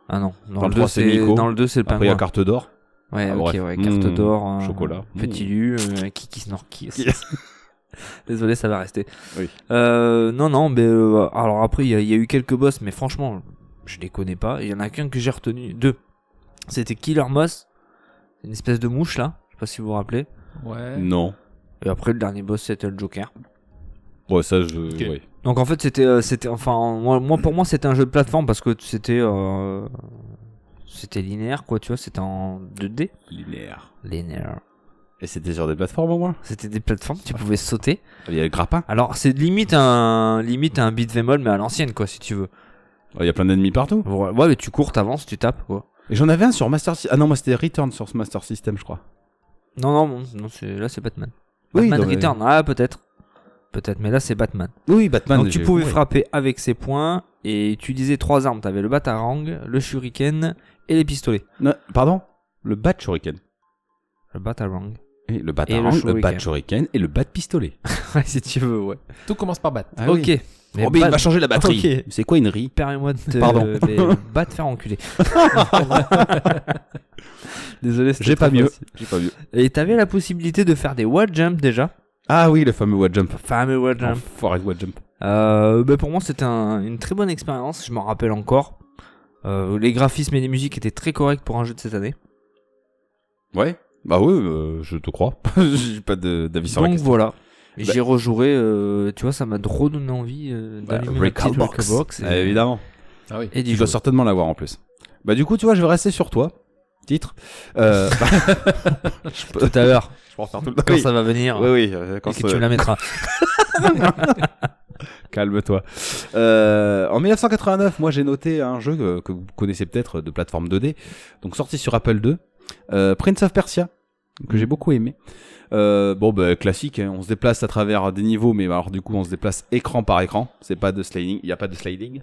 Ah non,
Dans
dans, le
le
2,
trois, c'est
c'est
Nico.
dans le 2, c'est le
Après, il y
pingouin.
a Carte d'Or.
Ouais,
Ah,
ok,
bref.
ouais, carte
Mmh,
d'or, euh,
chocolat.
petit
Mmh.
lu, euh,
(laughs)
kiki snorky. (laughs) Désolé, ça va rester.
Oui.
Euh, non, non, mais euh, alors après, il y, a- il y a eu quelques boss, mais franchement, je les connais pas. Il y en a qu'un que j'ai retenu, deux. C'était Killer Moss, une espèce de mouche là, je sais pas si vous vous rappelez.
(laughs) Ouais.
Non.
Et après, le dernier boss, c'était le Joker.
Ouais, ça, je.
Ok.
ouais.
Donc en fait c'était euh, c'était enfin moi, moi, pour moi c'était un jeu de plateforme parce que c'était euh, c'était linéaire quoi tu vois c'était en 2D
Linéaire.
linéaire
Et c'était sur des plateformes au moins
c'était des plateformes tu pouvais sauter
Il y a Grappin.
alors c'est limite un limite un beat them all, mais à l'ancienne quoi si tu veux
Oh, Il y a plein d'ennemis partout.
ouais ouais, mais tu cours t'avances tu tapes quoi
Et j'en avais un sur Master System. Ah non, moi c'était Return sur ce Master System, je crois.
non non bon, non c'est là c'est Batman
Oui,
Batman
non, mais-
Return ah peut-être peut-être mais là c'est Batman
Oui, Batman.
Donc tu
j'ai-
pouvais
ouais.
frapper avec ses points et utiliser trois armes t'avais le batarang le shuriken et les pistolets
Non, pardon Le Bat Shuriken.
le batarang (laughs)
Et le batarang,
Et le
le, bat
shuriken.
shuriken et le bat pistolet.
Ouais, si tu veux, ouais.
Tout commence par battre.
Ah oui.
ok. Mais
Oh, mais il
bat- euh,
va changer la batterie.
Ok.
C'est quoi une rie
Permets-moi de te (laughs)
Pardon.
mais va te
(laughs)
faire enculer. Désolé, c'était
J'ai pas
trop
mieux.
facile.
J'ai pas vu.
Et t'avais la possibilité de faire des wall jump déjà.
Ah oui, le fameux what jump.
Fameux wall jump.
Enfoiré de what jump.
Euh, bah, pour moi, c'était un- une très bonne expérience. Je m'en rappelle encore. Euh, les graphismes et les musiques étaient très corrects pour un jeu de cette année.
Ouais. Bah oui, euh, je te crois. (laughs) J'ai pas de- d'avis sur la
Donc
question.
voilà. Et
Bah-
J'ai rejoué, euh, tu vois, ça m'a trop donné envie euh,
Bah,
d'allumer ma petite
Recall Box.
Recalbox et-
Ah, évidemment.
Ah oui.
Et
Tu
d'y
dois
jouer.
certainement l'avoir en plus. Bah du coup, tu vois, je vais rester sur toi. Titre. Euh, (laughs) je peux,
tout à l'heure
(laughs) je peux en faire tout le
quand
Oui.
ça va venir
Oui, oui, euh, quand
et que
ça-
tu me la
(laughs)
mettras.
Calme-toi. Euh, en 1989, moi j'ai noté un jeu que, que vous connaissez peut-être de plateforme 2D, donc sorti sur Apple II, euh, Prince of Persia, que j'ai beaucoup aimé. Euh, bon, bah, classique, hein, on se déplace à travers des niveaux, mais alors du coup on se déplace écran par écran, c'est pas de sliding, il n'y a pas de sliding.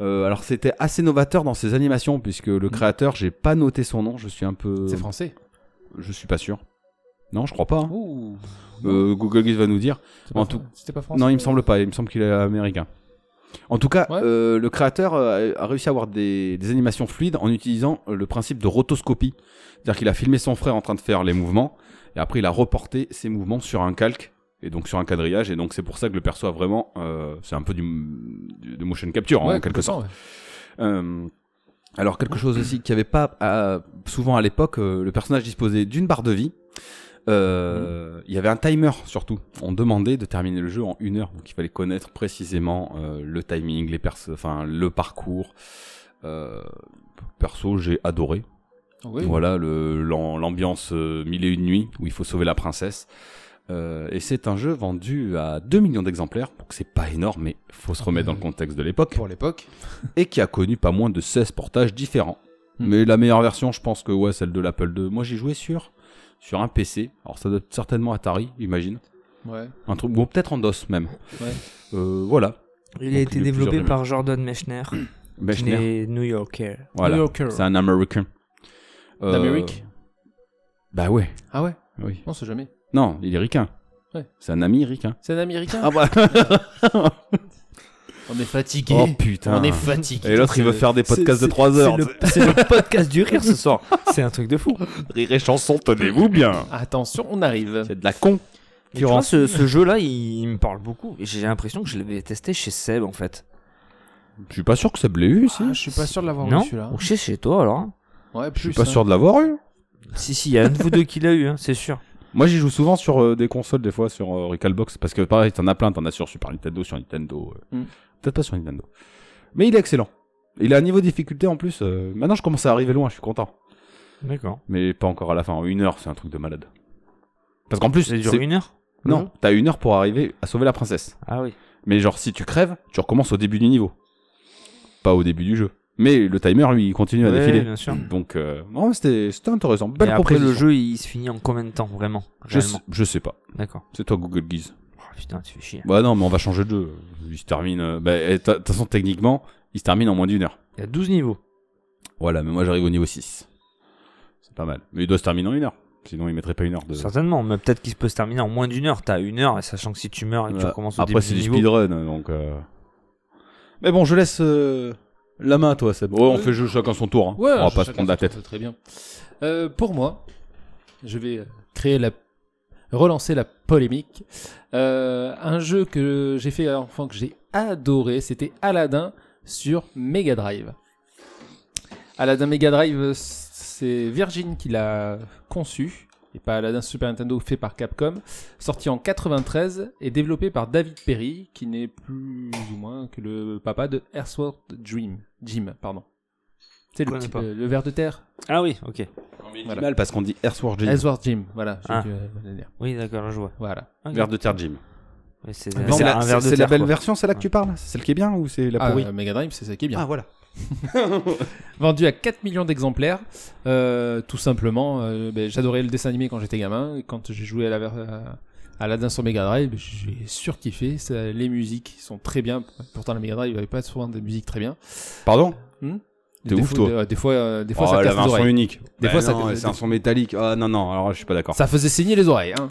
Euh, alors c'était assez novateur dans ses animations, puisque le créateur, j'ai pas noté son nom, je suis un peu...
C'est français.
Je suis pas sûr. Non, je crois pas. hein.
Ouh.
Euh, Google Guide va nous dire.
C'était pas
en
fran-
tout-
C'était pas français. euh,
Non, il me semble pas. Il me semble qu'il est américain. En tout cas,
Ouais.
euh, le créateur euh, a réussi à avoir des, des animations fluides en utilisant euh, le principe de rotoscopie. C'est-à-dire qu'il a filmé son frère en train de faire les mouvements, et après il a reporté ses mouvements sur un calque, et donc sur un quadrillage, et donc c'est pour ça que le perçoit vraiment... euh, c'est un peu du, du- de motion capture, hein,
Ouais,
en quelque sorte.
complètement,
Euh, alors quelque chose aussi qu'il n'y avait pas à- souvent à l'époque, euh, le personnage disposait d'une barre de vie. Euh, Il y avait un timer surtout. On demandait de terminer le jeu en une heure, donc il fallait connaître précisément euh, le timing, les perso, enfin le parcours. Euh, perso, j'ai adoré.
ouais. Oui.
Voilà le- l'am- l'ambiance euh, mille et une nuits où il faut sauver la princesse. Euh, et c'est un jeu vendu à 2 millions d'exemplaires, donc c'est pas énorme, mais faut se remettre dans le contexte de l'époque
Pour l'époque.
et qui a connu pas moins de 16 portages différents.
Hmm.
Mais la meilleure version, je pense que ouais, celle de l'Apple II. Moi, j'ai joué sur sur un PC. Alors ça doit être certainement Atari, imagine.
Ouais.
Un truc bon, peut-être en DOS même.
Ouais.
Euh, voilà.
Il
Donc, il
a été
y a plusieurs
développé
gamins.
par Jordan Mechner, qui
Mechner,
est
(laughs)
New Yorker.
voilà.
Yorker.
C'est un américain. Euh,
D'Amérique.
Bah ouais.
Ah ouais.
Oui.
On sait jamais.
Non, il est ricain.
Ouais.
C'est un ami ricain.
C'est un américain.
bah.
On est fatigué.
oh putain.
On est fatigué.
Et l'autre, il veut faire des podcasts de 3 heures.
C'est le podcast du rire ce soir. (laughs) C'est un truc de fou.
Rire et chanson, tenez-vous bien.
Attention, on arrive.
C'est de la con.
Mais tu vois, ce, ce jeu-là, il, il me parle beaucoup. Et J'ai l'impression que je l'avais testé chez Seb en fait.
Je suis pas sûr que ça blé eu, si.
Ah, je suis pas sûr de l'avoir
non
reçu là.
Ou chez, chez toi alors
Ouais,
Je
plus.
suis pas
hein.
sûr de l'avoir eu.
Si, si, il y a un de vous deux qui l'a eu, hein, c'est sûr.
Moi, j'y joue souvent sur euh, des consoles, des fois sur euh, Recalbox, parce que pareil, t'en as plein, t'en as sur Super Nintendo, sur Nintendo, euh,
Mm.
peut-être pas sur Nintendo. Mais il est excellent. Il a un niveau de difficulté en plus. euh, maintenant, je commence à arriver loin, je suis content.
D'accord.
Mais pas encore à la fin. En une heure, c'est un truc de malade. Parce qu'en plus,
Ça dure
c'est-
une heure le jeu
non, t'as une heure pour arriver à sauver la princesse.
Ah oui.
Mais genre, si tu crèves, tu recommences au début du niveau, pas au début du jeu. Mais le timer, lui, il continue à
Ouais,
défiler.
bien sûr.
Donc, euh, non, c'était c'était intéressant. Belle
et après le
proposition.
jeu, il se finit en combien de temps vraiment
je,
réellement
sais- je sais pas.
D'accord.
C'est toi Google Guise.
Oh, putain, tu fais chier.
Bah non, mais on va changer de jeu. Il se termine. euh, bah, et ta- De toute façon, techniquement, il se termine en moins d'une heure.
Il y a 12 niveaux.
Voilà, mais moi j'arrive au niveau 6. C'est pas mal. Mais il doit se terminer en une heure. Sinon, il mettrait pas une heure de.
Certainement, mais peut-être qu'il peut se terminer en moins d'une heure. T'as une heure, et sachant que si tu meurs et que tu
Voilà.
recommences au
Après,
début
c'est
du
du
niveau.
speedrun, donc. euh. Mais bon, je laisse euh, la main à toi, Seb. Ouais, on
Ouais.
fait jeu chacun son tour. hein.
Ouais,
on va
je-
pas se
chacun
prendre la
son tour,
tête.
c'est Très bien. Euh, pour moi, je vais créer la, relancer la polémique. Euh, un jeu que j'ai fait enfant que j'ai adoré, c'était Aladdin sur Mega Drive. Aladdin Mega Drive, c'est Virgin qui l'a conçu et pas Aladdin Super Nintendo fait par Capcom, sorti en 93 et développé par David Perry, qui n'est plus ou moins que le papa de Earthworm Dream, Jim, pardon. C'est le,
connais
petit-
pas.
euh, le ver de terre
Ah oui, ok.
Voilà. mal parce qu'on dit Earthworm Jim.
Ellsworth Jim, voilà. j'ai
Ah.
dû, euh, le dire.
Oui, d'accord, là, je vois.
Voilà.
Ok.
Verre de terre Jim.
Ouais, c'est
Mais
un
Mais c'est
verre-
la,
un verre
c'est-
de
c'est la
terre,
belle
quoi.
version, celle-là que tu parles C'est celle qui est bien ou c'est la
Ah,
pourrie
euh, Mega Drive, c'est ça qui est bien.
Ah, voilà.
Vendu à 4 millions d'exemplaires, euh, tout simplement. euh, ben, J'adorais le dessin animé quand j'étais gamin. et Quand j'ai joué à la ver- à Aladdin sur Mega Drive, ben, j'ai surkiffé. ça- Les musiques sont très bien. Pourtant, la Mega Drive n'avait pas souvent des musiques très bien.
Pardon
Hmm
T'es ouf,
fois,
toi.
Des, des fois, euh, des fois
Oh,
ça
elle
casse
avait
les
un son
oreilles.
unique.
Des
Bah
fois, ça
non,
casse-
c'est un son métallique. Ah non, non, alors je suis pas d'accord.
Ça faisait saigner les oreilles. Hein.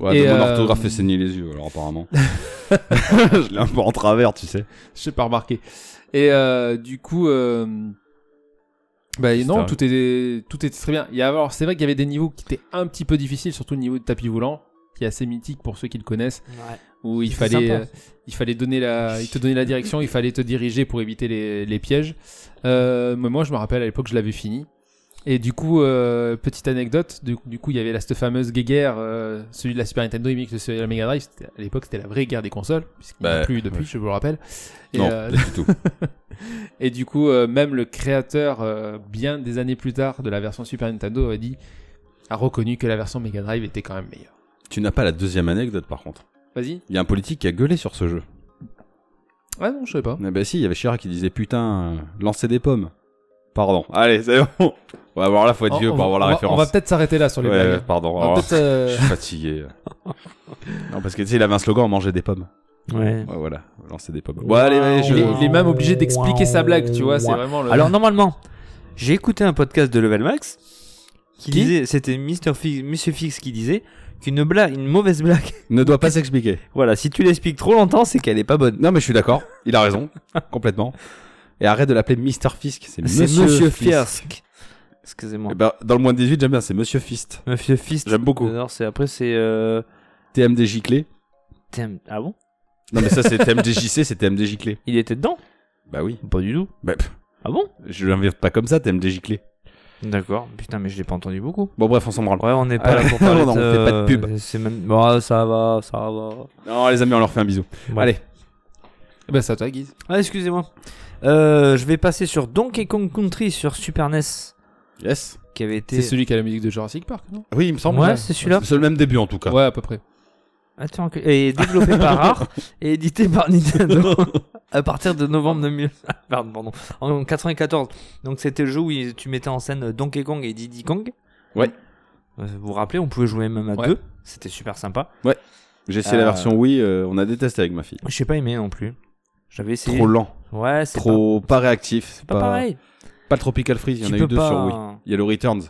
Ouais,
Et,
donc mon
euh,
orthographe fait saigner les yeux, alors
(laughs)
apparemment. je l'ai un peu en travers, tu sais.
Je sais pas remarqué. Et euh, du coup, euh, bah,
C'est
non,
vrai.
tout était, tout était très bien. Il y a, alors, c'est vrai qu'il y avait des niveaux qui étaient un petit peu difficiles, surtout le niveau de tapis volant, qui est assez mythique pour ceux qui le connaissent, où il
C'était
fallait,
sympa.
euh, il fallait donner la, il te donnait la direction, il fallait te diriger pour éviter les, les pièges. Euh, mais moi, je me rappelle à l'époque, je l'avais fini. Et du coup, euh, petite anecdote, du, du coup, il y avait là, cette fameuse guéguerre, euh, celui de la Super Nintendo, et celui de la Mega Drive. C'était- À l'époque, c'était la vraie guerre des consoles, puisqu'il n'y en a
Bah,
plus depuis,
ouais.
je vous le rappelle. Et,
non,
euh,
pas du tout.
et du coup, euh, même le créateur, euh, bien des années plus tard, de la version Super Nintendo, a dit, a reconnu que la version Mega Drive était quand même meilleure.
tu n'as pas la deuxième anecdote, par contre.
Vas-y.
Il y a un politique qui a gueulé sur ce jeu.
Ah non, je sais pas.
Eh ben si, il y avait Chirac qui disait putain, euh, lancez des pommes. Pardon. (laughs) Allez, c'est bon. On va voir là, faut être
On-
vieux
Oh, on,
pour avoir la
on va-
référence.
On va peut-être s'arrêter là sur les
Ouais, ouais,
blagues.
pardon.
On
alors,
va peut-être, euh,
Je suis
(laughs)
fatigué. non, parce que tu sais, il avait un slogan, manger des pommes.
Ouais.
Ouais, voilà, lancer des pommes. Bon, allez, allez, je...
il, est, il est même obligé d'expliquer sa blague, tu vois. C'est
Ouais.
vraiment le.
Alors normalement, j'ai écouté un podcast de Level Max qui,
Qui
disait, c'était Mr. Fix, Monsieur Fix qui disait qu'une blague, une mauvaise blague,
ne doit pas s'expliquer.
voilà, si tu l'expliques trop longtemps, c'est qu'elle est pas bonne.
Non, mais je suis d'accord. Il a raison, (laughs) complètement. Et arrête de l'appeler Mr. Fisk. C'est
C'est
Monsieur,
Monsieur
Fisk.
Fisk. Excusez-moi.
Eh ben, dans le moins de 18, j'aime bien, c'est Monsieur Fist.
Monsieur Fist.
J'aime beaucoup.
Alors, c'est après c'est euh,
TMD giclé.
Tem- Ah bon
Non, mais ça, c'est TMDJC, c'est TMD giclé.
Il était dedans
Bah oui.
Pas du tout.
Bah, pff,
Ah bon
je l'invite pas comme ça, TMD giclé.
D'accord. Putain, mais je l'ai pas entendu beaucoup.
Bon, bref, on s'en branle.
Ouais, on n'est pas
Ah, (laughs)
là pour
non,
parler
non, on
de- euh,
fait pas de pub.
C'est même. Bon, ça va, ça va.
Non, les amis, on leur fait un bisou.
Ouais.
Allez.
Bah, c'est à toi, Guise.
Ah, excusez-moi. Euh, je vais passer sur Donkey Kong Country sur Super NES,
Yes.
qui avait été.
C'est celui qui a la musique de Jurassic Park, non
Oui, il me semble.
Ouais, c'est celui-là.
C'est le même début, en tout cas.
Ouais, à peu près.
Attends, que- et développé par Rare (laughs) et édité par (laughs) Nintendo à partir de novembre 2000. (laughs) Pardon, pardon. En 94. Donc c'était le jeu où il- tu mettais en scène Donkey Kong et Diddy Kong.
Ouais.
Euh, Vous vous rappelez, on pouvait jouer même à
Ouais.
deux. C'était super sympa.
J'ai essayé la
Euh,
version Wii, euh, on a détesté avec ma fille.
Je n'ai pas aimé non plus. J'avais essayé.
Trop lent,
Ouais, c'est
trop pas, réactif. C'est
pas, pas pareil.
Pas le Tropical Freeze, il y en
Tu
a eu
peux
deux
pas-
sur Wii. Il y a le Returns.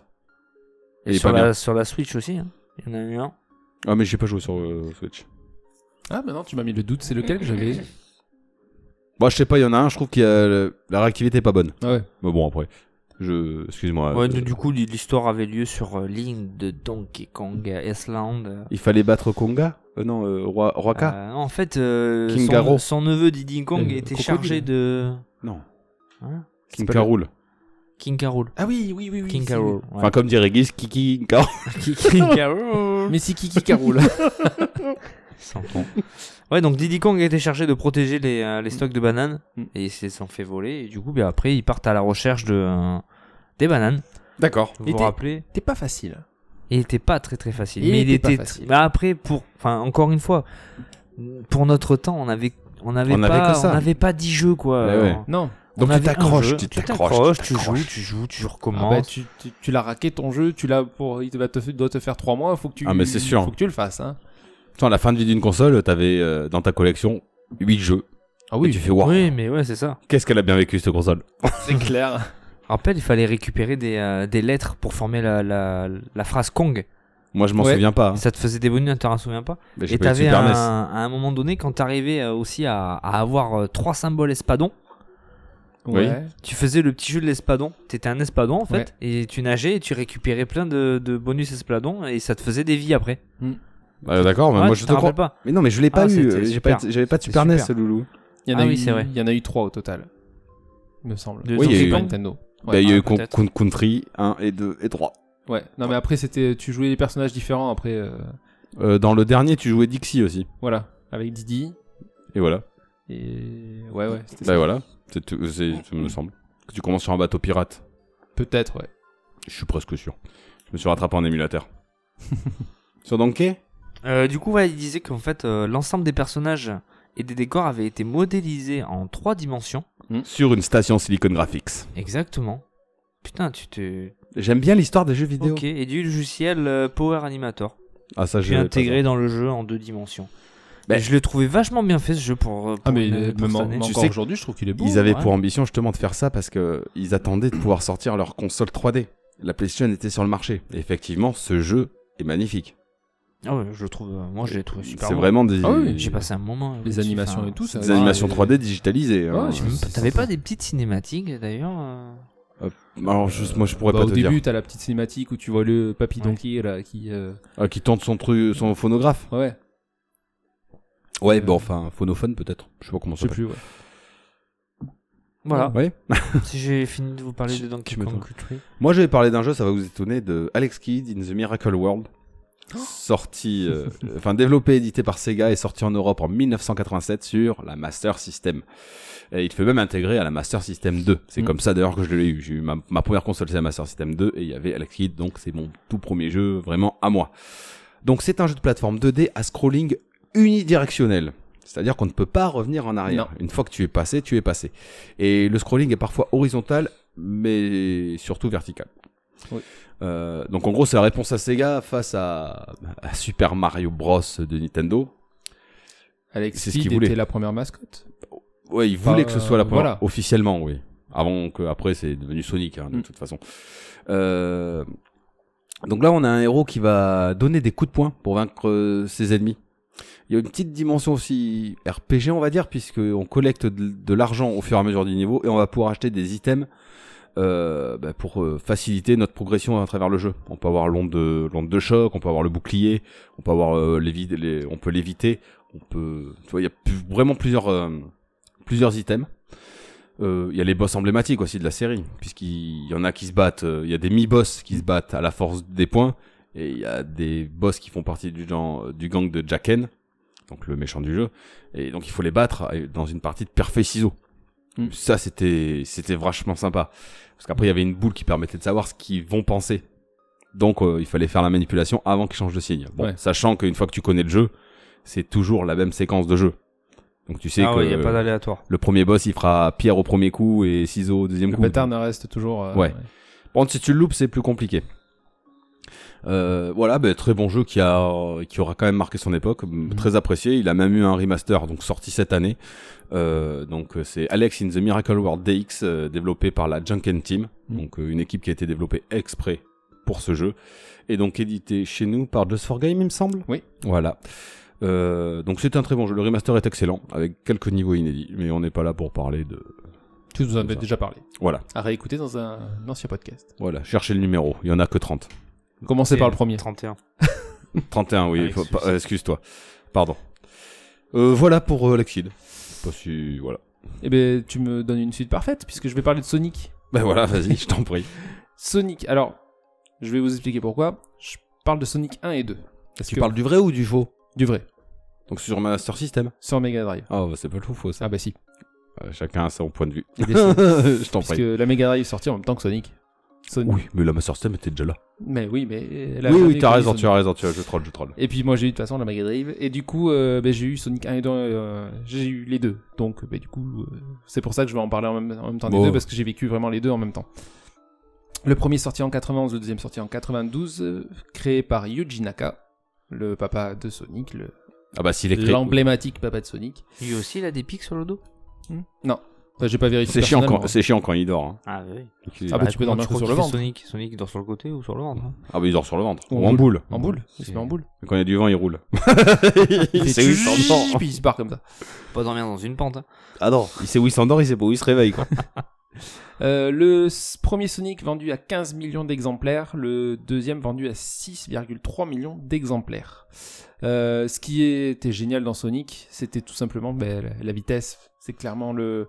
Et
Il est
sur,
pas
la,
bien.
sur la Switch aussi. hein. Il y en a eu un.
Ah, mais j'ai pas joué sur euh, Switch.
Ah, mais non, tu m'as mis le doute. C'est lequel que j'avais
Moi, Bah, je sais pas, il y en a un, je trouve que la réactivité est pas bonne.
Ah ouais.
Mais bon, après. Je. Excuse-moi.
Ouais,
euh,
du coup, l'histoire avait lieu sur euh, l'île de Donkey Kong euh, Island. euh,
Il fallait battre Konga Euh, Non, euh, Roi- Roaka
Euh, en fait, euh,
King
son,
Garo.
son neveu Diddy Kong
Euh,
était
crocodile.
chargé de
Non.
Hein
King
C'est pas
Carol.
King Carol.
(laughs) Ah oui, oui, oui, oui.
King
c'est-
Carol.
Enfin, comme dirait Guiz, Kiki Carol.
(laughs) King Carol.
Mais c'est Kiki (laughs) Carole.
Ouais, donc Diddy Kong était chargé de protéger les, euh, les stocks de bananes
Mm.
et il s'est- s'en fait voler. Et du coup, bah, après, ils partent à la recherche de euh, des bananes.
D'accord.
Vous
Il
vous
était-
rappelez
T'es pas facile.
Il était pas très très facile.
Il
mais il
était pas
était.
facile.
Bah, après, pour, enfin, encore une fois, pour notre temps, on avait, on avait
On avait
pas,
que ça.
on avait pas 10 jeux quoi.
Mais
Alors,
ouais.
Non.
on
Donc tu
avait un jeu,
t'accroches, tu
tu
t'accroches.
t'accroches, tu joues, tu joues, tu
Ah
recommences.
bah, tu, tu, tu l'as raqué ton jeu, tu l'as pour il te- va te, doit te faire 3 mois, faut que tu
Ah, mais c'est sûr.
faut que tu le fasses hein.
Attends, à la fin de vie d'une console, t'avais euh, dans ta collection 8 jeux.
Ah
Oui. Et tu fais, waouh,
Oui, mais ouais, c'est ça.
qu'est-ce qu'elle a bien vécu cette console
c'est clair.
Rappelle, il fallait récupérer des, euh, des lettres pour former la, la, la phrase Kong.
Moi, je m'en
Ouais.
souviens pas. hein.
Ça te faisait des bonus, t'en souviens pas
Mais j'ai
Et
pas eu de
t'avais
Super E
un,
NES.
à un moment donné, quand t'arrivais euh, aussi à, à avoir euh, trois symboles espadons,
Oui.
Ouais.
tu faisais le petit jeu de l'espadon. T'étais un espadon en fait, et tu nageais et tu récupérais plein de, de bonus espadons et ça te faisait des vies après.
Bah, D'accord, mais
Ouais,
moi
tu
je te
t'en
crois.
rappelles pas.
Mais non, mais je l'ai
Ah,
pas eu.
c'était
euh, j'ai
super.
pas été- J'avais pas de
C'est
Super NES,
super.
loulou.
Il y en a
Ah
eu,
oui, c'est vrai.
il y en a eu 3 au total. Il me semble.
De
Oui, il y a
Donkey
eu-
Kong, Nintendo. Ouais.
Bah, il y a
ah,
eu Con-
peut-être.
Con- Country 1 et 2 et 3.
Ouais. Non mais après c'était tu jouais des personnages différents après euh,
Euh, dans le dernier, tu jouais Dixie aussi.
voilà, avec Didi
Et voilà.
et ouais ouais, c'était
Bah
ça.
voilà, c'est tout, c'est- ça me semble. Que tu commences sur un bateau pirate,
Peut-être ouais.
je suis presque sûr. Je me suis rattrapé en émulateur. sur Donkey
Euh, du coup, ouais, il disait qu'en fait, euh, l'ensemble des personnages et des décors avaient été modélisés en trois dimensions.
Sur une station Silicon Graphics.
Exactement. Putain, tu te.
J'aime bien l'histoire des jeux vidéo.
Ok, et du logiciel euh, Power Animator.
Ah ça
puis
j'ai
intégré dans le jeu en deux dimensions. Mais je le trouvais vachement bien fait ce jeu pour. euh, pour
Ah, mais
une-
euh,
pour
même
cette
en-
année.
même
Tu
encore
sais-
aujourd'hui, je trouve qu'il est beau.
Ils avaient
ouais.
pour ambition justement de faire ça parce que ils attendaient de pouvoir sortir leur console 3D. La PlayStation était sur le marché. Et effectivement, ce jeu est magnifique.
Ah ouais, je le trouve. euh, Moi, je l'ai trouvé super.
C'est
bon.
vraiment des,
Ah oui,
J'ai passé un moment.
Les
là-dessus,
animations
enfin, euh,
et tout, ça.
des animations 3D digitalisées. hein.
Ouais, j'ai même pas-
T'avais pas des petites cinématiques d'ailleurs euh,
Alors, je, moi, je pourrais
Bah,
pas
au
te
début,
dire.
t'as la petite cinématique où tu vois le papy
Ouais.
Donkey là qui. euh,
Ah, qui tente son truc, son phonographe.
Ouais,
Ouais, bon, enfin, phonophone peut-être. Je sais pas comment
je
ça
sais
s'appelle.
plus. Ouais.
Voilà.
Ouais.
Si j'ai fini de vous parler de Donkey
Tu m'étonnes.
Kong Country.
Moi, je vais parler d'un jeu, ça va vous étonner, de Alex Kidd in the Miracle World. Sorti, euh, enfin développé, édité par Sega et sorti en Europe en 1987 sur la Master System. Et il fait même intégrer à la Master System 2. C'est
Mm.
comme ça d'ailleurs que je l'ai eu. J'ai eu ma, ma première console, c'est la Master System 2 et il y avait Alex Kidd, donc c'est mon tout premier jeu vraiment à moi. Donc c'est un jeu de plateforme 2D à scrolling unidirectionnel. C'est-à-dire qu'on ne peut pas revenir en arrière. Une fois que tu es passé, tu es passé. Et le scrolling est parfois horizontal, mais surtout vertical.
Oui.
Euh, donc en gros, c'est la réponse à Sega face à, à Super Mario Bros de Nintendo.
Alex
C'est ce qu'il
Kidd
voulait.
était la première mascotte.
Ouais, ils voulaient que ce soit la
Euh,
première.
voilà.
Officiellement, oui. Avant que, après, c'est devenu Sonic, hein, de
Mm.
toute façon. Euh, donc là, on a un héros qui va donner des coups de poing pour vaincre euh, ses ennemis. Il y a une petite dimension aussi RPG, on va dire, puisque on collecte de, de l'argent au fur et à mesure du niveau et on va pouvoir acheter des items euh, bah, pour euh, faciliter notre progression à travers le jeu. On peut avoir l'onde de, l'onde de choc, on peut avoir le bouclier, on peut avoir euh, les, vid- les- on peut l'éviter, on peut, tu vois, il y a plus- vraiment plusieurs euh, plusieurs items. Euh, Il y a les boss emblématiques aussi de la série, puisqu'il y en a qui se battent, euh, il y a des mi-boss qui se battent à la force des points, et il y a des boss qui font partie du, genre, euh, du gang de Jacken, donc le méchant du jeu, et donc il faut les battre euh, dans une partie de perfait ciseaux.
Hmm.
Mm.
Ça c'était c'était vachement sympa, parce qu'après il y avait une boule qui permettait de savoir ce qu'ils vont penser. Donc euh, il fallait faire la manipulation avant qu'ils changent de signe. Bon,
Ouais.
sachant qu'une fois que tu connais le jeu, c'est toujours la même séquence de jeu. Donc tu sais
Ah
que
ouais, y a pas d'aléatoire.
le premier boss, il fera pierre au premier coup et ciseau au deuxième
Le
coup.
bâtard ne reste toujours. euh,
Ouais. Par contre, si tu le loupes, c'est plus compliqué. Euh, voilà, bah, très bon jeu qui, a, qui aura quand même marqué son époque,
Mm.
très apprécié. Il a même eu un remaster, donc sorti cette année. Euh, donc euh, c'est Alex in the Miracle World DX, euh, développé par la Junken Team,
Mm.
donc euh, une équipe qui a été développée exprès pour ce jeu, et donc édité chez nous par Just for Game, il me semble.
Oui.
Voilà. Euh, donc c'est un très bon jeu. Le remaster est excellent, avec quelques niveaux inédits, mais on n'est pas là pour parler de.
Tu nous en avais
ça.
déjà parlé.
Voilà,
À réécouter dans un ancien podcast.
voilà. Cherchez le numéro. Il y en a que 30. (laughs)
Commencez
Et
par le premier.
31.
31, oui.
Avec
faut-
souci.
pa- euh, Excuse-toi. Pardon. Euh, voilà pour euh, Alexid. Pas si. Voilà.
Eh ben, tu me donnes une suite parfaite puisque je vais parler de Sonic.
Ben voilà, vas-y, je t'en prie.
Sonic. Alors, je vais vous expliquer pourquoi. Je parle de Sonic 1 et 2. Est-ce
Tu parles du vrai ou du faux
du vrai
Donc sur Master System
sur Mega Drive
Oh, bah, c'est pas le faux, faux ça.
Ah bah si.
Euh, Chacun a son point de (laughs) vue.
Eh bien, si.
je t'en
Parce
prie.
que la Mega Drive est sortie en même temps que Sonic. Sonic.
Oui, mais la Master System était déjà là.
Mais euh, oui, mais. elle a
Oui,
jamais
oui, t'as
connu
raison,
Sonic.
tu as raison, tu as, je troll, je troll.
Et puis moi j'ai eu de toute façon la Mega Drive et du coup euh, ben, j'ai eu Sonic 1 et 2, euh, j'ai eu les deux. Donc ben, du coup euh, c'est pour ça que je vais en parler en même, en même temps
Bon.
des deux parce que j'ai vécu vraiment les deux en même temps. Le premier sorti en 91, le deuxième sorti en 92, euh, créé par Yuji Naka, le papa de Sonic, le-
Ah bah s'il est créé.
l'emblématique papa de Sonic.
Lui aussi, il a des pics sur le dos.
Non, Enfin, j'ai pas vérifié.
C'est chiant,
personnellement,
quand, c'est chiant quand il dort. hein.
Ah oui.
Ah bah, tu peux
comment
dormir que sur
crois qu'il
le
fait
ventre.
Sonic, Sonic dort sur le côté ou sur le ventre hein
Ah bah il dort sur le ventre.
Ou
Ou
en
en boule.
hein. En boule, il se
C'est-
met en boule.
Quand il y a du vent, il roule.
fait
(laughs) il sait où il
tchouch,
s'endort.
(laughs) puis il se barre comme ça.
Pas dormir dans une pente. hein.
Ah non, il sait où il s'endort, il sait pas où il se réveille. (laughs) Quoi.
Euh, le s- premier Sonic vendu à 15 millions d'exemplaires, le deuxième vendu à 6,3 millions d'exemplaires. Euh, ce qui était génial dans Sonic, c'était tout simplement ben, la- la vitesse. C'est clairement le,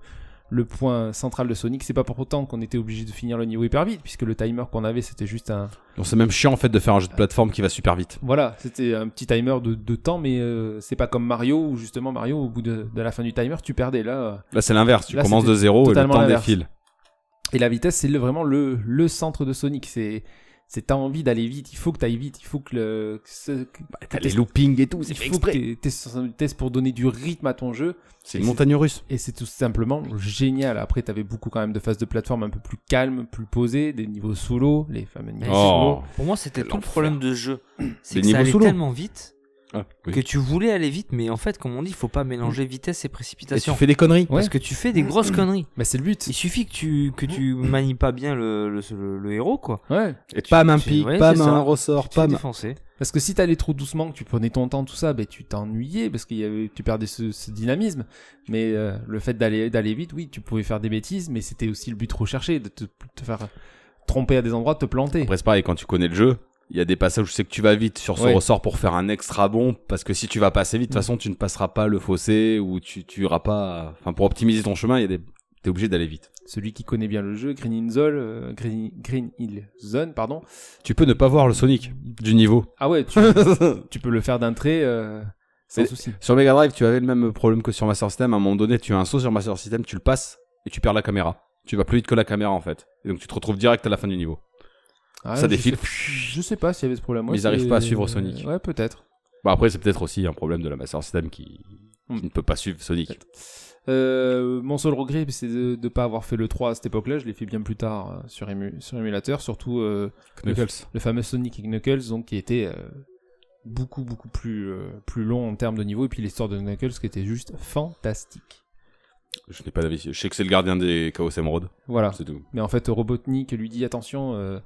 le point central de Sonic. C'est pas pour autant qu'on était obligé de finir le niveau hyper vite, puisque le timer qu'on avait, c'était juste un,
Non, c'est même chiant en fait de faire un jeu de plateforme qui va super vite.
voilà, c'était un petit timer de, de temps, mais euh, c'est pas comme Mario où justement Mario, au bout de, de la fin du timer, tu perdais là. euh,
Là, c'est l'inverse. Tu
Là,
commences
c'était
de zéro et le
totalement
temps
l'inverse.
défile.
Et la vitesse, c'est le- vraiment le, le centre de Sonic. C'est c'est t'as envie d'aller vite, il faut que t'ailles vite, il faut que le que ce- que-
T'as
les
loopings et tout,
il faut que t'aies- t'aies cette vitesse pour donner du rythme à ton jeu.
C'est une montagne russe.
Et c'est tout simplement génial. Après, t'avais beaucoup quand même de phases de plateforme un peu plus calmes, plus posées, des niveaux sous l'eau, les fameux niveaux sous l'eau.
Oh.
Pour moi, c'était tout le
L'enfer.
problème de ce jeu. C'est
Les
que ça
niveaux
allait
sous l'eau.
tellement vite
Ah, oui.
que tu voulais aller vite, mais en fait, comme on dit, il faut pas mélanger vitesse et
Et tu
précipitation.
fais des conneries.
Parce que tu fais
(clears throat)
des grosses conneries.
Mais c'est le but.
Il suffit que tu, que tu manies pas bien le, le, le- le héros, quoi.
Ouais.
Et pam, un
tu-
pic,
ouais,
pam,
c'est
un
ça.
ressort,
Tu te fais
pam.
défoncer.
Parce que si t'allais trop doucement, que tu prenais ton temps, tout ça, ben tu t'ennuyais parce qu'il y avait, tu perdais ce, ce dynamisme. Mais euh, le fait d'aller d'aller vite, oui, tu pouvais faire des bêtises, mais c'était aussi le but recherché de te, te faire tromper à des endroits, de te planter.
Après, c'est pareil, quand tu connais le jeu, il y a des passages où c'est que tu vas vite sur ce
Ouais.
ressort pour faire un extra bond, parce que si tu vas passer vite, de toute
Mm.
façon, tu ne passeras pas le fossé ou tu, tu iras pas. Enfin, pour optimiser ton chemin, il y a des. T'es obligé d'aller vite.
Celui qui connaît bien le jeu, Green Hill Zone, euh, Green, Green Hill Zone, pardon.
Tu peux ne pas voir le Sonic du niveau.
Ah
(laughs)
ouais, tu, tu peux le faire d'un trait euh, sans
Mais-
souci.
Sur Mega Drive, tu avais le même problème que sur Master System. À un moment donné, tu as un saut sur Master System, tu le passes et tu perds la caméra. Tu vas plus vite que la caméra en fait. Et donc tu te retrouves direct à la fin du niveau.
Ah,
ça
je
défile.
sais- Je sais pas s'il y avait ce problème.
Mais
Ouais,
ils arrivent
c'est-
pas à suivre Sonic.
Ouais, peut-être.
Bon, Bah, après, c'est peut-être aussi un problème de la Master System qui, qui
Mm.
ne peut pas suivre Sonic.
Euh, mon seul regret, c'est de ne pas avoir fait le 3 à cette époque-là. Je l'ai fait bien plus tard euh, sur, ému- sur émulateur, surtout euh,
Knuckles.
le fameux Sonic et Knuckles, donc, qui était euh, beaucoup, beaucoup plus, euh, plus long en termes de niveau, et puis l'histoire de Knuckles qui était juste fantastique.
Je n'ai pas d'avis. Je sais que c'est le gardien des Chaos Emerald.
Voilà.
C'est tout.
Mais en fait, Robotnik lui dit attention, euh,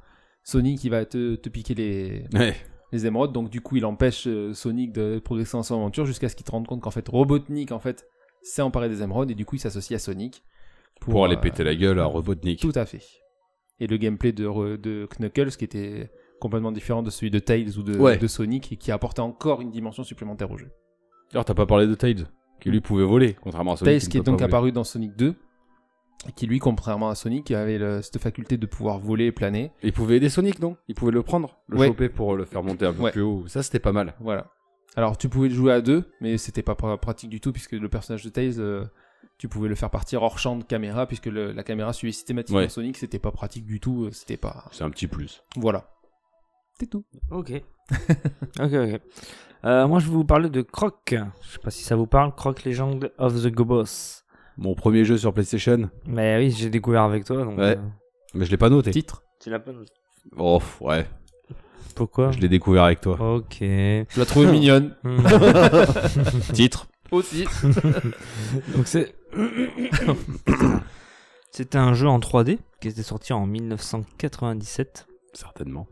Sonic, il va te, te piquer les,
Ouais.
les émeraudes, donc du coup, il empêche euh, Sonic de progresser dans son aventure jusqu'à ce qu'il te rende compte qu'en fait, Robotnik, en fait, s'est emparé des émeraudes, et du coup, il s'associe à Sonic
(laughs) Pour, aller
euh,
péter la gueule à Robotnik.
Tout à fait. Et le gameplay de, re- de Knuckles qui était complètement différent de celui de Tails ou de,
Ouais.
de Sonic et qui apportait encore une dimension supplémentaire au jeu.
D'ailleurs, t'as pas parlé de Tails, qui lui pouvait voler, contrairement à Sonic.
Tails qui est
ne peut
donc
pas voler.
apparu dans Sonic 2 et qui lui, contrairement à Sonic, avait le- cette faculté de pouvoir voler et planer.
Il pouvait aider Sonic, non Il pouvait le prendre, le
Ouais.
choper pour le faire monter un peu
Ouais.
plus haut. Ça, c'était pas mal.
Voilà. Alors tu pouvais le jouer à deux, mais c'était pas pra- pratique du tout puisque le personnage de Tails, euh, tu pouvais le faire partir hors champ de caméra puisque le- la caméra suivait systématiquement
Ouais.
Sonic, c'était pas pratique du tout, euh, c'était pas...
C'est un petit plus.
Voilà. C'est tout.
Ok. (laughs) ok, ok. Euh, moi, je vais vous parler de Croc. Je sais pas si ça vous parle, Croc Legend of the Gobos.
Mon premier jeu sur PlayStation,
Mais oui, j'ai découvert avec toi, donc.
Ouais.
euh,
mais je l'ai pas noté.
Titre
tu l'as pas noté.
Oh, pff, ouais,
Pourquoi
je l'ai découvert avec toi.
Ok.
(laughs)
Je la trouvais mignonne.
Hmm.
Titre
Aussi.
donc, c'est. (coughs) C'était un jeu en 3D qui était sorti en 1997
Certainement.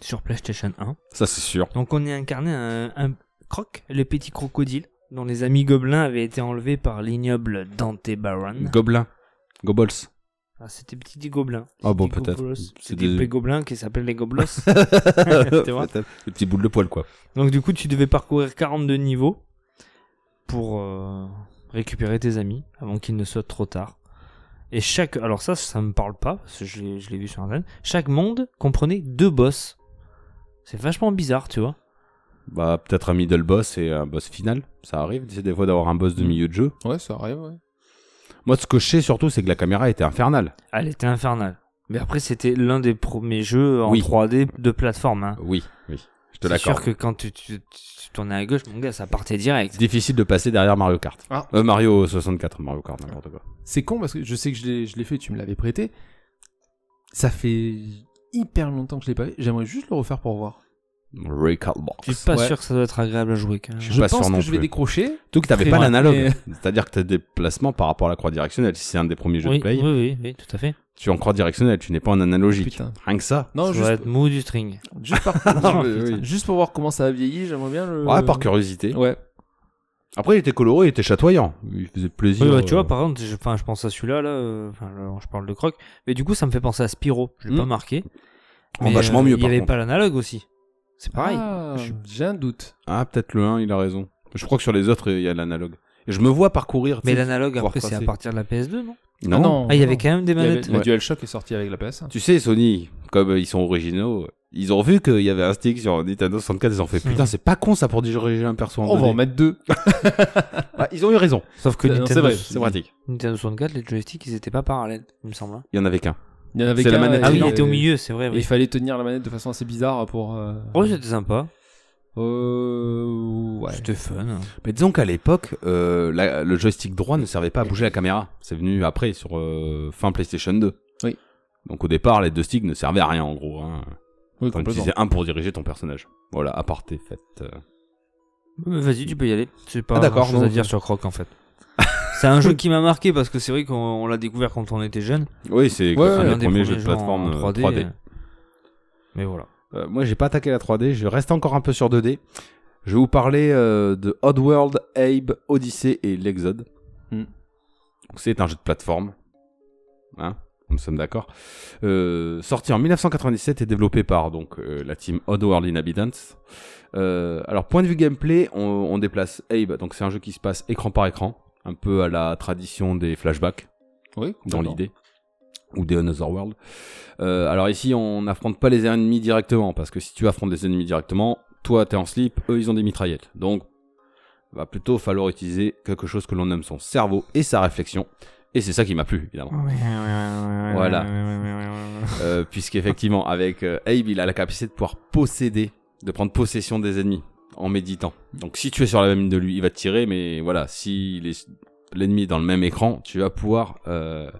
sur PlayStation 1.
Ça, c'est sûr.
Donc on y incarnait un, un croc, le petit crocodile, dont les amis gobelins avaient été enlevés par l'ignoble Dante Baron.
Gobelin. Gobols.
Ah, c'était petit des gobelins.
Ah bon,
Des
peut-être.
gobelos.
C'est
C'est des
des-
petits gobelins (laughs) qui s'appellent
(laughs)
les gobelos. Tu vois
Des petites boules de poil, quoi.
Donc du coup, tu devais parcourir 42 niveaux pour euh, récupérer tes amis avant qu'il ne soit trop tard. Et chaque... Alors ça, ça me parle pas, parce que je l'ai je l'ai vu sur Internet. Chaque monde comprenait deux boss. C'est vachement bizarre, tu vois.
Bah, peut-être un middle boss et un boss final. Ça arrive, c'est des fois d'avoir un boss de milieu de jeu.
Ouais, ça arrive, ouais.
Moi, ce que je sais surtout, c'est que la caméra était infernale.
Ah, Elle était infernale. Mais après, c'était l'un des premiers jeux en
Oui.
3D de plateforme. Hein.
Oui, oui. Je te
C'est
l'accorde.
sûr que quand tu, tu, tu tournais à gauche, mon gars, ça partait direct.
C'est difficile de passer derrière Mario Kart.
Ah.
Euh, Mario 64, Mario Kart, n'importe quoi.
C'est con parce que je sais que je l'ai, je l'ai fait, tu me l'avais prêté. Ça fait hyper longtemps que je l'ai pas fait. J'aimerais juste le refaire pour voir.
Ray Box.
Je suis pas
Ouais.
sûr que ça doit être agréable à jouer. Quand même.
Je suis
Je
pas
pense
sûr non
que je vais
plus.
décrocher.
Tout que t'avais
Très
pas
loin,
l'analogue.
mais-
C'est-à-dire que t'as des placements par rapport à la croix directionnelle. Si c'est un des premiers jeux
oui,
de play,
oui, oui, oui, tout à fait.
tu es en croix directionnelle, tu n'es pas en analogique.
Putain.
Rien que ça.
Non,
ça
juste,
doit être mou du string.
juste,
(laughs)
par...
oui.
juste pour voir comment ça a vieilli, j'aimerais bien le.
Euh,
Ouais, par curiosité.
Ouais.
Après, il était coloré, il était chatoyant. Il faisait plaisir.
Oui, bah, tu
euh,
vois, par contre, je, enfin, je pense à celui-là, là, euh, enfin, là, je parle de Croc, mais du coup, ça me fait penser à Spyro. Je l'ai
Hmm.
pas marqué.
En
Mais,
Oh,
euh,
vachement mieux,
Il y
par
avait
contre.
pas l'analogue aussi. C'est pareil.
Ah,
Je-
J'ai un doute.
Ah, peut-être le 1, il a raison. Je crois que sur les autres, il y a l'analogue. Et je me vois parcourir. tu
mais
sais,
l'analogue,
pouvoir
après, c'est à
tracer.
partir de la PS2, non
Non.
Ah non.
Ah, il y avait
non.
quand même des
Il y avait-
manettes.
La
Ouais.
DualShock est sortie avec la PS. hein.
Tu sais, Sony, comme euh, ils sont originaux, ils ont vu qu'il y avait un stick sur Nintendo 64. Ils ont fait putain, c'est pas con ça pour diriger un perso en
Hmm. On va
2D.
en mettre deux.
Ah, ils ont eu raison.
Sauf que
Non,
Nintendo,
c'est vrai.
C'est pratique.
Nintendo 64, les joysticks, ils étaient pas parallèles, il me semble. hein.
Il y en avait qu'un.
Il y en avait
C'est la
qu'un
manette. euh,
et-
Ah oui, il était au milieu, c'est vrai.
et Euh, Il fallait tenir la manette de façon assez bizarre pour. euh,
Oh, c'était sympa.
euh, Ouais.
C'était fun.
Mais disons qu'à l'époque, euh, la- le joystick droit ne servait pas à bouger la caméra. C'est venu après, sur euh, fin PlayStation 2.
Oui.
Donc au départ, les deux sticks ne servaient à rien en gros. Hein.
Oui,
T'en
complètement.
utilisais un pour diriger ton personnage. Voilà, aparté fait. euh.
Mais Vas-y, tu peux y aller. C'est pas
Ah, d'accord,
grand-chose
non,
à dire sur Croc en fait. (laughs) c'est un jeu qui m'a marqué parce que c'est vrai qu'on on l'a découvert quand on était jeune.
Oui, c'est
Ouais,
un
l'un
des
des
premiers jeux de
en-
plateforme
en
euh,
3D.
3D.
Mais voilà.
Euh, moi, j'ai pas attaqué la 3D, je reste encore un peu sur 2D. Je vais vous parler euh, de Oddworld, Abe, Odyssey et l'Exode.
Hmm.
Donc, C'est un jeu de plateforme. Hein Nous sommes d'accord. Euh, sorti en 1997 et développé par donc euh, la team Oddworld Inhabitants. Euh, alors, point de vue gameplay, on, on déplace Abe. Donc, c'est un jeu qui se passe écran par écran, un peu à la tradition des flashbacks
Oui,
dans l'idée. Ou des Another World. Euh, alors ici, on n'affronte pas les ennemis directement, parce que si tu affrontes les ennemis directement, toi t'es en slip, eux ils ont des mitraillettes. Donc, va plutôt falloir utiliser quelque chose que l'on nomme son cerveau et sa réflexion. Et c'est ça qui m'a plu, évidemment. Voilà. Euh, Puisqu'effectivement, avec euh, Abe, il a la capacité de pouvoir posséder, de prendre possession des ennemis en méditant. Donc si tu es sur la même ligne de lui, il va te tirer, mais voilà, si les- l'ennemi est dans le même écran, tu vas pouvoir euh,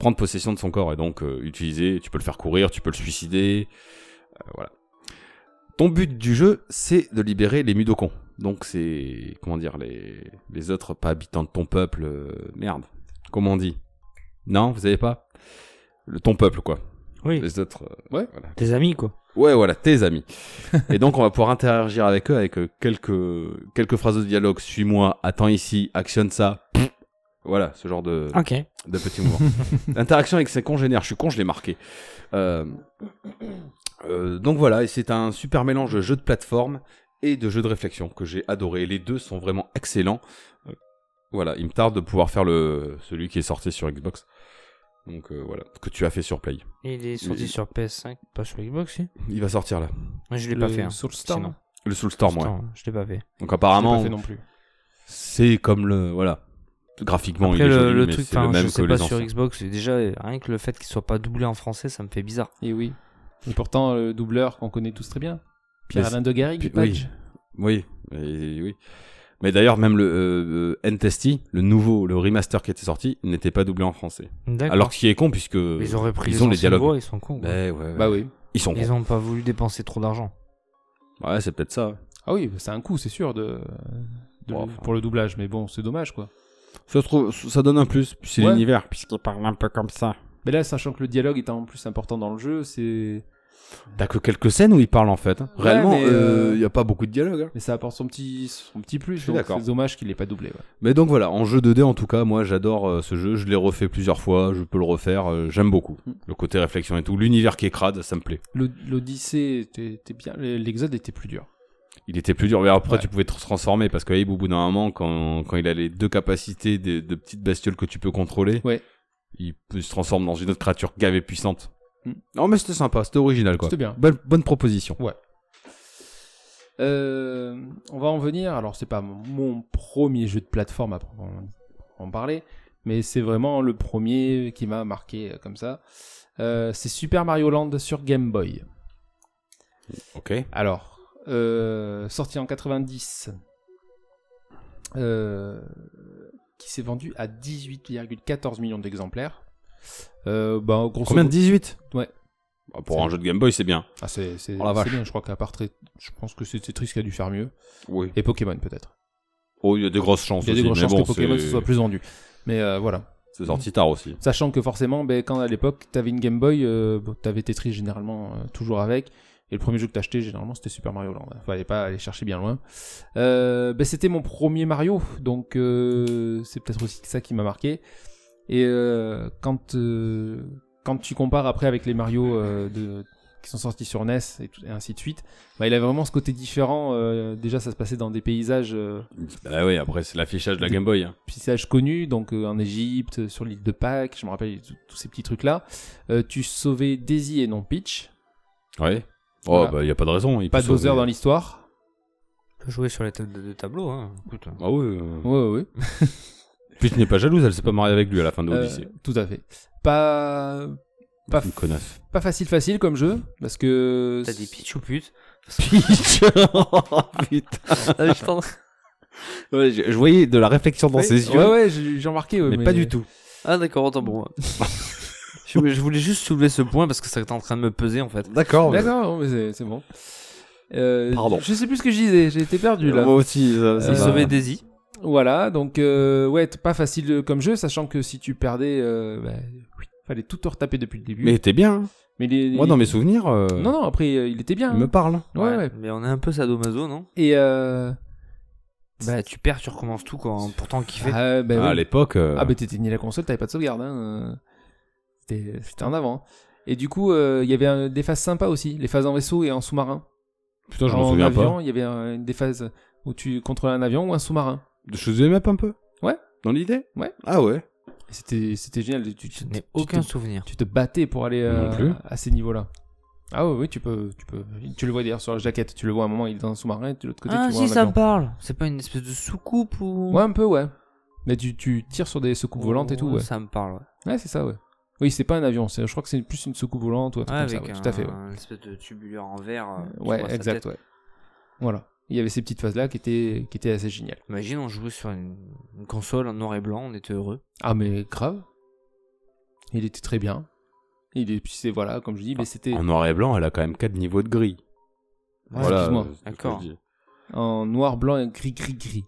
prendre possession de son corps et donc euh, utiliser, tu peux le faire courir, tu peux le suicider, euh, voilà. Ton but du jeu, c'est de libérer les mudokons. Donc c'est, comment dire, les, les autres pas habitants de ton peuple, euh, merde, comment on dit Non, vous savez pas le, Ton peuple, quoi.
Oui.
Les autres... euh,
Ouais.
voilà.
Tes amis quoi.
Ouais, voilà, tes amis. et donc, on va pouvoir interagir avec eux avec euh, quelques, quelques phrases de dialogue. Suis-moi, attends ici, actionne ça. Pff. Voilà, ce genre de,
Ok.
de petits mouvements. L'interaction avec ses congénères, je suis con, je l'ai marqué. Euh, euh, donc voilà, et c'est un super mélange de jeu de plateforme et de jeu de réflexion que j'ai adoré. Les deux sont vraiment excellents. Euh, Voilà, il me tarde de pouvoir faire le celui qui est sorti sur Xbox. Donc euh, voilà, que tu as fait sur Play.
Il est sorti
sorti
sur PS5, pas sur Xbox. Si
Il va sortir là.
Moi je l'ai pas fait. hein.
Soulstorm
Sinon.
Le Soulstorm, ouais.
Attends, Je l'ai pas fait.
Donc
Je l'ai
apparemment,
pas fait non plus.
c'est comme le voilà graphiquement
Après
il est
le,
joli,
le
mais
truc,
c'est le
enfin,
même
je sais
que
pas
les
sur
anciens.
Xbox. et Déjà rien que le fait qu'il soit pas doublé en français, ça me fait bizarre.
Et Eh oui. Et pourtant, le doubleur qu'on connaît tous très bien,
Mais
Pierre-Alain de Garrigue,
Puis-
Patch.
oui mais- oui mais d'ailleurs même le euh, euh, N-Testy, le nouveau le remaster qui était sorti n'était pas doublé en français
D'accord.
alors ce qui est con puisque
ils auraient pris
ils
les
ont les
anciennes
dialogues.
voix, ils sont cons. quoi.
Ben ouais, ouais.
Bah oui.
ils sont
Ils ont pas voulu dépenser trop d'argent.
cons. ouais c'est peut-être ça ouais.
Ah oui, c'est un coup, c'est sûr, de, de-
Bon, enfin.
pour le doublage. Mais bon, c'est dommage, quoi.
ça, se trouve- ça donne un plus puis c'est
Ouais.
l'univers puisqu'il parle un peu comme ça
Mais là, sachant que le dialogue est en plus important dans le jeu, c'est.
t'as que quelques scènes où il parle en fait hein.
Ouais,
réellement
mais,
il
euh,
y a pas beaucoup de dialogue hein.
Mais ça apporte son petit, son petit plus.
Je suis
donc
d'accord.
C'est dommage qu'il l'ait pas doublé. ouais.
mais donc voilà en jeu 2D en tout cas moi j'adore euh, ce jeu je l'ai refait plusieurs fois je peux le refaire euh, j'aime beaucoup
Mm.
le côté réflexion et tout l'univers qui est crade ça me plaît
L'O- L'Odyssée était, était bien. L'Exode était plus dur.
Il était plus dur, mais après
Ouais.
tu pouvais te transformer parce que Abe, au bout d'un moment, quand, quand il a les deux capacités de, de petites bestioles que tu peux contrôler,
Ouais.
il peut- se transforme dans une autre créature gavée puissante.
Hmm.
Non, mais c'était sympa, c'était original quoi.
C'était bien.
Bonne, bonne proposition.
Euh, on va en venir. Alors, c'est pas mon premier jeu de plateforme à proprement- en parler, mais c'est vraiment le premier qui m'a marqué euh, comme ça. Euh, c'est Super Mario Land sur Game Boy.
Ok.
Alors, euh, sorti en 90, euh, qui s'est vendu à 18,14 millions d'exemplaires. Euh, ben, grosso
Combien de 18
Ouais.
Bah, pour un jeu de Game Boy, c'est bien.
Ah, c'est c'est-
Oh la
c'est
vache.
bien, je crois qu'à part très- je pense que c'est Tetris qui a dû faire mieux.
Oui.
Et Pokémon peut-être.
Oh, il y a des grosses chances.
Il y a des
aussi,
grosses
mais
chances
bon,
que Pokémon
c'est-
se soit plus vendu. Mais euh, voilà.
C'est sorti tard aussi.
Sachant que forcément, ben, quand à l'époque, t'avais une Game Boy, euh, bon, t'avais Tetris généralement euh, toujours avec. Et le premier jeu que t'achetais généralement c'était Super Mario Land. Fallait pas aller chercher bien loin. Euh, ben, c'était mon premier Mario, donc euh, c'est peut-être aussi ça qui m'a marqué. Et euh, quand euh, quand tu compares après avec les Mario euh, de, qui sont sortis sur NES et, tout- et ainsi de suite, bah, il a vraiment ce côté différent. euh, déjà, ça se passait dans des paysages euh,
Bah oui, après c'est l'affichage de la Game Boy. hein.
paysages connus, donc euh, en Égypte, euh, sur l'île de Pâques, je me rappelle tout- tous ces petits trucs-là. Euh, tu sauvais Daisy et non Peach.
Ouais. Oh,
Voilà.
bah il y a pas de raison. il
Pas
peut
de Bowser
sauver.
dans l'histoire.
On peut jouer sur les tables de, de tableau. Hein. Écoute,
Ah oui. euh.
Ouais, ouais, ouais.
Puis tu n'es pas jalouse, elle s'est pas mariée avec lui à la fin de
Euh,
Odyssey.
tout à fait. Pas, pas,
Une connasse.
pas facile, facile comme jeu, parce que.
t'as des pitch ou putes.
Peach (laughs) Putain
Ah, je pense.
Ouais, je, je voyais de la réflexion dans
Ouais,
ses yeux,
Ouais, ouais, j'ai j'ai remarqué. ouais,
mais, pas du tout.
Ah d'accord, autant (laughs) pour moi. je, je voulais juste soulever ce point parce que ça était en train de me peser en fait.
D'accord.
D'accord, non, mais c'est c'est bon. Euh,
Oh, Pardon.
Je sais plus ce que je disais, j'ai été perdu là.
Moi aussi, ça, ça
Euh,
va.
Sauver Daisy.
Voilà, donc euh, ouais, t- pas facile euh, comme jeu, sachant que si tu perdais, euh, bah, oui, fallait tout te retaper depuis le début.
Mais t'es bien. hein.
Mais les-
Moi, dans mes souvenirs, euh,
Non, non, après, euh, il était bien.
il me
hein.
parle.
Ouais, ouais.
Mais on est un peu sadomaso, non
Et euh...
Bah, tu perds, tu recommences tout, quoi. hein. Pourtant, kiffer.
ah, bah,
Ah,
oui.
À l'époque, euh,
Ah, bah t'étais ni la console, t'avais pas de sauvegarde. Hein. euh, C'était c'était en avant. hein. Et du coup, euh, il y avait euh, des phases sympas aussi, les phases en vaisseau et en sous-marin.
putain, je
en
m'en souviens
avion,
pas.
il y avait euh, des phases où tu contrôlais un avion ou un sous-marin.
Je faisais map un peu.
Ouais.
Dans l'idée.
Ouais.
Ah ouais.
Et C'était c'était génial. Tu, tu-
Je n'ai
tu-
aucun
tu te-
souvenir.
tu te battais pour aller
Non
euh,
plus.
à ces niveaux-là. Ah oui, oui, tu peux, tu peux. Tu le vois d'ailleurs sur la jaquette. Tu le vois à un moment, il est dans un sous-marin, et de l'autre côté,
Ah,
tu vois
si,
un
ça
avion.
me parle. C'est pas une espèce de soucoupe ou.
Ouais, un peu, ouais. Mais tu, tu tires sur des soucoupes volantes et tout, ouais.
Ça me parle, ouais.
Ouais, c'est ça, ouais. Oui, c'est pas un avion, c'est- je crois que c'est plus une soucoupe volante ou un truc
Ouais,
comme ça, ouais,
un,
tout à fait, ouais.
un espèce de tubulaire en verre. euh, qui voit
Ouais,
sa
exact,
tête.
ouais. Voilà. Il y avait ces petites phases-là qui étaient, qui étaient assez géniales.
Imagine, on jouait sur une, une console en noir et blanc, on était heureux.
Ah, mais grave. Il était très bien. Il est, puis c'est, voilà, comme je dis, mais c'était
En noir et blanc, elle a quand même 4 niveaux de gris.
Ouais,
voilà.
excuse-moi.
euh, c'est ce que
D'accord.
je dis.
en noir, blanc et gris, gris, gris.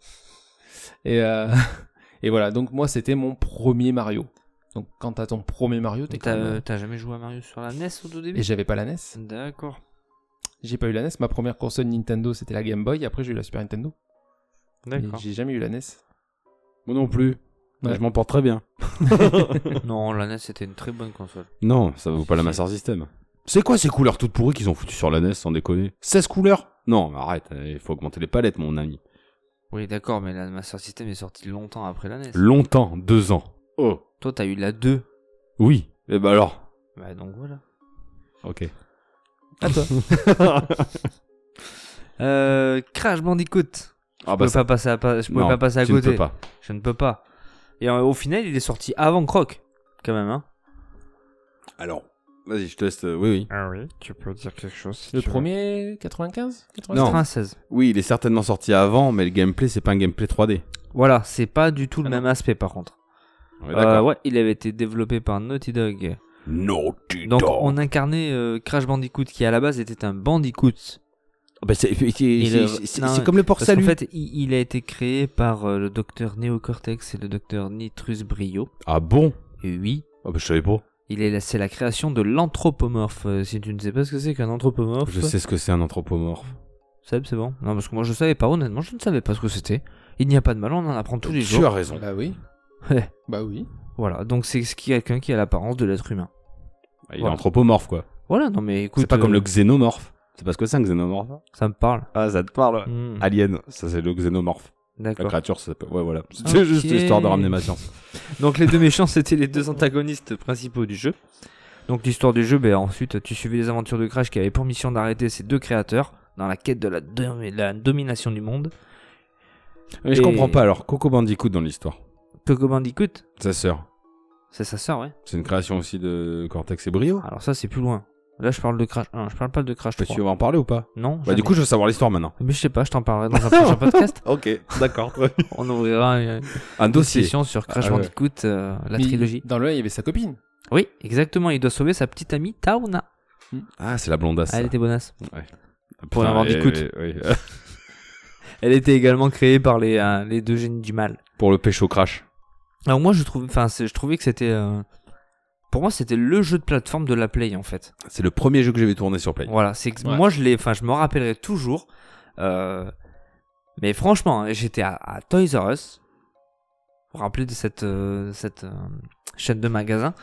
Et, euh, (laughs) et voilà, donc moi, c'était mon premier Mario. Donc quand t'as ton premier Mario, t'es
Mais
quand
T'as
même...
euh, t'as jamais joué à Mario sur la NES au tout
Et
début
j'avais pas la E NES. (laughs)
D'accord.
J'ai pas eu la NES. Ma première console Nintendo, c'était la Game Boy. Après, j'ai eu la Super Nintendo. Mais
D'accord.
J'ai jamais eu la E NES.
Moi non plus.
Ouais.
Je m'en porte très bien.
non, la NES c'était une très bonne console.
Non, ça vaut pas la Master System. C'est quoi ces couleurs toutes pourries qu'ils ont foutues sur la NES, sans déconner 16 couleurs Non, mais arrête, euh, il faut augmenter les palettes, mon ami.
Oui, d'accord, mais la Master System est sortie longtemps après la NES.
Longtemps, deux ans. Oh,
Toi, t'as eu la 2.
oui. Et bah alors Ah
Bah, donc voilà.
Ok.
À toi.
Euh, Crash Bandicoot.
Ah
Je pouvais pas passer à, pas- je pouvais
non,
pas passer à
tu
côté.
ne peux pas.
Je ne peux pas. Et euh, au final, il est sorti avant Croc, quand même. Hein.
Alors, vas-y, je te laisse. euh, oui, oui.
Ah oui, tu peux dire quelque chose.
Le premier, 95
Non.
96.
Oui, il est certainement sorti avant, mais le gameplay, c'est pas un gameplay 3D.
Voilà, c'est pas du tout le
Ah
même aspect par contre.
Ouais,
Euh,
d'accord.
ouais, il avait été développé par Naughty Dog.
Naughty
Donc
Dog.
on incarnait euh, Crash Bandicoot qui à la base était un bandicoot.
Bah, c'est c'est-
Et
c'est-
le-
c'est-
non,
c'est comme le port
Parce qu'en
salut.
fait, il, il a été créé par euh, le docteur Neocortex et le docteur Nitrus Brio.
Ah bon
Et oui,
Ah bah, je savais pas.
il est la- c'est la création de l'anthropomorphe. Euh, Si tu ne sais pas ce que c'est qu'un anthropomorphe,
Je sais ce que c'est un anthropomorphe.
Seb, c'est bon. Non, parce que moi je savais pas, honnêtement, je ne savais pas ce que c'était. Il n'y a pas de mal, on en apprend tous les
tu as
jours.
raison. (laughs)
Bah oui.
Ouais.
Bah oui.
Voilà, donc c'est ce qui- quelqu'un qui a l'apparence de l'être humain.
Ah, Il est
Voilà.
anthropomorphe, quoi.
Voilà, non mais écoute,
C'est pas comme
euh,
le xénomorphe. C'est parce que c'est un xénomorphe.
ça me parle.
Ah, ça te parle
Hmm,
Alien, ça c'est le xénomorphe. La
D'accord.
créature, ça peut... Ouais, voilà. C'était juste
Ok.
histoire de ramener ma science.
Donc les deux méchants, c'était les deux antagonistes principaux du jeu. Donc l'histoire du jeu, ben, ensuite tu suivais les aventures de Crash qui avait pour mission d'arrêter ces deux créateurs dans la quête de la, dom- la domination du monde.
Mais je
Et-
comprends pas, alors, Coco Bandicoot dans l'histoire.
Coco Bandicoot,
Sa sœur.
c'est sa sœur, ouais.
C'est une création aussi de Cortex et Brio.
Alors ça c'est plus loin. Là je parle de Crash 1, je parle pas de Crash
Mais
3.
tu vas en parler ou pas
Non
Bah,
jamais.
du coup, je veux savoir l'histoire maintenant.
Mais je sais pas, je t'en parlerai (laughs) dans un prochain podcast.
Ok, d'accord.
On ouvrira une,
un
une
dossier.
session sur Crash
Ah ouais.
Bandicoot, euh, la
Mais
trilogie.
Dans le 1, il y avait sa copine.
Oui, exactement, il doit sauver sa petite amie Tauna.
Ah, c'est la blondasse.
Ah, elle était bonasse. pour
Putain,
un Bandicoot.
eh, eh, oui. (laughs)
Elle était également créée par les, euh, les deux génies du mal.
pour le pécho crash.
Alors moi je trouve, enfin c'est- je trouvais que c'était, euh, pour moi c'était le jeu de plateforme de la Play en fait.
C'est le premier jeu que j'avais tourné sur Play.
Voilà, c'est que
Ouais.
moi je l'ai, enfin je m'en rappellerai toujours. euh, mais franchement, hein, j'étais à, à Toys R Us. Vous vous rappelez de cette euh, cette euh, chaîne de magasins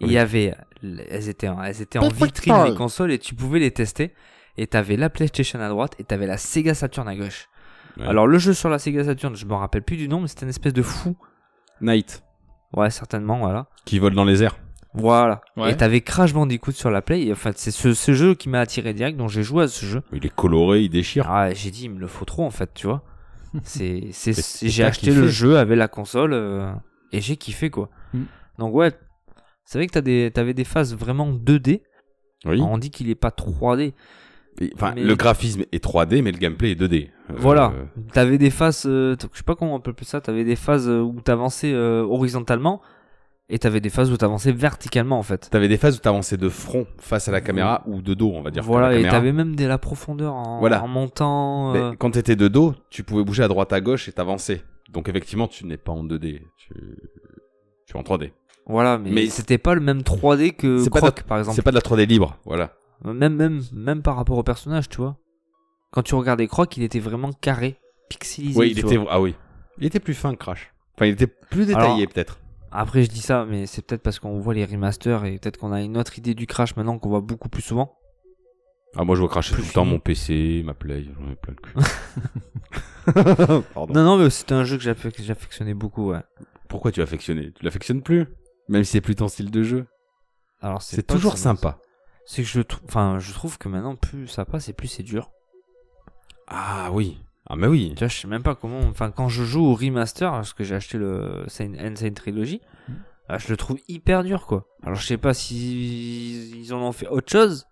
Il
Oui.
y avait, elles étaient en, elles étaient en
Perfect
vitrine
Toy.
les consoles et tu pouvais les tester. Et t'avais la PlayStation à droite et t'avais la Sega Saturn à gauche.
Ouais.
Alors le jeu sur la Sega Saturn, je me rappelle plus du nom, mais c'était une espèce de fou.
Knight,
Ouais, certainement, voilà.
qui vole dans les airs.
Voilà.
Ouais.
Et t'avais Crash Bandicoot sur la Play. Et en fait, c'est ce, ce jeu qui m'a attiré direct, donc j'ai joué à ce jeu.
Il est coloré, il déchire.
Ah, et j'ai dit, il me le faut trop, en fait,
(laughs)
tu vois. C'est, c'est,
Mais
c'est-
t'as
j'ai acheté
kiffé.
le jeu avec la console euh, et j'ai kiffé, quoi.
Mm.
Donc, ouais, c'est vrai que t'as des, t'avais des phases vraiment 2D.
Oui.
Alors, on dit qu'il est pas 3D.
Et- Enfin,
Ah, mais-
le graphisme est 3D, mais le gameplay est 2D. Euh,
Voilà.
euh,
T'avais des phases, euh, t- je sais pas comment on peut appeler ça, t'avais des phases euh, où t'avançais euh, horizontalement Et t'avais des phases où t'avançais verticalement en fait.
T'avais des phases où t'avançais de front face à la caméra ou de dos, on va dire.
voilà,
la
et
caméra.
t'avais même de la profondeur en,
Voilà.
en montant. euh,
Mais quand t'étais de dos, tu pouvais bouger à droite, à gauche et t'avancer. Donc effectivement, tu n'es pas en 2D, tu, tu es en 3D.
Voilà, mais,
mais-
c'était pas le même 3D que
C'est pas
Croc par exemple.
C'est pas de la 3D libre, voilà.
Même, même, même par rapport au personnage, tu vois. Quand tu regardais Croc, il était vraiment carré, pixelisé.
Oui, il
tu
était
vois.
ah oui. Il était plus fin que Crash. Enfin, il était plus détaillé
Alors-
peut-être.
Après, je dis ça, mais c'est peut-être parce qu'on voit les remasters et peut-être qu'on a une autre idée du Crash maintenant qu'on voit beaucoup plus souvent.
Ah moi je vois cracher tout
Plus
le temps
fini.
mon PC, ma Play, j'en ai plein le cul. (laughs) Pardon.
Non, non, mais c'était un jeu que j'affec- j'affectionnais beaucoup, ouais.
Pourquoi tu affectionnes Tu l'affectionnes plus Même si c'est plus ton style de jeu.
Alors,
C'est
pas que
toujours
ça me-
sympa.
C'est que je trouve, enfin, je trouve que maintenant, plus ça passe et plus c'est dur.
Ah oui. Ah mais oui.
Tu vois, je sais même pas comment. Enfin, quand je joue au remaster, parce que j'ai acheté le Saint- Insane Trilogy,
Hmm.
ah, je le trouve hyper dur, quoi. Alors, je sais pas si ils en ont fait autre chose,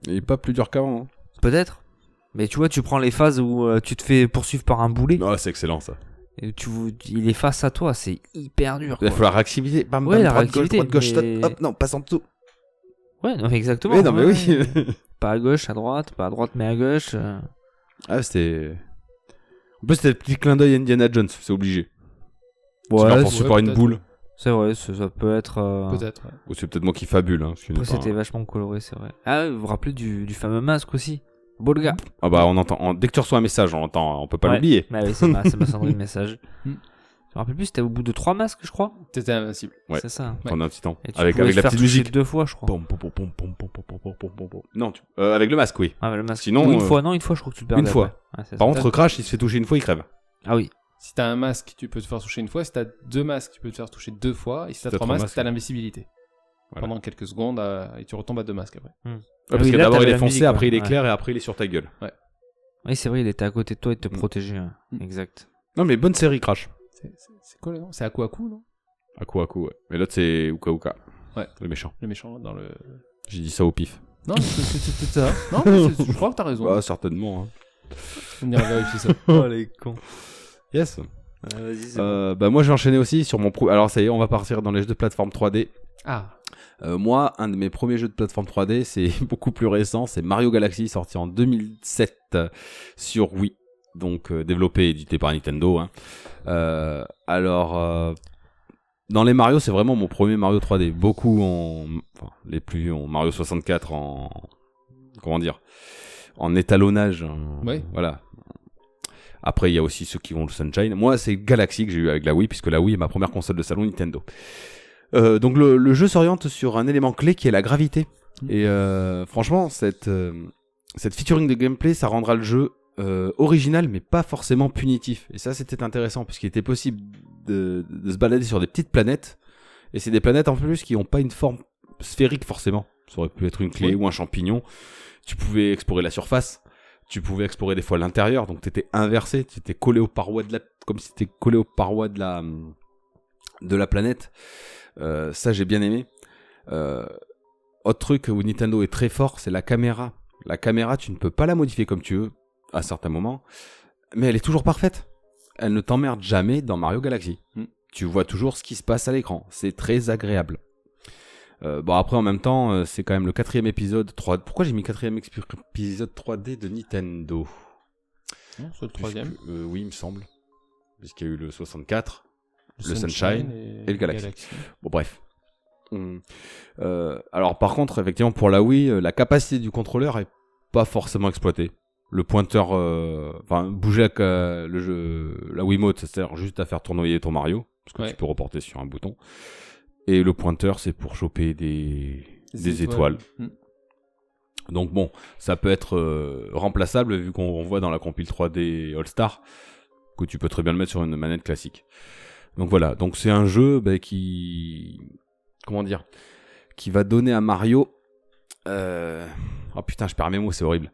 (laughs) Il est pas plus dur qu'avant. hein.
peut-être. Mais tu vois, tu prends les phases où euh, tu te fais poursuivre par un boulet,
Non, Ah, c'est excellent ça.
et tu, il est face à toi, c'est hyper dur.
Il va
quoi.
falloir réactivité. Bam,
Ouais,
bam,
la
droite, gauche,
réactivité,
droite, gauche,
mais-
hop, non, passe en dessous.
Ouais, non, mais exactement.
Oui, non mais
ouais,
oui.
ouais. Pas à gauche, à droite, pas à droite, mais à gauche. euh.
(laughs) ah c'était. En plus c'était le petit clin d'œil Indiana Jones, c'est obligé. Ouais, tu
Ouais,
l'enfonces par une
peut-être.
boule.
C'est vrai, ça, ça peut être.
Ah.
euh,
Peut-être. ouais.
Ou c'est peut-être moi qui fabule. Hein, parce que je n'ai
Après,
pas un-
c'était vachement coloré, c'est vrai. Ah, ouais, vous vous rappelez du, du fameux masque aussi Bolga.
Ah bah on entend. on- Dès que tu reçois un message, on entend. On peut pas
Ouais.
l'oublier.
Mais oui, ça m'a
(laughs)
ça m'a semblé le message. Je
Mm.
Hmm.
me rappelle plus, c'était au bout de trois masques, je crois.
T'étais invincible.
Ouais.
C'est ça.
Pendant un petit temps.
Et tu
Avec,
pouvais
avec
te
la
faire
petite
toucher
musique.
deux fois, je crois.
Pom, pom, pom, pom, pom, pom, pom, pom, pom, pom, pom. Non, tu- euh, avec le masque, oui.
Ah, mais le masque.
Sinon,
Ou une
euh,
fois, non, une fois, je crois que tu le perds.
une fois. Par contre,
Peut-être.
Crash, il se fait toucher une fois, il crève.
Ah oui.
Si t'as un masque, tu peux te faire toucher une fois. Si t'as deux masques, tu peux te faire toucher deux fois. Et si t'as
t'as
trois
trois
masques,
masques,
t'as
ouais.
l'invisibilité.
Voilà.
Pendant quelques secondes, euh, et tu retombes à deux masques après.
Ouais, parce
Ah oui,
que
là,
d'abord
t'avais
il est
la
foncé,
musique,
après
ouais.
il éclaire et après il est sur ta gueule.
Oui, c'est vrai, il était à côté de toi et te
Hmm.
protégeait. ouais.
(laughs)
Hmm.
Exact.
Non mais bonne série Crash.
C'est- C'est c'est quoi le nom C'est Aku non
À coup à coup, ouais. Mais l'autre c'est Uka Uka.
Ouais.
Le méchant.
Le méchant dans le.
J'ai dit ça au pif.
Non, mais c'est c'est- c'est- c'est ça. Non, mais c'est- je crois que t'as raison.
Bah certainement. hein.
Faut venir
(laughs)
vérifier ça.
Oh, les cons.
Yes.
Vas-y,
Euh, bah moi je vais enchaîner aussi sur mon pro. Alors ça y est, on va partir dans les jeux de plateforme 3D.
Ah,
Euh, moi, un de mes premiers jeux de plateforme 3D, (laughs) c'est beaucoup plus récent, c'est Mario Galaxy, sorti en 2007 euh, sur Wii. Donc euh, développé et édité par Nintendo. hein. Euh, alors, euh, dans les Mario, c'est vraiment mon premier Mario 3D. Beaucoup ont, enfin, les plus vieux ont Mario 64 en, comment dire, en étalonnage. en-
Ouais.
Voilà. Après, il y a aussi ceux qui ont le Sunshine. Moi, c'est Galaxy que j'ai eu avec la Wii, puisque la Wii est ma première console de salon Nintendo. Euh, donc le, le jeu s'oriente sur un élément clé qui est la gravité. Et euh, franchement, cette, euh, cette featuring de gameplay, ça rendra le jeu euh, original, mais pas forcément punitif. Et ça, c'était intéressant, puisqu'il était possible de, de se balader sur des petites planètes. Et c'est des planètes en plus qui n'ont pas une forme sphérique forcément. Ça aurait pu être une clé ou un champignon. Tu pouvais explorer la surface. Tu pouvais explorer des fois l'intérieur. Donc t'étais inversé. T'étais collé aux parois de la, comme si t'étais collé aux parois de la, de la planète. Euh, ça, j'ai bien aimé. Euh, autre truc où Nintendo est très fort, c'est la caméra. La caméra, tu ne peux pas la modifier comme tu veux à certains moments, mais elle est toujours parfaite. Elle ne t'emmerde jamais dans Mario Galaxy. Tu vois toujours ce qui se passe à l'écran. C'est très agréable. Euh, bon après en même temps euh, c'est quand même le quatrième épisode 3 pourquoi j'ai mis quatrième expi- épisode 3D de Nintendo
non, c'est le troisième.
Puisque- euh, oui il me semble puisqu'il y a eu le 64 le Sunshine
et,
et le Galaxy. Bon, bref.
Hmm.
Hum. Euh, alors, par contre, effectivement, pour la Wii, euh, la capacité du contrôleur est pas forcément exploitée. Le pointeur, euh, enfin, bouger la, ca- le jeu, la Wiimote, ça sert juste à faire tournoyer ton Mario, parce que
Ouais.
tu peux reporter sur un bouton. Et le pointeur, c'est pour choper des,
Des
des
étoiles.
étoiles.
Hum.
Donc bon, ça peut être euh, remplaçable vu qu'on on voit dans la compile 3D All Star que tu peux très bien le mettre sur une manette classique. Donc voilà, donc c'est un jeu bah, qui comment dire qui va donner à Mario euh, oh putain je perds mes mots c'est horrible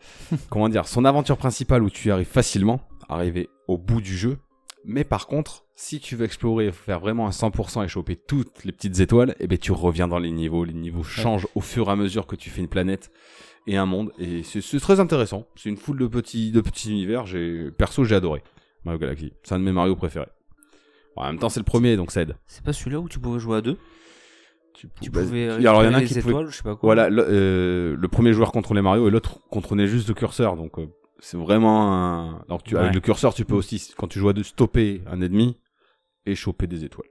comment dire son aventure principale où tu y arrives facilement arriver au bout du jeu mais par contre si tu veux explorer faire vraiment un 100% et choper toutes les petites étoiles et ben tu reviens dans les niveaux les niveaux changent au fur et à mesure que tu fais une planète et un monde et c'est c'est très intéressant c'est une foule de petits de petits univers j'ai perso j'ai adoré Mario Galaxy c'est un de mes Mario préférés Bon, en même temps, c'est le premier, donc ça aide.
C'est pas celui-là où tu pouvais jouer à deux Tu
Bah,
pouvais euh,
il y en a
récupérer
un
les
qui pouvait-
étoiles, je sais pas quoi.
Voilà, le, euh, le premier joueur contrôlait Mario et l'autre contrôlait juste le curseur. Donc euh, c'est vraiment un. Donc tu, avec
Ouais.
le curseur, tu peux aussi, quand tu joues à deux, stopper un ennemi et choper des étoiles.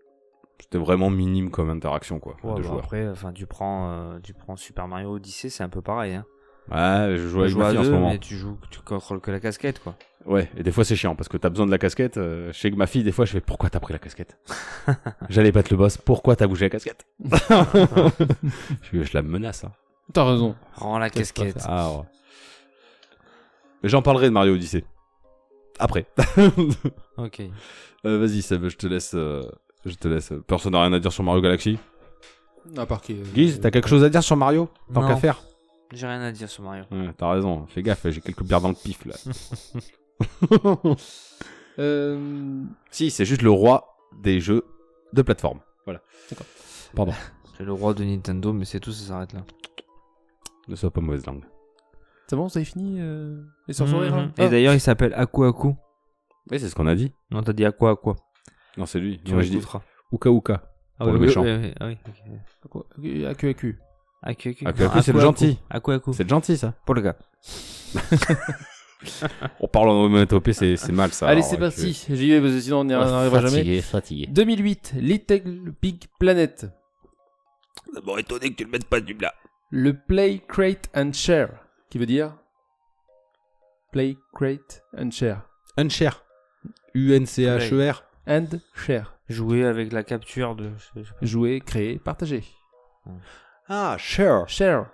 C'était vraiment minime comme interaction, quoi, de
Ouais, bah,
joueurs.
après, enfin, tu prends, euh, tu prends Super Mario Odyssey, c'est un peu pareil. Hein.
Ouais, je joue avec
Tu
ma
à
fille en ce
deux,
moment.
mais tu joues, tu contrôles que la casquette, quoi.
Ouais, et des fois c'est chiant parce que t'as besoin de la casquette. Euh, je sais que ma fille, des fois, je fais pourquoi t'as pris la casquette J'allais battre le boss, pourquoi t'as bougé la casquette je, je la menace. Hein.
T'as raison.
Rends la casquette.
Ah, ouais. Mais J'en parlerai de Mario Odyssey. Après. (laughs)
Ok.
Euh, Vas-y, Seb, je te laisse. euh, je te laisse. Personne n'a rien à dire sur Mario Galaxy.
À part qui euh,
Guise, t'as quelque chose à dire sur Mario Tant
Non.
qu'à faire
J'ai rien à dire sur Mario.
Ouais, T'as raison, fais gaffe, j'ai quelques bières dans le pif là.
(laughs) Euh,
si, c'est juste le roi des jeux de plateforme. Voilà. Pardon,
C'est le roi de Nintendo, mais c'est tout, ça s'arrête là.
ne sois pas mauvaise langue.
C'est bon, ça est fini euh, Les sorcières
hein.
Mhm.
Ah.
Et d'ailleurs, il s'appelle Aku Aku.
Oui, c'est ce qu'on a dit.
Non, t'as dit Aku Aku.
Non, c'est lui.
Tu
Moi, j'ai dit
réécouteras.
Ouka Ouka.
Ah
pour
oui,
le
oui,
méchant.
oui, oui, Ah oui, ok.
Ah, À queue à queue.
Aku Aku.
Aku
Non,
Aku, c'est le
Aku
gentil.
Aku Aku.
Ah, C'est gentil ça.
Pour le gars.
On parle en onomatopée, c'est c'est mal ça.
Allez,
Alors,
c'est
que-
parti. J'y vais parce que sinon on n'y arrivera jamais.
fatigué.
2008, Little Big Planet.
D'abord étonné que tu le mettes pas du là.
Le Play, Create and Share. Qui veut dire Play, Create and Share.
Unshare. U-N-C-H-E-R.
And Share.
Jouer avec la capture de. je- je-
Jouer, créer, partager.
Ah, share.
Share.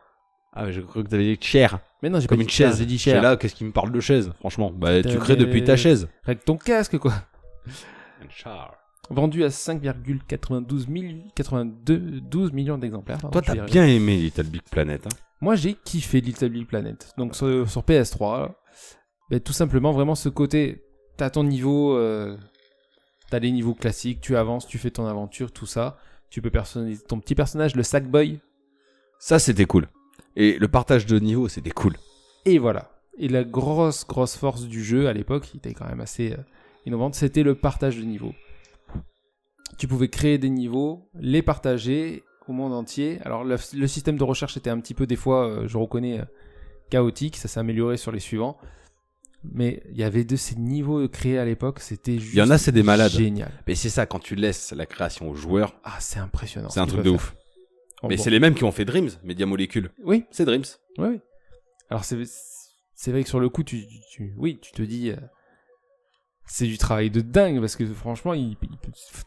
Ah, mais j'ai cru que t'avais dit share.
Mais non, j'ai
Comme
pas
une
dit share,
chaise.
J'ai dit
Et
share.
là, qu'est-ce qui me parle de chaise Franchement, bah, tu
Putain,
crées
mais-
depuis ta chaise.
Avec ton casque, quoi.
Unshare.
Vendu à 5,92 mille- 82 12 millions d'exemplaires. pardon,
Toi,
je vais y
t'as
arriver.
bien aimé Little Big Planet. hein.
Moi, j'ai kiffé Little Big Planet. Donc, sur, sur PS3, ben, tout simplement, vraiment ce côté, t'as ton niveau, euh, t'as les niveaux classiques, tu avances, tu fais ton aventure, tout ça. Tu peux personnaliser ton petit personnage, le Sackboy,
Ça, c'était cool. Et le partage de niveau, c'était cool.
et voilà. Et la grosse, grosse force du jeu à l'époque, qui était quand même assez euh, innovante, c'était le partage de niveaux. Tu pouvais créer des niveaux, les partager au monde entier. Alors le, le système de recherche était un petit peu des fois, euh, je reconnais, euh, chaotique, ça s'est amélioré sur les suivants. Mais il y avait de ces niveaux créés à l'époque, c'était juste
Il y en a, c'est des malades.
génial.
Mais c'est ça, quand tu laisses la création aux joueurs,
Ah, c'est impressionnant.
c'est
ce
un
qu'ils
truc de
peuvent
ouf.
faire.
Mais
Bon.
c'est les mêmes qui ont fait Dreams, Media Molecule.
Oui,
C'est Dreams.
Oui, oui. Alors c'est c'est vrai que sur le coup, tu, tu- tu- oui, tu te dis, euh, c'est du travail de dingue parce que franchement, il- il-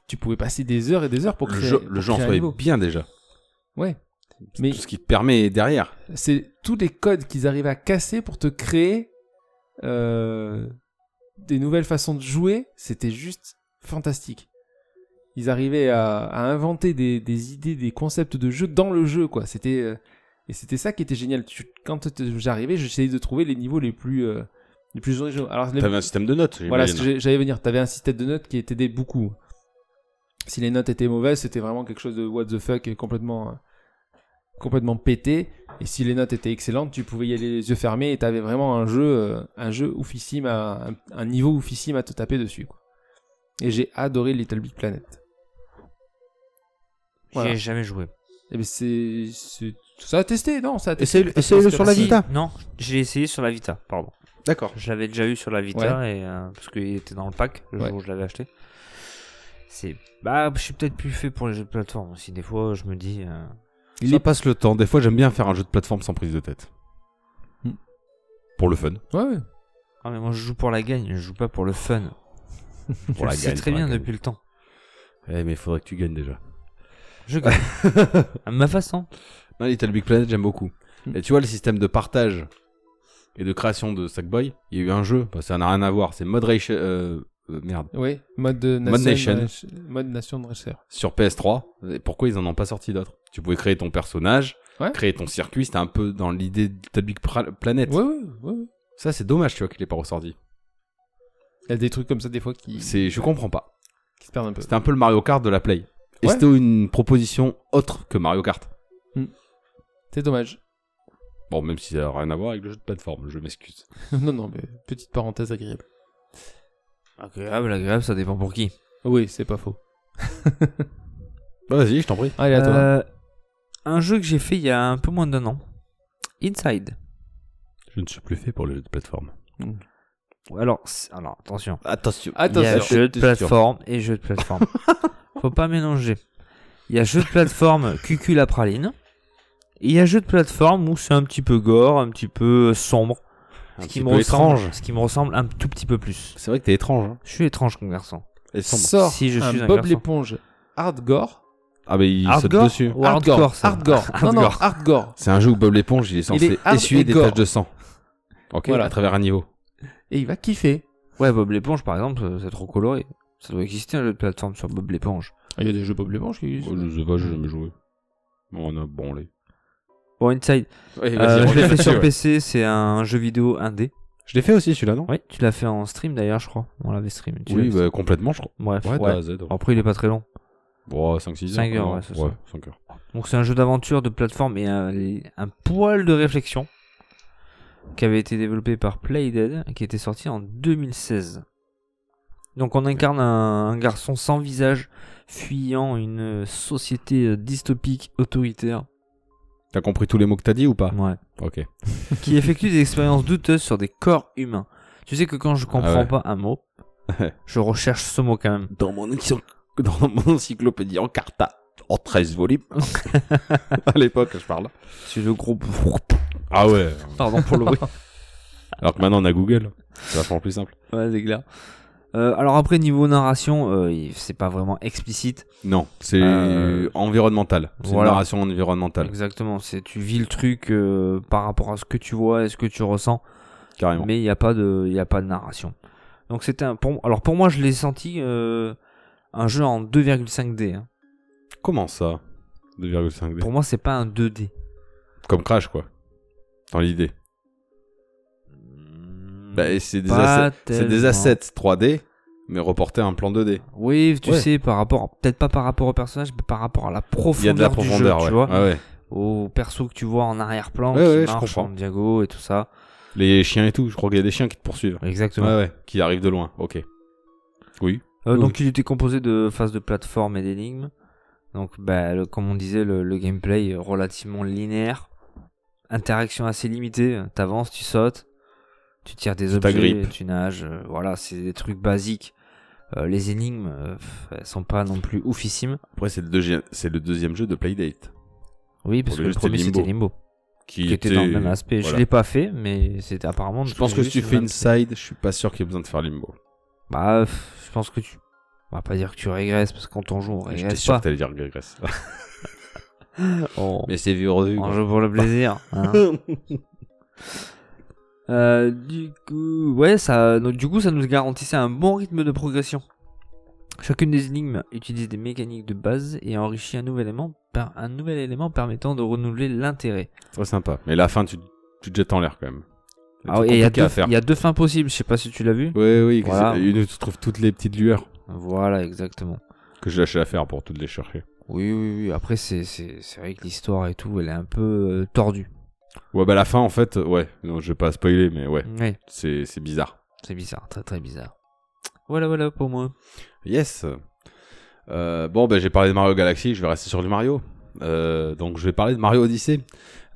tu pouvais passer des heures et des heures pour
Le
créer
jeu,
pour
le jeu en
créer un
soi est
niveau.
bien déjà.
Ouais. Mais
Tout ce qui te permet derrière.
c'est tous les codes qu'ils arrivent à casser pour te créer euh, des nouvelles façons de jouer. C'était juste fantastique. Ils arrivaient à, à inventer des, des idées, des concepts de jeu dans le jeu, quoi. C'était euh, et c'était ça qui était génial. Tu- quand t- j'arrivais, j'essayais de trouver les niveaux les plus euh, les plus originaux. Alors les-
T'avais un système de notes.
voilà ce
j'imagine.
que j'ai- j'allais venir. T'avais un système de notes qui t'aidait beaucoup. Si les notes étaient mauvaises, c'était vraiment quelque chose de what the fuck et complètement, euh, complètement pété. Et si les notes étaient excellentes, tu pouvais y aller les yeux fermés et t'avais vraiment un jeu, euh, un jeu oufissime, à, un, un niveau oufissime à te taper dessus. quoi. Et j'ai adoré Little Big Planet.
J'y
Voilà.
ai jamais joué.
Et ben c'est, c'est- ça a testé, non Ça a testé.
Essayez-le essayez-le sur la
Si,
Vita.
Non, j'ai essayé sur la Vita, pardon.
D'accord.
Je l'avais déjà eu sur la Vita et euh, parce qu'il était dans le pack le
Ouais.
jour où je l'avais acheté. C'est bah je suis peut-être plus fait pour les jeux de plateforme aussi. Des fois je me dis euh,
Il y passe le temps. Des fois, j'aime bien faire un jeu de plateforme sans prise de tête.
Hmm.
Pour le
(laughs)
fun.
Ouais, ouais.
ah mais moi je joue pour la gagne, je joue pas pour le (laughs) fun.
Pour
je
la
le sais
gagne,
très
pour la
bien
gagne.
depuis le temps.
Eh, mais faudrait que tu gagnes déjà.
Je (laughs) gagne à ma façon.
Non, Little Big Planet, j'aime beaucoup.
Hmm.
Et tu vois, le système de partage et de création de Sackboy, il y a eu un jeu, bah, ça n'a rien à voir, c'est Moderation. Euh, euh, merde.
Oui, mode de
Mode
nation,
nation.
euh, mode nation de recherche.
Sur PS3, et pourquoi ils en ont pas sorti d'autres Tu pouvais créer ton personnage,
Ouais.
créer ton circuit, c'était un peu dans l'idée de Little Big Pra- Planet.
Ouais, ouais, ouais, ouais.
Ça, c'est dommage, tu vois, qu'il est pas ressorti.
Il y a des trucs comme ça des fois qui,
C'est, je comprends pas.
qui se perdent un peu.
C'était un peu le Mario Kart de la Play. Et
Ouais.
c'était une proposition autre que Mario Kart.
C'est dommage.
Bon, même si ça n'a rien à voir avec le jeu de plateforme, je m'excuse.
(laughs) non, non, mais petite parenthèse agréable.
Agréable, agréable, ça dépend pour qui.
Oui, c'est pas faux.
Bah, Vas-y, je t'en prie.
Allez, à toi.
Euh, un jeu que j'ai fait il y a un peu moins d'un an. Inside.
Je ne suis plus fait pour les jeux de plateforme.
Alors, c'est- alors attention.
Attention.
Il y a
Attention.
jeu de plateforme et jeu de plateforme. (laughs) Faut pas mélanger. Il y a jeu de plateforme cucul à praline. Et il y a jeu de plateforme où c'est un petit peu gore, un petit peu sombre.
Un
Ce
petit
qui, me
peu
ressemble,
étrange.
ce qui me ressemble un tout petit peu plus.
C'est vrai que t'es étrange. hein.
Je suis étrange comme garçon.
Et sombre.
Sort
Si je
un
suis un
Ah, Bob
garçon.
l'éponge hardcore.
Ah, mais il saute
Hardcore
dessus.
ou hardcore, ça (laughs)
Hardcore. Non, non, hardcore.
C'est un jeu où Bob l'éponge, il est censé
est hard
essuyer
et
des
gore.
taches de sang. Ok,
Voilà.
à travers un niveau.
Et il va kiffer.
Ouais, Bob l'éponge par exemple, euh, c'est trop coloré. Ça doit exister un jeu de plateforme sur Bob l'éponge.
Ah, Il y a des jeux Bob l'éponge qui
Oh, je sais pas, j'ai jamais joué. On a bon les.
Bon, Inside. Euh, je l'ai fait sur PC, c'est un jeu vidéo indé.
Je l'ai fait aussi celui-là, non
Oui, tu l'as fait en stream d'ailleurs, je crois. On l'avait stream. tu
Oui,
l'as fait.
bah, complètement, je crois. Oh,
Bref,
Ouais, de
ouais.
A à Z. hein.
Alors, Après, il est pas très long.
5, 6
Cinq heures, ouais, c'est ça.
5 heures.
Donc, c'est un jeu d'aventure, de plateforme et un, un poil de réflexion qui avait été développé par Playdead et qui était sorti en 2016. Donc, on incarne un, un garçon sans visage fuyant une société euh, dystopique autoritaire
T'as compris tous les mots que t'as dit ou pas
(laughs) ouais.
Ok.
qui effectue des expériences douteuses sur des corps humains. Tu sais que quand je comprends
Ah ouais.
pas un mot, je recherche ce mot quand même.
Dans mon, encycl- (laughs) dans mon encyclopédie en carta, en 13 volumes. (laughs) à l'époque, je parle.
C'est le groupe.
Ah ouais.
Pardon (laughs) pour le bruit.
Alors que maintenant, on a Google. C'est vachement plus simple.
Ouais, c'est clair. Euh, alors après, niveau narration, euh, il- c'est pas vraiment explicite.
Non, c'est
Euh,
environnemental. C'est
voilà.
une narration environnementale,
Exactement, c'est tu vis le truc euh, par rapport à ce que tu vois et ce que tu ressens,
carrément.
mais il n'y a, pas de- il y a pas de narration. Donc c'était un... Pour, alors pour moi, je l'ai senti euh, un jeu en 2,5D. hein.
Comment ça 2,5D.
Pour moi, c'est pas un 2D.
Comme Crash, quoi. Dans l'idée. Bah, c'est des,
Pas
assets- c'est des
tellement.
assets 3D, mais reportés à un plan 2D.
Oui, tu
Ouais.
sais, par rapport, peut-être pas par rapport au personnage, mais par rapport à la profondeur,
Il y a de la
du jeu,
profondeur, ouais. Ah
tu vois,
Ouais, ouais.
au perso que tu vois en arrière-plan,
Ouais,
qui
ouais, je
marche
comprends.
en diago et tout ça.
Les chiens et tout, je crois qu'il y a des chiens qui te poursuivent.
Exactement.
Ouais, ouais, qui arrivent de loin, ok. Oui.
Euh,
Oui.
donc il était composé de phases de plateforme et d'énigmes. Donc bah, le- comme on disait, le, le gameplay est relativement linéaire. Interaction assez limitée. T'avances, tu sautes, tu tires des objets,
t'agrippes.
tu nages. euh, voilà, c'est des trucs basiques. Euh, les énigmes, euh, pff, elles sont pas non plus oufissimes.
Après, c'est le, deuxième- c'est le deuxième jeu de Playdate.
Oui, parce
Pour
que
le
le
jeu,
premier
c'était
c'était
Limbo.
Limbo,
Qui,
qui était dans le même aspect. Je
voilà.
l'ai pas fait, mais c'était apparemment. de
Je
ce
pense que
j'ai
si tu
vu,
fais
c'est même-
Inside, je suis pas sûr qu'il y ait besoin de faire Limbo.
Bah, pff, je pense que tu. On va pas dire que tu régresses parce que quand on joue, on
J'étais
régresse
sûr
pas.
que t'allais dire Regress.
On-
Mais c'est vieux revu.
On joue pour le (laughs) plaisir. hein. Euh, du coup, ouais, ça, donc, du coup, ça nous garantissait un bon rythme de progression. Chacune des énigmes utilise des mécaniques de base et enrichit un nouvel élément, par un nouvel élément permettant de renouveler l'intérêt.
Trop sympa. Mais la fin, tu, tu te jettes en l'air quand même. C'est
Ah ouais, et
compliqué
il y, a
à
deux-
faire.
il y a deux fins possibles. Je sais pas si tu l'as vu.
Oui, oui,
Voilà.
c'est- une où tu trouves toutes les petites lueurs
Voilà, exactement.
que je lâchais à faire pour toutes les chercher.
Oui, oui, oui. Après, c'est c'est- c'est vrai que l'histoire et tout, elle est un peu euh, tordue.
Ouais, bah la fin, en fait, ouais, non, je vais pas spoiler, mais ouais,
Oui,
c'est c'est bizarre.
c'est bizarre, très très bizarre. Voilà, voilà pour moi.
Yes. Euh, bon, ben, j'ai parlé de Mario Galaxy, je vais rester sur du Mario. Euh, donc, je vais parler de Mario Odyssey.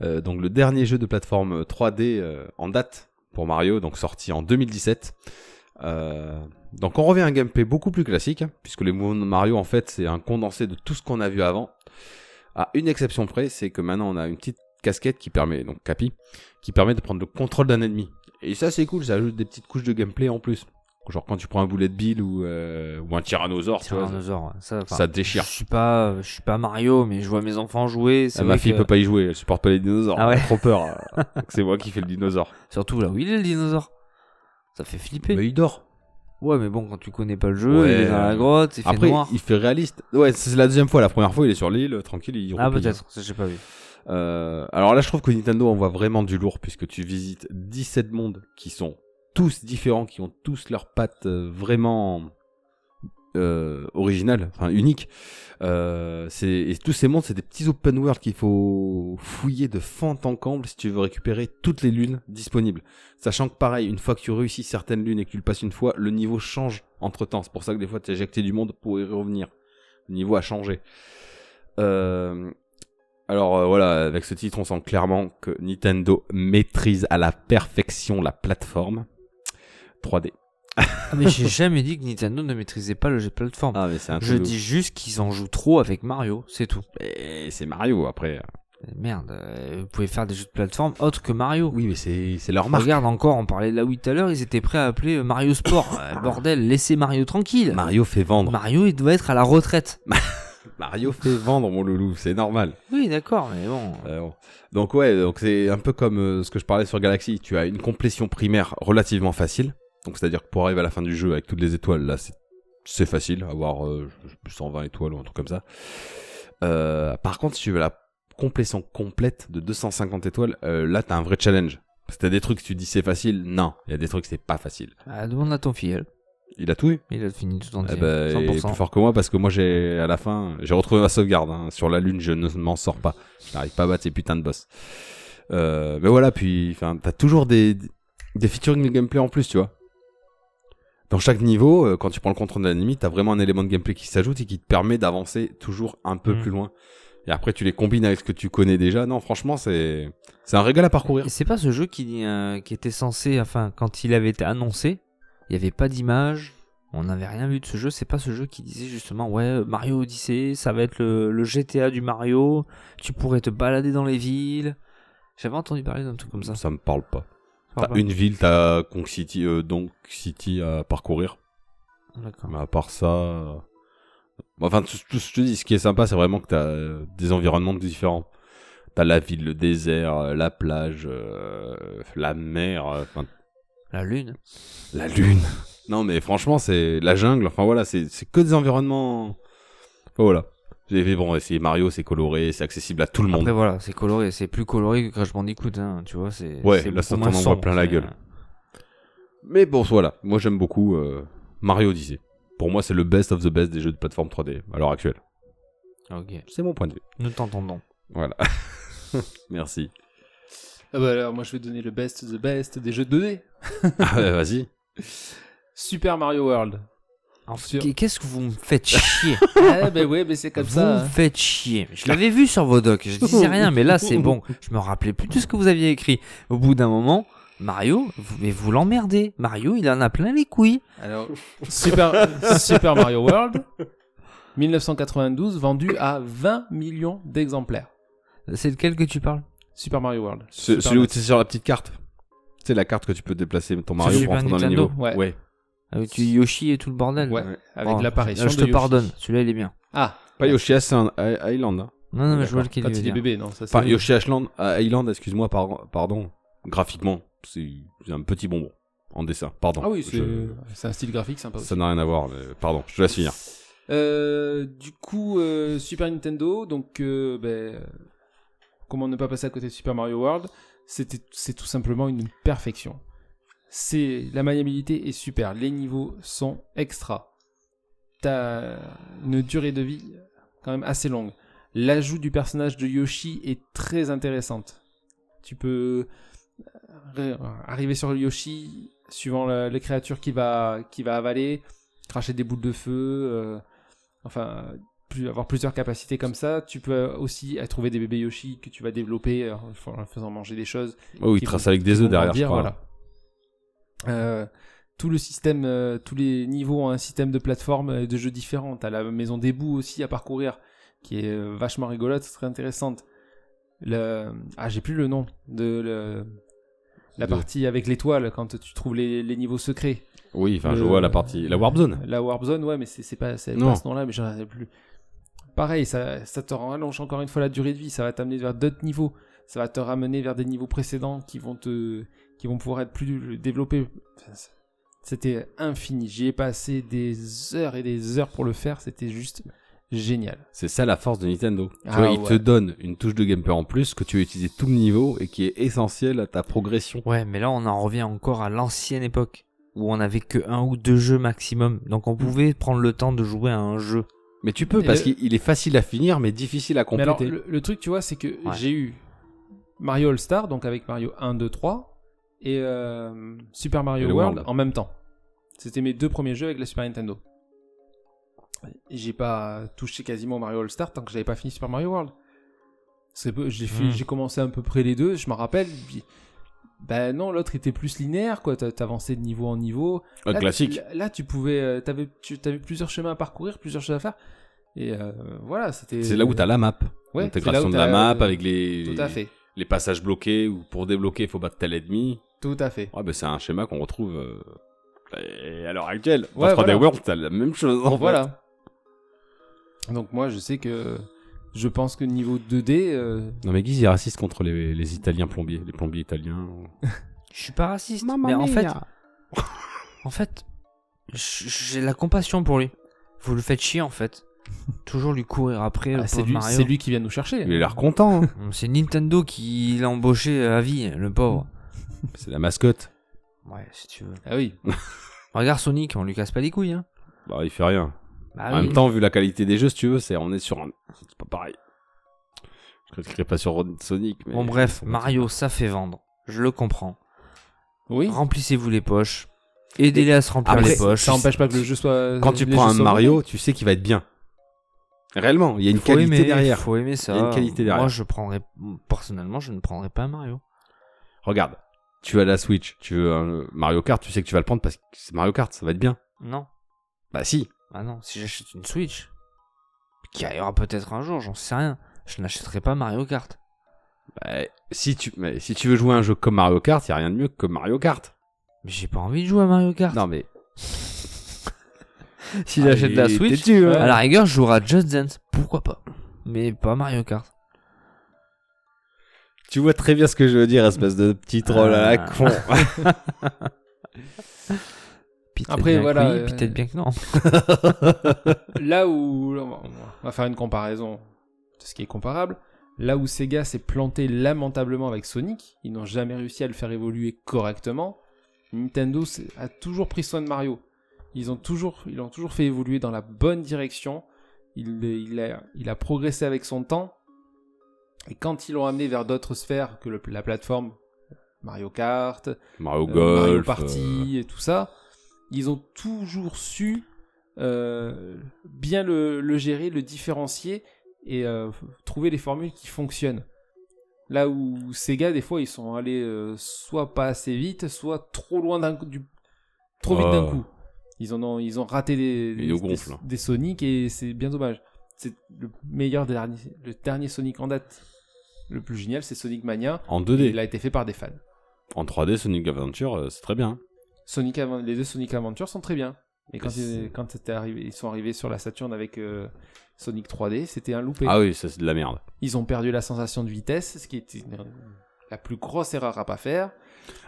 Euh, donc, le dernier jeu de plateforme 3D euh, en date pour Mario, donc sorti en 2017. Euh, donc, on revient à un gameplay beaucoup plus classique, hein, puisque les mouvements de Mario, en fait, c'est un condensé de tout ce qu'on a vu avant. À une exception près, c'est que maintenant, on a une petite casquette qui permet, donc Capi, qui permet de prendre le contrôle d'un ennemi. Et ça, c'est cool, ça ajoute des petites couches de gameplay en plus. Genre quand tu prends un boulet de bille ou, euh, ou un tyrannosaure, tu vois,
Tyrannosaure, ouais, ça, enfin,
ça te déchire.
Je suis pas, euh, je suis pas Mario, mais je vois mes enfants jouer.
Ah,
C'est
ma
vrai
fille
que-
peut pas y jouer, elle supporte pas les dinosaures,
Ah ouais.
elle a trop peur. Donc, (laughs) c'est moi qui fais le dinosaure.
(laughs) Surtout là où il est le dinosaure. Ça fait flipper.
il dort.
Ouais, mais bon, quand tu connais pas le jeu,
Ouais.
il est dans la grotte, il fait
Après,
noir.
il fait réaliste. Ouais, c'est la deuxième fois. La première fois, il est sur l'île, tranquille, il hein.
Ah
roupille.
peut-être, ça j'ai
(laughs)
pas vu.
Euh, alors là, je trouve que Nintendo envoie vraiment du lourd puisque tu visites 17 mondes qui sont tous différents, qui ont tous leurs pattes euh, vraiment euh, original, enfin unique. Euh, c'est- et tous ces mondes, c'est des petits open world qu'il faut fouiller de fente en comble si tu veux récupérer toutes les lunes disponibles. Sachant que pareil, une fois que tu réussis certaines lunes et que tu le passes une fois, le niveau change entre temps. C'est pour ça que des fois tu es éjecté du monde pour y revenir. Le niveau a changé. Euh, alors euh, voilà, avec ce titre, on sent clairement que Nintendo maîtrise à la perfection la plateforme 3D.
Ah, mais j'ai jamais dit que Nintendo ne maîtrisait pas le jeu de plateforme.
Ah mais c'est un
Je dis juste qu'ils en jouent trop avec Mario, c'est tout.
Et c'est Mario après.
Merde, euh, vous pouvez faire des jeux de plateforme autres que Mario.
Oui mais c'est c'est leur
Regarde encore, on parlait de la Wii tout à l'heure, ils étaient prêts à appeler euh,
(laughs)
Mario Sport. Euh, bordel, laissez Mario tranquille.
Mario fait vendre.
Mario, il doit être à la retraite.
Mario fait vendre mon loulou, c'est normal.
Oui, d'accord, mais bon.
Euh, bon. Donc ouais, donc c'est un peu comme euh, ce que je parlais sur Galaxy. Tu as une complétion primaire relativement facile. Donc c'est-à-dire que pour arriver à la fin du jeu avec toutes les étoiles, là c'est c'est facile, avoir euh, je sais plus, 120 étoiles ou un truc comme ça. Euh, par contre, si tu veux la complétion complète de 250 étoiles, euh, là t'as un vrai challenge. Parce que t'as des trucs que tu dis c'est facile, non. Il y a des trucs c'est pas facile.
Ah, demande à ton filleul.
Il a tout eu.
Il a fini tout
Eh
entier.
ben, il est
100%.
plus fort que moi parce que moi j'ai à la fin j'ai retrouvé ma sauvegarde hein. sur la lune je ne m'en sors pas je n'arrive pas à battre ces putains de boss euh, mais voilà puis enfin t'as toujours des des featuring de gameplay en plus tu vois dans chaque niveau euh, quand tu prends le contrôle de l'ennemi t'as vraiment un élément de gameplay qui s'ajoute et qui te permet d'avancer toujours un peu
Mm.
plus loin et après tu les combines avec ce que tu connais déjà non franchement c'est c'est un régal à parcourir
Et c'est pas ce jeu qui, euh, qui était censé, enfin, quand il avait été annoncé, il n'y avait pas d'image, on n'avait rien vu de ce jeu. C'est pas ce jeu qui disait justement, ouais, euh, Mario Odyssey, ça va être le, le GTA du Mario, tu pourrais te balader dans les villes. J'avais entendu parler d'un truc comme ça.
ça me parle pas
Enfin,
t'as une ville t'as Kong City euh, Donk City à parcourir
D'accord.
Mais à part ça. euh, Enfin, tout, tout ce que je te dis, ce qui est sympa, c'est vraiment que t'as euh, des environnements différents. T'as la ville, le désert, euh, la plage, euh, la mer, euh, enfin,
La lune.
la lune. Non, mais franchement, c'est la jungle. Enfin, voilà, c'est c'est que des environnements. Enfin, voilà. J'ai fait, bon, c'est Mario, c'est coloré, c'est accessible à tout le monde.
Après voilà, c'est coloré, c'est plus coloré que Crash Bandicoot, hein, tu vois, c'est.
Ouais,
c'est
là, ça,
beaucoup moins
t'en envoie
sombre,
plein la
c'est-
gueule. Mais bon, voilà. Moi, j'aime beaucoup euh, Mario Odyssey. Pour moi, c'est le best of the best des jeux de plateforme 3D à l'heure actuelle.
euh, Ok,
C'est mon point de vue.
nous t'entendons.
Voilà. Merci. (laughs)
Ah bah alors, moi je vais donner le best the best des jeux de 2D.
Ah, bah, vas-y.
Super Mario
(laughs)
World.
Alors,
Sûr.
qu'est- Qu'est-ce que vous me faites chier
ah
ben
bah ouais, mais c'est (laughs) comme
vous
ça.
me
hein.
faites chier. Je l'avais vu sur vos docs, je disais rien, mais là
(laughs)
c'est bon. Je me rappelais plus de ce que vous aviez écrit. Au bout d'un moment, Mario, vous, mais vous l'emmerdez. Mario, il en a plein les couilles.
Alors,
hein. (laughs)
Super, Super Mario World. 1992, vendu à 20 millions d'exemplaires.
C'est lequel que tu parles
Super Mario World.
Ce-
Super
celui où
NES.
tu es sur la petite carte. C'est la carte que tu peux déplacer ton Mario
Super
pour entrer dans les
Nintendo,
niveaux.
ouais.
Avec du Yoshi et tout le bordel.
Ouais, avec
Oh,
l'apparition de
Je te
Yoshi.
pardonne, celui-là il est bien.
Ah,
Pas Yoshi Island. I- Island, hein.
Non, non, mais je vois
D'accord.
lequel
quand
il
il
est
est bébé, non, ça c'est...
Enfin, Yoshi Island, euh, Island, excuse-moi, par- pardon. Graphiquement, c'est c'est un petit bonbon. En dessin, pardon.
Ah oui, c'est
Je-
c'est un style graphique sympa aussi.
Ça n'a rien à voir, mais pardon, je te laisse finir.
Euh, du coup, euh, Super Nintendo, donc euh, ben, euh, comment ne pas passer à côté de Super Mario World C'était, c'est tout simplement une perfection. C'est la maniabilité est super, les niveaux sont extra. T'as une durée de vie quand même assez longue. L'ajout du personnage de Yoshi est très intéressante. Tu peux euh, arriver sur Yoshi suivant la- les créatures qu'il va, qui va avaler, cracher des boules de feu, euh, enfin plus- avoir plusieurs capacités comme ça. Tu peux aussi euh, trouver des bébés Yoshi que tu vas développer euh, en leur faisant manger des choses
Oh, il
qui
trace
vont-
avec des
qui
œufs
vont
derrière, je
grandir,
crois.
voilà. Euh, tout le système, euh, tous les niveaux ont un système de plateforme euh, de jeux différents. T'as la maison des bouts aussi à parcourir, qui est euh, vachement rigolote, très intéressante. Le... Ah, j'ai plus le nom de le- la
De-
partie avec l'étoile quand tu trouves les, les niveaux secrets.
Oui, enfin, je
Le-
vois la partie. La Warp Zone.
La Warp Zone, ouais, mais c'est c'est pas, c'est
Non.
pas ce nom-là, mais j'en avais plus. Pareil, ça, ça te rallonge encore une fois la durée de vie, ça va t'amener vers d'autres niveaux, ça va te ramener vers des niveaux précédents qui vont te, qui vont pouvoir être plus développés. Enfin, c'est- C'était infini, j'y ai passé des heures et des heures pour le faire, c'était juste génial.
C'est ça la force de Nintendo. Tu
Ah,
vois, il te
ouais.
donne une touche de gameplay en plus que tu vas utiliser tout le niveau et qui est essentielle à ta progression.
Ouais, mais là on en revient encore à l'ancienne époque. où on avait que un ou deux jeux maximum. Donc
Mm.
on pouvait prendre le temps de jouer à un jeu.
Mais tu peux,
Et
parce
le-
qu'il il est facile à finir, mais difficile à
Mais alors,
compléter.
le, le truc, tu vois, c'est que j'ai eu Mario All-Star, donc avec Mario 1, 2, 3, et euh, Super Mario
Et le
World,
World.
en même temps. C'était mes deux premiers jeux avec la Super Nintendo. Et J'ai pas touché quasiment au Mario All-Star tant que j'avais pas fini Super Mario World. C'est peu- J'ai fait-
Hmm.
Mm.
j'ai commencé à peu près les deux, je m'en rappelle. puis- Ben non, l'autre était plus linéaire, quoi. t'a- T'avançais de niveau en niveau.
Un
Là,
classique.
tu- Là, là, tu pouvais, euh, t'avais, tu avais plusieurs chemins à parcourir, plusieurs choses à faire. Et euh, voilà, c'était.
C'est là où tu as la map.
Ouais,
L'intégration
c'est
de
là
la
où t'as- euh,
map avec les,
Tout à fait,
les passages bloqués ou pour débloquer, il faut battre tel ennemi.
tout à fait.
Ouais, bah, c'est un schéma qu'on retrouve euh, et à l'heure actuelle. Dans
Ouais,
3D
voilà.
World, t'as la même chose (laughs) en
voilà. Donc moi, je sais que je pense que niveau 2D, euh,
fait. Non, mais Guise, il est raciste contre les, les Italiens plombiers, les plombiers italiens.
Je suis pas raciste, mais en fait, en fait, j- j'ai la compassion pour lui. Vous le faites chier en fait. Toujours lui courir après.
ah,
le
c'est
pauvre
lui,
Mario.
c'est lui qui vient nous chercher.
Il a l'air content. hein.
C'est Nintendo qui l'a embauché à vie, le pauvre.
(laughs) c'est la mascotte.
Ouais, si tu veux.
Ah oui.
Regarde Sonic, on lui casse pas les couilles. Hein.
Bah, il fait rien.
Ah
Bah
en
oui.
même temps, vu la qualité des jeux, si tu veux, c'est on est sur un. C'est pas pareil. Je critiquerai pas sur Ron- Sonic. Mais...
Bon, bref, Mario, ça fait vendre. Je le comprends.
Oui.
Remplissez-vous les poches. Aidez-les à se remplir
Après,
les poches.
Ça n'empêche pas que le jeu soit.
Quand tu
les
prends
jeux
un
sont-
Mario, tu sais qu'il va être bien. Réellement, il y a une
faut
qualité
aimer,
derrière.
Faut aimer ça.
Il y a une qualité derrière.
Moi, je prendrais. Personnellement, je ne prendrais pas Mario.
Regarde, tu as la Switch, tu veux un euh, Mario Kart, tu sais que tu vas le prendre parce que c'est Mario Kart, ça va être bien.
Non.
Bah si.
Ah non, si j'achète une Switch, qui aura peut-être un jour, j'en sais rien. Je n'achèterai pas Mario Kart.
Bah, si tu, mais si tu veux jouer à un jeu comme Mario Kart, il y a rien de mieux que Mario Kart.
Mais j'ai pas envie de jouer à Mario Kart.
Non mais
Si j'achète la Switch,
hein.
à la rigueur, je jouerai à Just Dance. Pourquoi pas Mais pas Mario Kart.
tu vois très bien ce que je veux dire, espèce de petit troll à la
Ah.
(laughs) con.
Puis peut-être
Après,
bien que
voilà,
oui,
euh,
puis peut-être bien que non.
Là où on va faire une comparaison de ce qui est comparable. Là où Sega s'est planté lamentablement avec Sonic, ils n'ont jamais réussi à le faire évoluer correctement. Nintendo c'est- a toujours pris soin de Mario. Ils ont toujours, ils l'ont toujours fait évoluer dans la bonne direction. Il, il a, il a progressé avec son temps. Et quand ils l'ont amené vers d'autres sphères que le- la plateforme, Mario Kart,
Mario
euh,
Golf.
Mario
euh,
Party et tout ça, ils ont toujours su euh, bien le, le gérer, le différencier et euh, f- trouver les formules qui fonctionnent. Là où Sega, des fois, ils sont allés euh, soit pas assez vite, soit trop loin d'un coup, du... trop vite d'un
Oh.
coup. Ils, en ont, ils ont raté des,
Ils
des,
nous
des-
gonflent, hein.
des Sonic et c'est bien dommage. C'est le meilleur dernier, le dernier Sonic en date. Le plus génial, c'est Sonic Mania.
En
Il
2D.
a été fait par des fans.
En 3D, Sonic Adventure, euh, c'est très bien.
Sonic Aven- les deux Sonic Adventure sont très bien. Mais quand,
Mais c'est-
ils, quand c'était arrivé, ils sont arrivés sur la Saturn avec euh, Sonic 3D, c'était un loupé.
Ah oui, ça c'est de la merde.
Ils ont perdu la sensation de vitesse, ce qui était une- la plus grosse erreur à pas faire.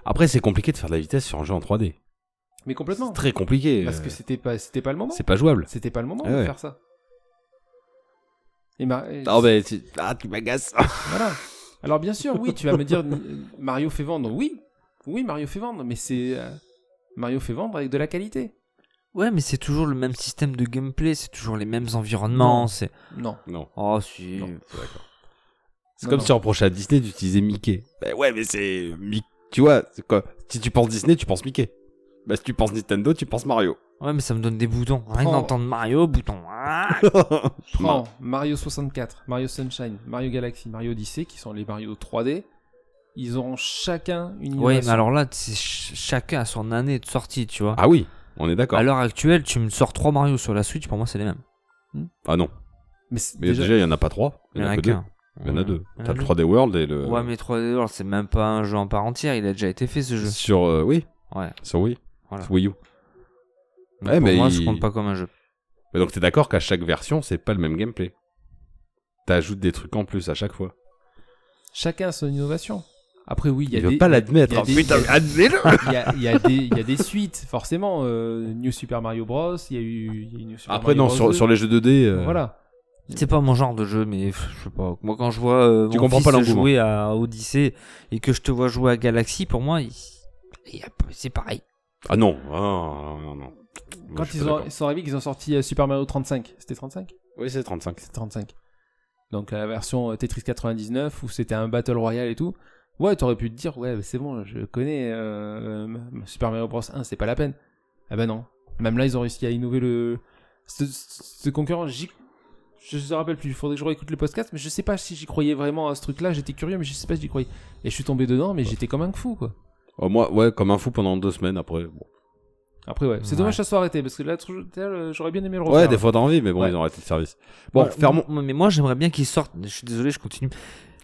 Après, c'est compliqué de faire de la vitesse sur un jeu en 3D.
Mais complètement.
C'est très compliqué.
Parce que
euh,
c'était pas, c'était pas le moment.
c'est pas jouable.
C'était pas le moment
Ah
de
ouais.
faire ça. Et ma- et-
ben.
Ah bah tu, ah, tu m'agaces.
Voilà. Alors bien sûr, oui, tu vas
(laughs)
me dire euh, Mario fait vendre. Oui, oui, Mario fait vendre, mais c'est euh, Mario fait vendre avec de la qualité.
Ouais, mais c'est toujours le même système de gameplay, c'est toujours les mêmes environnements. C'est.
Non.
Non.
Oh, si.
Non, c'est d'accord.
C'est
Non,
comme
non.
si on reprochait à Disney d'utiliser Mickey.
Ben
Bah ouais, mais c'est Mi- Tu vois, c'est quoi Si tu penses Disney, tu penses Mickey. Bah si tu penses Nintendo, tu penses Mario.
Ouais, mais ça me donne des boutons. Rien
Prends-
que d'entendre Mario, bouton. Ah (laughs)
Prends Mario 64, Mario Sunshine, Mario Galaxy, Mario Odyssey, qui sont les Mario 3D. Ils auront chacun une
ouais, mais
innovation.
alors là, c'est ch- chacun a son année de sortie, tu vois.
Ah oui, on est d'accord.
à l'heure actuelle, tu me sors trois Mario sur la Switch, pour moi, c'est les mêmes.
Ah non,
Mais c'est-
Mais
déjà-
déjà, il y en a pas trois.
Il y en a
que deux.
qu'un.
Il y en a deux.
Il y en a
T'as le
deux.
3D World et le.
Ouais, mais 3D World, c'est même pas un jeu en part entière, il a déjà été fait ce jeu.
Sur. euh, oui.
Ouais.
Sur Wii.
Voilà.
Sur Wii U.
Donc,
Ouais,
pour
mais
moi, ça
il-
compte pas comme un jeu.
Mais donc, t'es d'accord qu'à chaque version, c'est pas le même gameplay. T'ajoutes des trucs en plus à chaque fois.
chacun a son innovation. Après, oui, il y a
il veut
des-
pas
il
l'admettre.
y a
Ah,
des-
putain,
il y a-
admets-le.
(laughs) il y a- il y a des- il y a des suites, forcément. euh, New Super Mario Bros. Il y a eu il y a eu New Super
Après
Mario
non,
Bros.
sur,
2.
sur les jeux 2D, euh,
Voilà.
C'est pas mon genre de jeu, mais pff, je sais pas. Moi, quand je vois euh,
Tu
mon
comprends
fils
pas l'engouement.
jouer à Odyssey et que je te vois jouer à Galaxy, pour moi, il- il y a- c'est pareil.
Ah non, ah, non, non, non. Moi, je
Quand
suis pas
ils ont,
d'accord.
ils sont arrivés, qu'ils ont sorti euh, Super Mario 35. C'était 35
Oui, c'est 35.
C'était 35. Donc la version euh, Tetris 99 où c'était un Battle Royale et tout. Ouais, t'aurais pu te dire, ouais, bah, c'est bon, je connais euh, euh, Super Mario Bros 1, c'est pas la peine. Ah bah non. Même là, ils ont réussi à innover le. Ce, ce- ce concurrent, j'y- Je me rappelle plus, il faudrait que je réécoute le podcast, mais je sais pas si j'y croyais vraiment à ce truc-là, j'étais curieux, mais je sais pas si j'y croyais. Et je suis tombé dedans, mais j'étais comme un fou, quoi.
Oh, moi, ouais, comme un fou pendant deux semaines après. bon.
Oh,
Après, ouais. C'est
Ouais.
dommage que ça soit arrêté, parce que là, tr- tel, j'aurais bien aimé le refaire. hein.
Ouais, des fois t'as envie, mais bon,
Ouais.
ils ont arrêté le service. Bon,
Ouais,
fermons.
m- Mais moi, j'aimerais bien qu'ils sortent. Je suis désolé, je continue. (laughs)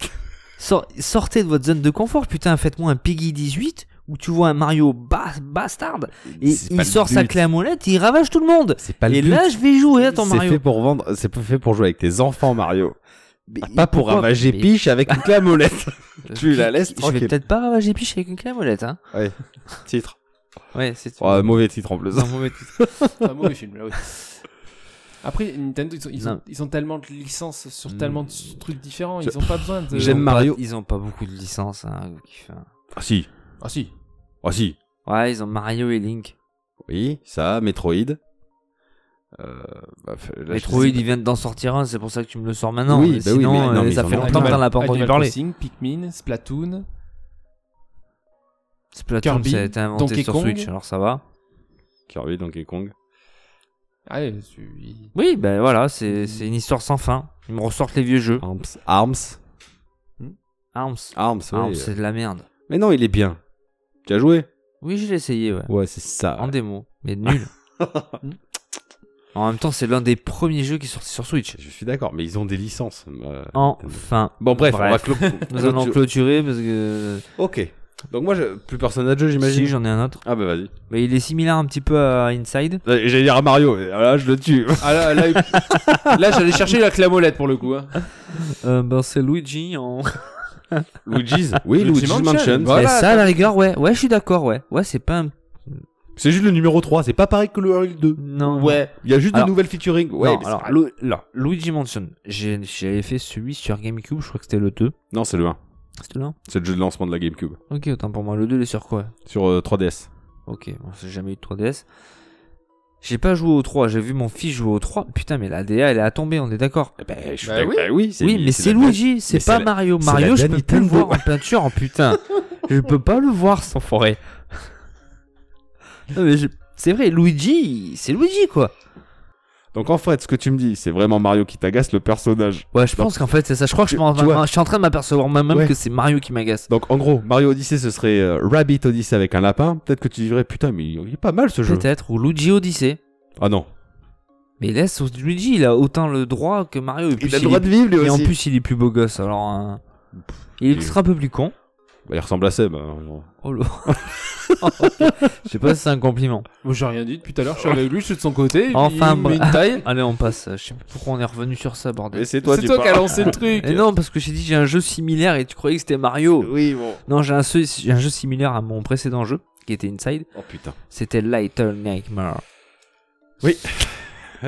Sor- sortez de votre zone de confort, putain. Faites-moi un Peggy 18 où tu vois un Mario bas- bastard et
C'est pas
il
le
sort sa
but.
clé à molette, il ravage tout le monde.
C'est pas le
et
but.
là, je vais jouer à ton
C'est
Mario.
fait pour vendre, c'est fait pour jouer avec tes enfants, Mario. Ah,
Mais-
Pas pour
pourquoi
ravager
Mais-
piche
(laughs)
avec une clé à molette. (laughs) tu la laisses
Je vais
tranquille.
peut-être pas ravager piche avec une clé à molette, hein.
titre.
Ouais, c'est.
Oh, mauvais titre en plus.
Non, mauvais titre.
C'est un mauvais (laughs) film, là, oui. Après, Nintendo, ils ont, ils ont-
Non.
ils ont tellement de licences sur
Mm.
tellement de trucs différents,
Je-
ils ont pas besoin de.
J'aime
Ils ont pas-
Mario.
Ils ont pas beaucoup de licences, hein. qui fait un-
Ah si,
Ah si.
ah si.
Ouais, ils ont Mario et Link.
Oui, ça, Metroid. Euh, bah, f- là, je
Metroid,
sais pas.
ils viennent d'en sortir un, c'est pour ça que tu me le sors maintenant.
Oui,
mais
bah oui,
sinon,
mais- non,
euh,
mais ils
ça
en
fait
ont Ah,
longtemps que
plein.
t'en as pas entendu
Animal
parler.
Crossing, Pikmin, Splatoon.
Splatoon,
Kirby,
ça a été inventé
Donkey
sur
Kong.
Switch, alors ça va.
Kirby, Donkey Kong.
Ah ouais, celui-
Oui, ben voilà, c'est c'est une histoire sans fin. Ils me ressortent les vieux jeux.
Arms. Arms. Ah,
Arms.
Arms, oui.
Arms, c'est de la merde.
Mais non, il est bien. Tu as joué
Oui, je l'ai essayé, ouais.
Ouais, c'est ça.
En démo, mais nul. en même temps, c'est l'un des premiers jeux qui est sorti sur Switch.
Je suis d'accord, mais ils ont des licences. euh, Nintendo.
Enfin,
Bon, bref,
Bref.
on va clo-
nous allons
clôturer.
clôturer parce que.
Ok. Donc moi, je- plus personne n'a de jeu, j'imagine.
Si, j'en ai un autre.
Ah bah vas-y.
Mais il est similaire un petit peu à Inside.
Là, J'allais dire à Mario, et là je le tue.
Ah là,
(laughs)
là, il- là, j'allais chercher la clamolette pour le coup. hein.
Euh, ben, c'est Luigi en.
Luigi's Oui,
Luigi's
Luigi's
Mansion.
Mansion.
Bah. Voilà,
Eh, ça, à la rigueur, ouais. Ouais, je suis d'accord, ouais. Ouais, c'est pas un.
C'est juste le numéro 3, c'est pas pareil que le 1 et le 2.
Non.
Ouais. Il y a juste
Alors-
des nouvelles featuring. Ouais,
non,
mais c'est
alors,
pas-
Lu- alors, Luigi Mansion. J'ai- J'avais fait celui sur Gamecube, je crois que c'était le 2.
Non, c'est le 1.
C'était là
C'est le jeu de lancement de la GameCube.
Ok, autant pour moi. Le 2, il est sur quoi
Sur euh, 3DS.
Ok, bon, j'ai jamais eu de 3DS. J'ai pas joué au 3, j'ai vu mon fils jouer au 3. Putain, mais la DA, elle est à tomber, on est d'accord.
Eh ben, je suis
Bah
d'accord.
oui.
Bah oui,
Oui, mais c'est
la-
Luigi,
mais
c'est
c'est
pas
la-
Mario.
c'est la
Mario, je
Dan
peux plus le
Nintendo.
voir en peinture,
(laughs)
en putain. je peux pas le voir sans forêt. Non, mais je- C'est vrai, Luigi, c'est Luigi, quoi.
Donc en fait, ce que tu me dis, c'est vraiment Mario qui t'agace le personnage.
Ouais, je
Non.
pense qu'en fait, c'est ça. Je crois que je,
Tu-
m'en-
tu vois.
je suis en train de m'apercevoir moi-même
Ouais.
que c'est Mario qui m'agace.
Donc en gros, Mario Odyssey, ce serait euh, Rabbit Odyssey avec un lapin. Peut-être que tu dirais, putain, mais il est pas mal ce jeu.
Peut-être, ou Luigi Odyssey.
Ah non.
Mais laisse Luigi, il a autant le droit que Mario. Et puis,
Il a le
il
droit de vivre lui
Et en
aussi.
plus, il est plus beau gosse, alors. hein, Il est
il-
peut-être un peu plus con.
Bah, il ressemble à Seb. hein.
Oh là. Je
(laughs)
sais pas si c'est un compliment.
Moi, j'ai rien dit depuis tout à l'heure, je suis avec lui, je suis de son côté. et puis
Enfin,
il me met
bref.
une taille.
(laughs) Allez, on passe. euh, Je sais pas pourquoi on est revenu sur ça, bordel.
Mais c'est toi,
C'est
tu
toi qui as
parles.
lancé le truc.
(laughs) Et non, parce que j'ai dit j'ai un jeu similaire et tu croyais que c'était Mario.
Oui, bon.
Non, j'ai un, jeu- j'ai un jeu similaire à mon précédent jeu qui était Inside.
Oh putain.
C'était Little Nightmare.
Ah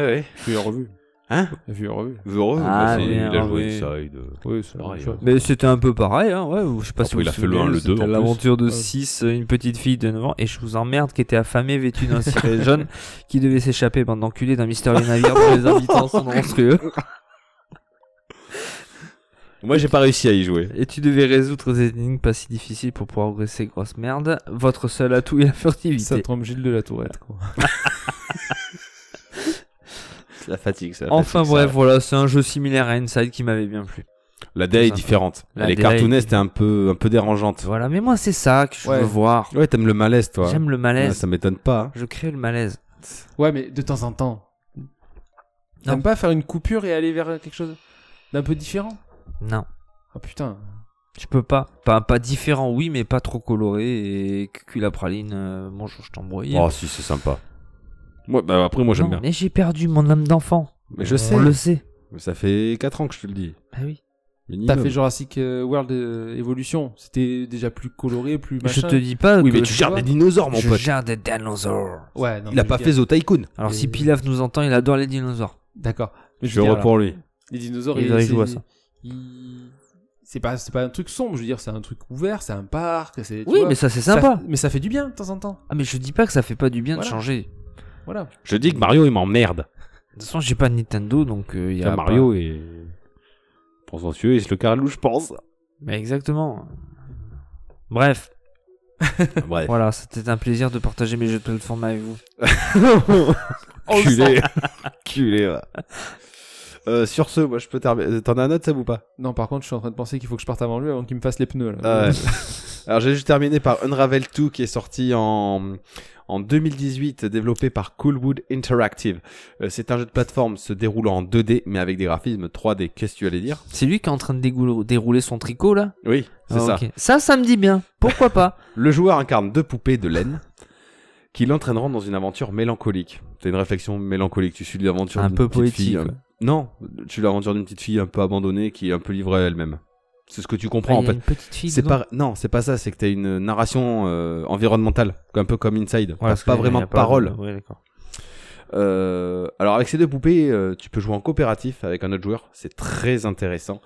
ouais.
Vu et revu.
Hein
Vu et revu.
Heureux.
Ah,
bah, c'est-
bien,
il a joué
oui.
Inside. euh,
Oui, c'est
Oh,
Pareil,
vrai.
hein.
Mais c'était un peu pareil, hein, ouais. Je sais pas si
Après,
vous
il a
vous
fait le un,
souvenez,
le deux, en
C'était
plus.
l'aventure de
Ouais.
6, une petite fille de 9 ans, et je vous emmerde, qui était affamée, vêtue
(laughs)
d'un ciré jaune, qui devait s'échapper, bande d'enculés, d'un mystérieux navire dont les habitants sont monstrueux.
Moi, j'ai pas réussi à y jouer.
Et tu devais résoudre des énigmes pas si difficiles pour pouvoir progresser, grosse merde. Votre seul atout est la
Ça
furtivité.
trompe Gilles de la Tourette, quoi.
La fatigue, bah, ça.
Enfin bref, voilà, c'est un jeu similaire à Inside qui m'avait bien plu.
La DA est
Ça.
différente.
La
Elle est
DA est
cartooniste et un peu, un peu dérangeante.
Voilà, mais moi c'est ça que je
Ouais.
veux voir.
Ouais, t'aimes le malaise, toi.
J'aime le
Ouais,
malaise.
Ça m'étonne pas. hein.
Je crée le malaise.
Ouais, mais de temps en temps.
Non.
T'aimes pas faire une coupure et aller vers quelque chose d'un peu différent
Non,
Ah putain.
je peux pas. Pas, pas différent, oui, mais pas trop coloré. Et cucu la praline, euh, bonjour, je t'embrouille.
Oh, si, c'est sympa. Moi, bah, après, moi, j'aime
Non,
bien.
Mais j'ai perdu mon âme d'enfant.
Mais je sais.
On le sait.
Mais Ça fait 4 ans que je te le dis.
Ah oui.
T'as
Minimum.
fait Jurassic euh, World euh, Evolution. C'était déjà plus coloré, plus machin.
Je te dis pas
Oui,
que
mais tu
je-
gères des dinosaures, mon
je
pote.
gère des dinosaures.
Ouais, non,
Il a
mais
pas
je
fait
veux dire-
The Tycoon.
Alors
Et-
si Pilaf nous entend, il adore les dinosaures.
D'accord. Mais
Je
veux
heureux
dire,
pour lui.
Les dinosaures,
Ils auraient joué à
c'est-
ça.
ils- c'est pas c'est pas un truc sombre je veux dire c'est un truc ouvert c'est un parc c'est tu
Oui,
vois,
mais ça c'est sympa.
mais ça fait du bien de temps en temps
Ah, mais je dis pas que ça fait pas du bien
Voilà.
de changer.
voilà
Je dis que Mario, il m'emmerde.
De toute façon, j'ai pas de Nintendo, donc il y a
Putain, Mario est présomptueux et se le carlou, je pense.
pas- Mais exactement. Bref,
Bref.
voilà, c'était un plaisir de partager mes jeux de plateforme avec vous.
(laughs) Culé. (laughs) Culé, ouais. Euh, sur ce, moi je peux terminer. T'en as un autre, Seb, ou pas
non par contre je suis en train de penser qu'il faut que je parte avant lui avant qu'il me fasse les pneus là.
Ah ouais. Alors j'ai juste terminé par Unravel 2 qui est sorti en en 2018, développé par Coolwood Interactive. Euh, c'est un jeu de plateforme se déroulant en 2D mais avec des graphismes 3D. Qu'est-ce que tu allais dire
C'est lui qui est en train de dégoul- dérouler son tricot là
Oui, c'est
Ah,
ça.
ok. Ça, ça me dit bien.
(laughs)
Pourquoi pas
Le joueur incarne deux poupées de laine qui l'entraîneront dans une aventure mélancolique. C'est une réflexion mélancolique. Tu suis l'aventure
Un
d'une
peu
petite
poétique,
fille,
quoi.
euh, Non, tu suis l'aventure d'une petite fille un peu abandonnée qui est un peu livrée à elle-même. C'est ce que tu comprends
Ah,
en
il y
fait.
a une petite fille.
C'est
dedans.
pas non, c'est pas ça. C'est que t'as une narration euh, environnementale, un peu comme Inside.
Ouais, parce
t'as pas
que
vraiment
y a
de parole.
Ouais, d'accord.
Euh, alors avec ces deux poupées, euh, tu peux jouer en coopératif avec un autre joueur. C'est très intéressant.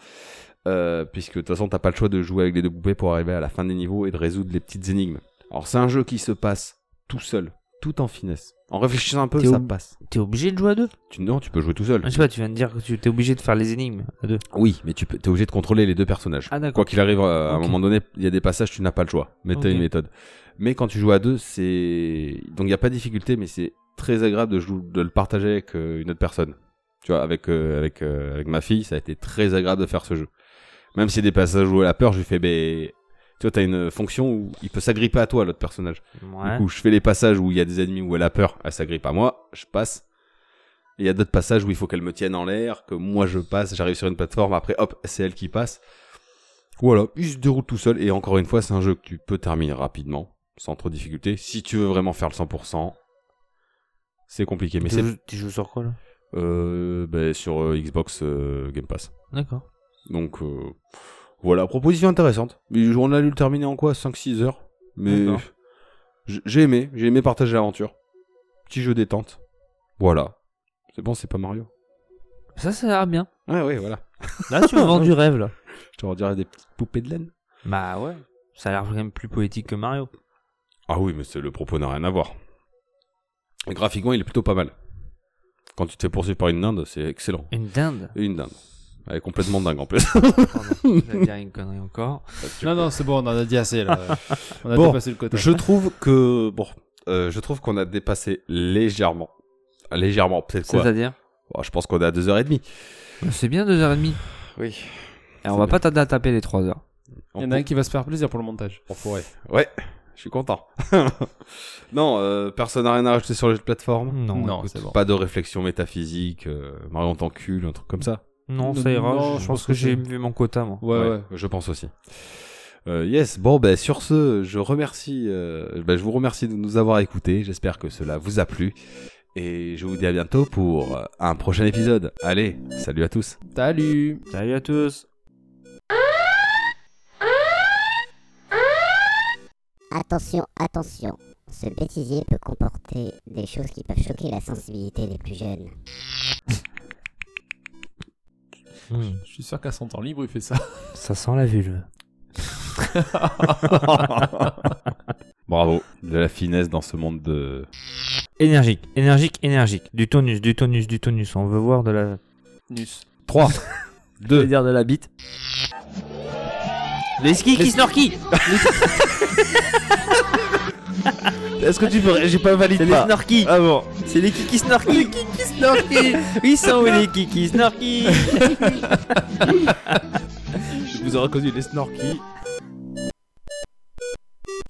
Euh, puisque de toute façon, t'as pas le choix de jouer avec les deux poupées pour arriver à la fin des niveaux et de résoudre les petites énigmes. Alors c'est un jeu qui se passe tout seul, tout en finesse. En réfléchissant un peu,
T'es
ça
ob-
passe.
T'es obligé de jouer à deux
Tu, non, tu peux jouer tout seul.
Je sais pas, tu viens de dire que tu t'es obligé de faire les énigmes à deux.
Oui, mais tu peux, t'es obligé de contrôler les deux personnages.
Ah, d'accord.
Quoi qu'il arrive, euh, à un
Ok.
moment donné, il y a des passages, tu n'as pas le choix. Mais t'as
Ok.
une méthode. Mais quand tu joues à deux, c'est. Donc il n'y a pas de difficulté, mais c'est très agréable de, jou- de le partager avec euh, une autre personne. Tu vois, avec, euh, avec, euh, avec ma fille, ça a été très agréable de faire ce jeu. Même si des passages où elle a peur, je lui fais, ben. Tu vois, t'as une fonction où il peut s'agripper à toi, l'autre personnage.
Ouais.
Du coup, je fais les passages où il y a des ennemis où elle a peur, elle s'agrippe à moi, je passe. Et il y a d'autres passages où il faut qu'elle me tienne en l'air, que moi je passe, j'arrive sur une plateforme, après hop, c'est elle qui passe. Voilà, il se déroule tout seul, et encore une fois, c'est un jeu que tu peux terminer rapidement, sans trop de difficulté. Si tu veux vraiment faire le 100%, c'est compliqué, mais
Tu
c'est
joues- tu joues sur quoi là
euh, ben, sur euh, Xbox euh, Game Pass.
D'accord.
Donc euh, voilà, proposition intéressante. Mais On a dû le terminer en quoi 5-6 heures. Mais
D'accord.
j- j'ai aimé, j'ai aimé partager l'aventure. Petit jeu détente. Voilà. C'est bon, c'est pas Mario.
Ça, ça ira bien.
Ouais, ouais, voilà.
Là, (laughs) tu me vends du rêve là.
Je te redirai des petites poupées de laine.
Bah ouais. Ça a l'air quand même plus poétique que Mario.
Ah oui, mais c'est- le propos n'a rien à voir. Et graphiquement, il est plutôt pas mal. Quand tu te fais poursuivre par une dinde, c'est excellent.
Une dinde. (laughs)
Et une dinde. Elle est complètement dingue en plus.
Pardon, je vais dire une connerie encore.
(laughs) non non c'est bon on en a dit assez là on a
Bon,
dépassé le côté
Je trouve que bon, euh, je trouve qu'on a dépassé légèrement, légèrement peut-être quoi.
C'est-à-dire
Bon, Oh, je pense qu'on est à deux heures et demie.
C'est bien 2h30.
Oui.
Et on va
bien.
pas tarder à taper les 3h.
il y en a un qui va se faire plaisir pour le montage
Ouais, je suis content. (laughs) non, euh, personne n'a rien à rajouter sur les jeux de plateforme.
Hmm. non
Écoute,
c'est bon
Pas de réflexion métaphysique, euh, Marion t'encule, un truc comme ça.
Non,
Non,
ça ira.
non,
je, pense que, j'ai vu mon quota, moi.
ouais ouais,
Je pense aussi. Euh, yes, bon ben sur ce, je remercie, euh, ben, je vous remercie de nous avoir écoutés. J'espère que cela vous a plu et je vous dis à bientôt pour euh, un prochain épisode. Allez, salut à tous.
salut
Salut à tous.
Attention, attention. Ce bêtisier peut comporter des choses qui peuvent choquer la sensibilité des plus jeunes.
Hmm.
je suis sûr qu'à son temps libre il fait ça
Ça sent la vulve.
(laughs) Bravo, de la finesse dans ce monde de
Énergique, énergique, énergique. Du tonus, du tonus, du tonus. On veut voir de la.
nus
3,
Je vais
2,
dire de la bite. Les skis qui snorquent
Est-ce que tu peux. J'ai pas validé.
C'est les snorkies Ah bon C'est les kiki snorkies Les kiki snorkies Ils sont où les kiki snorkies
vous aurez connu les snorkies.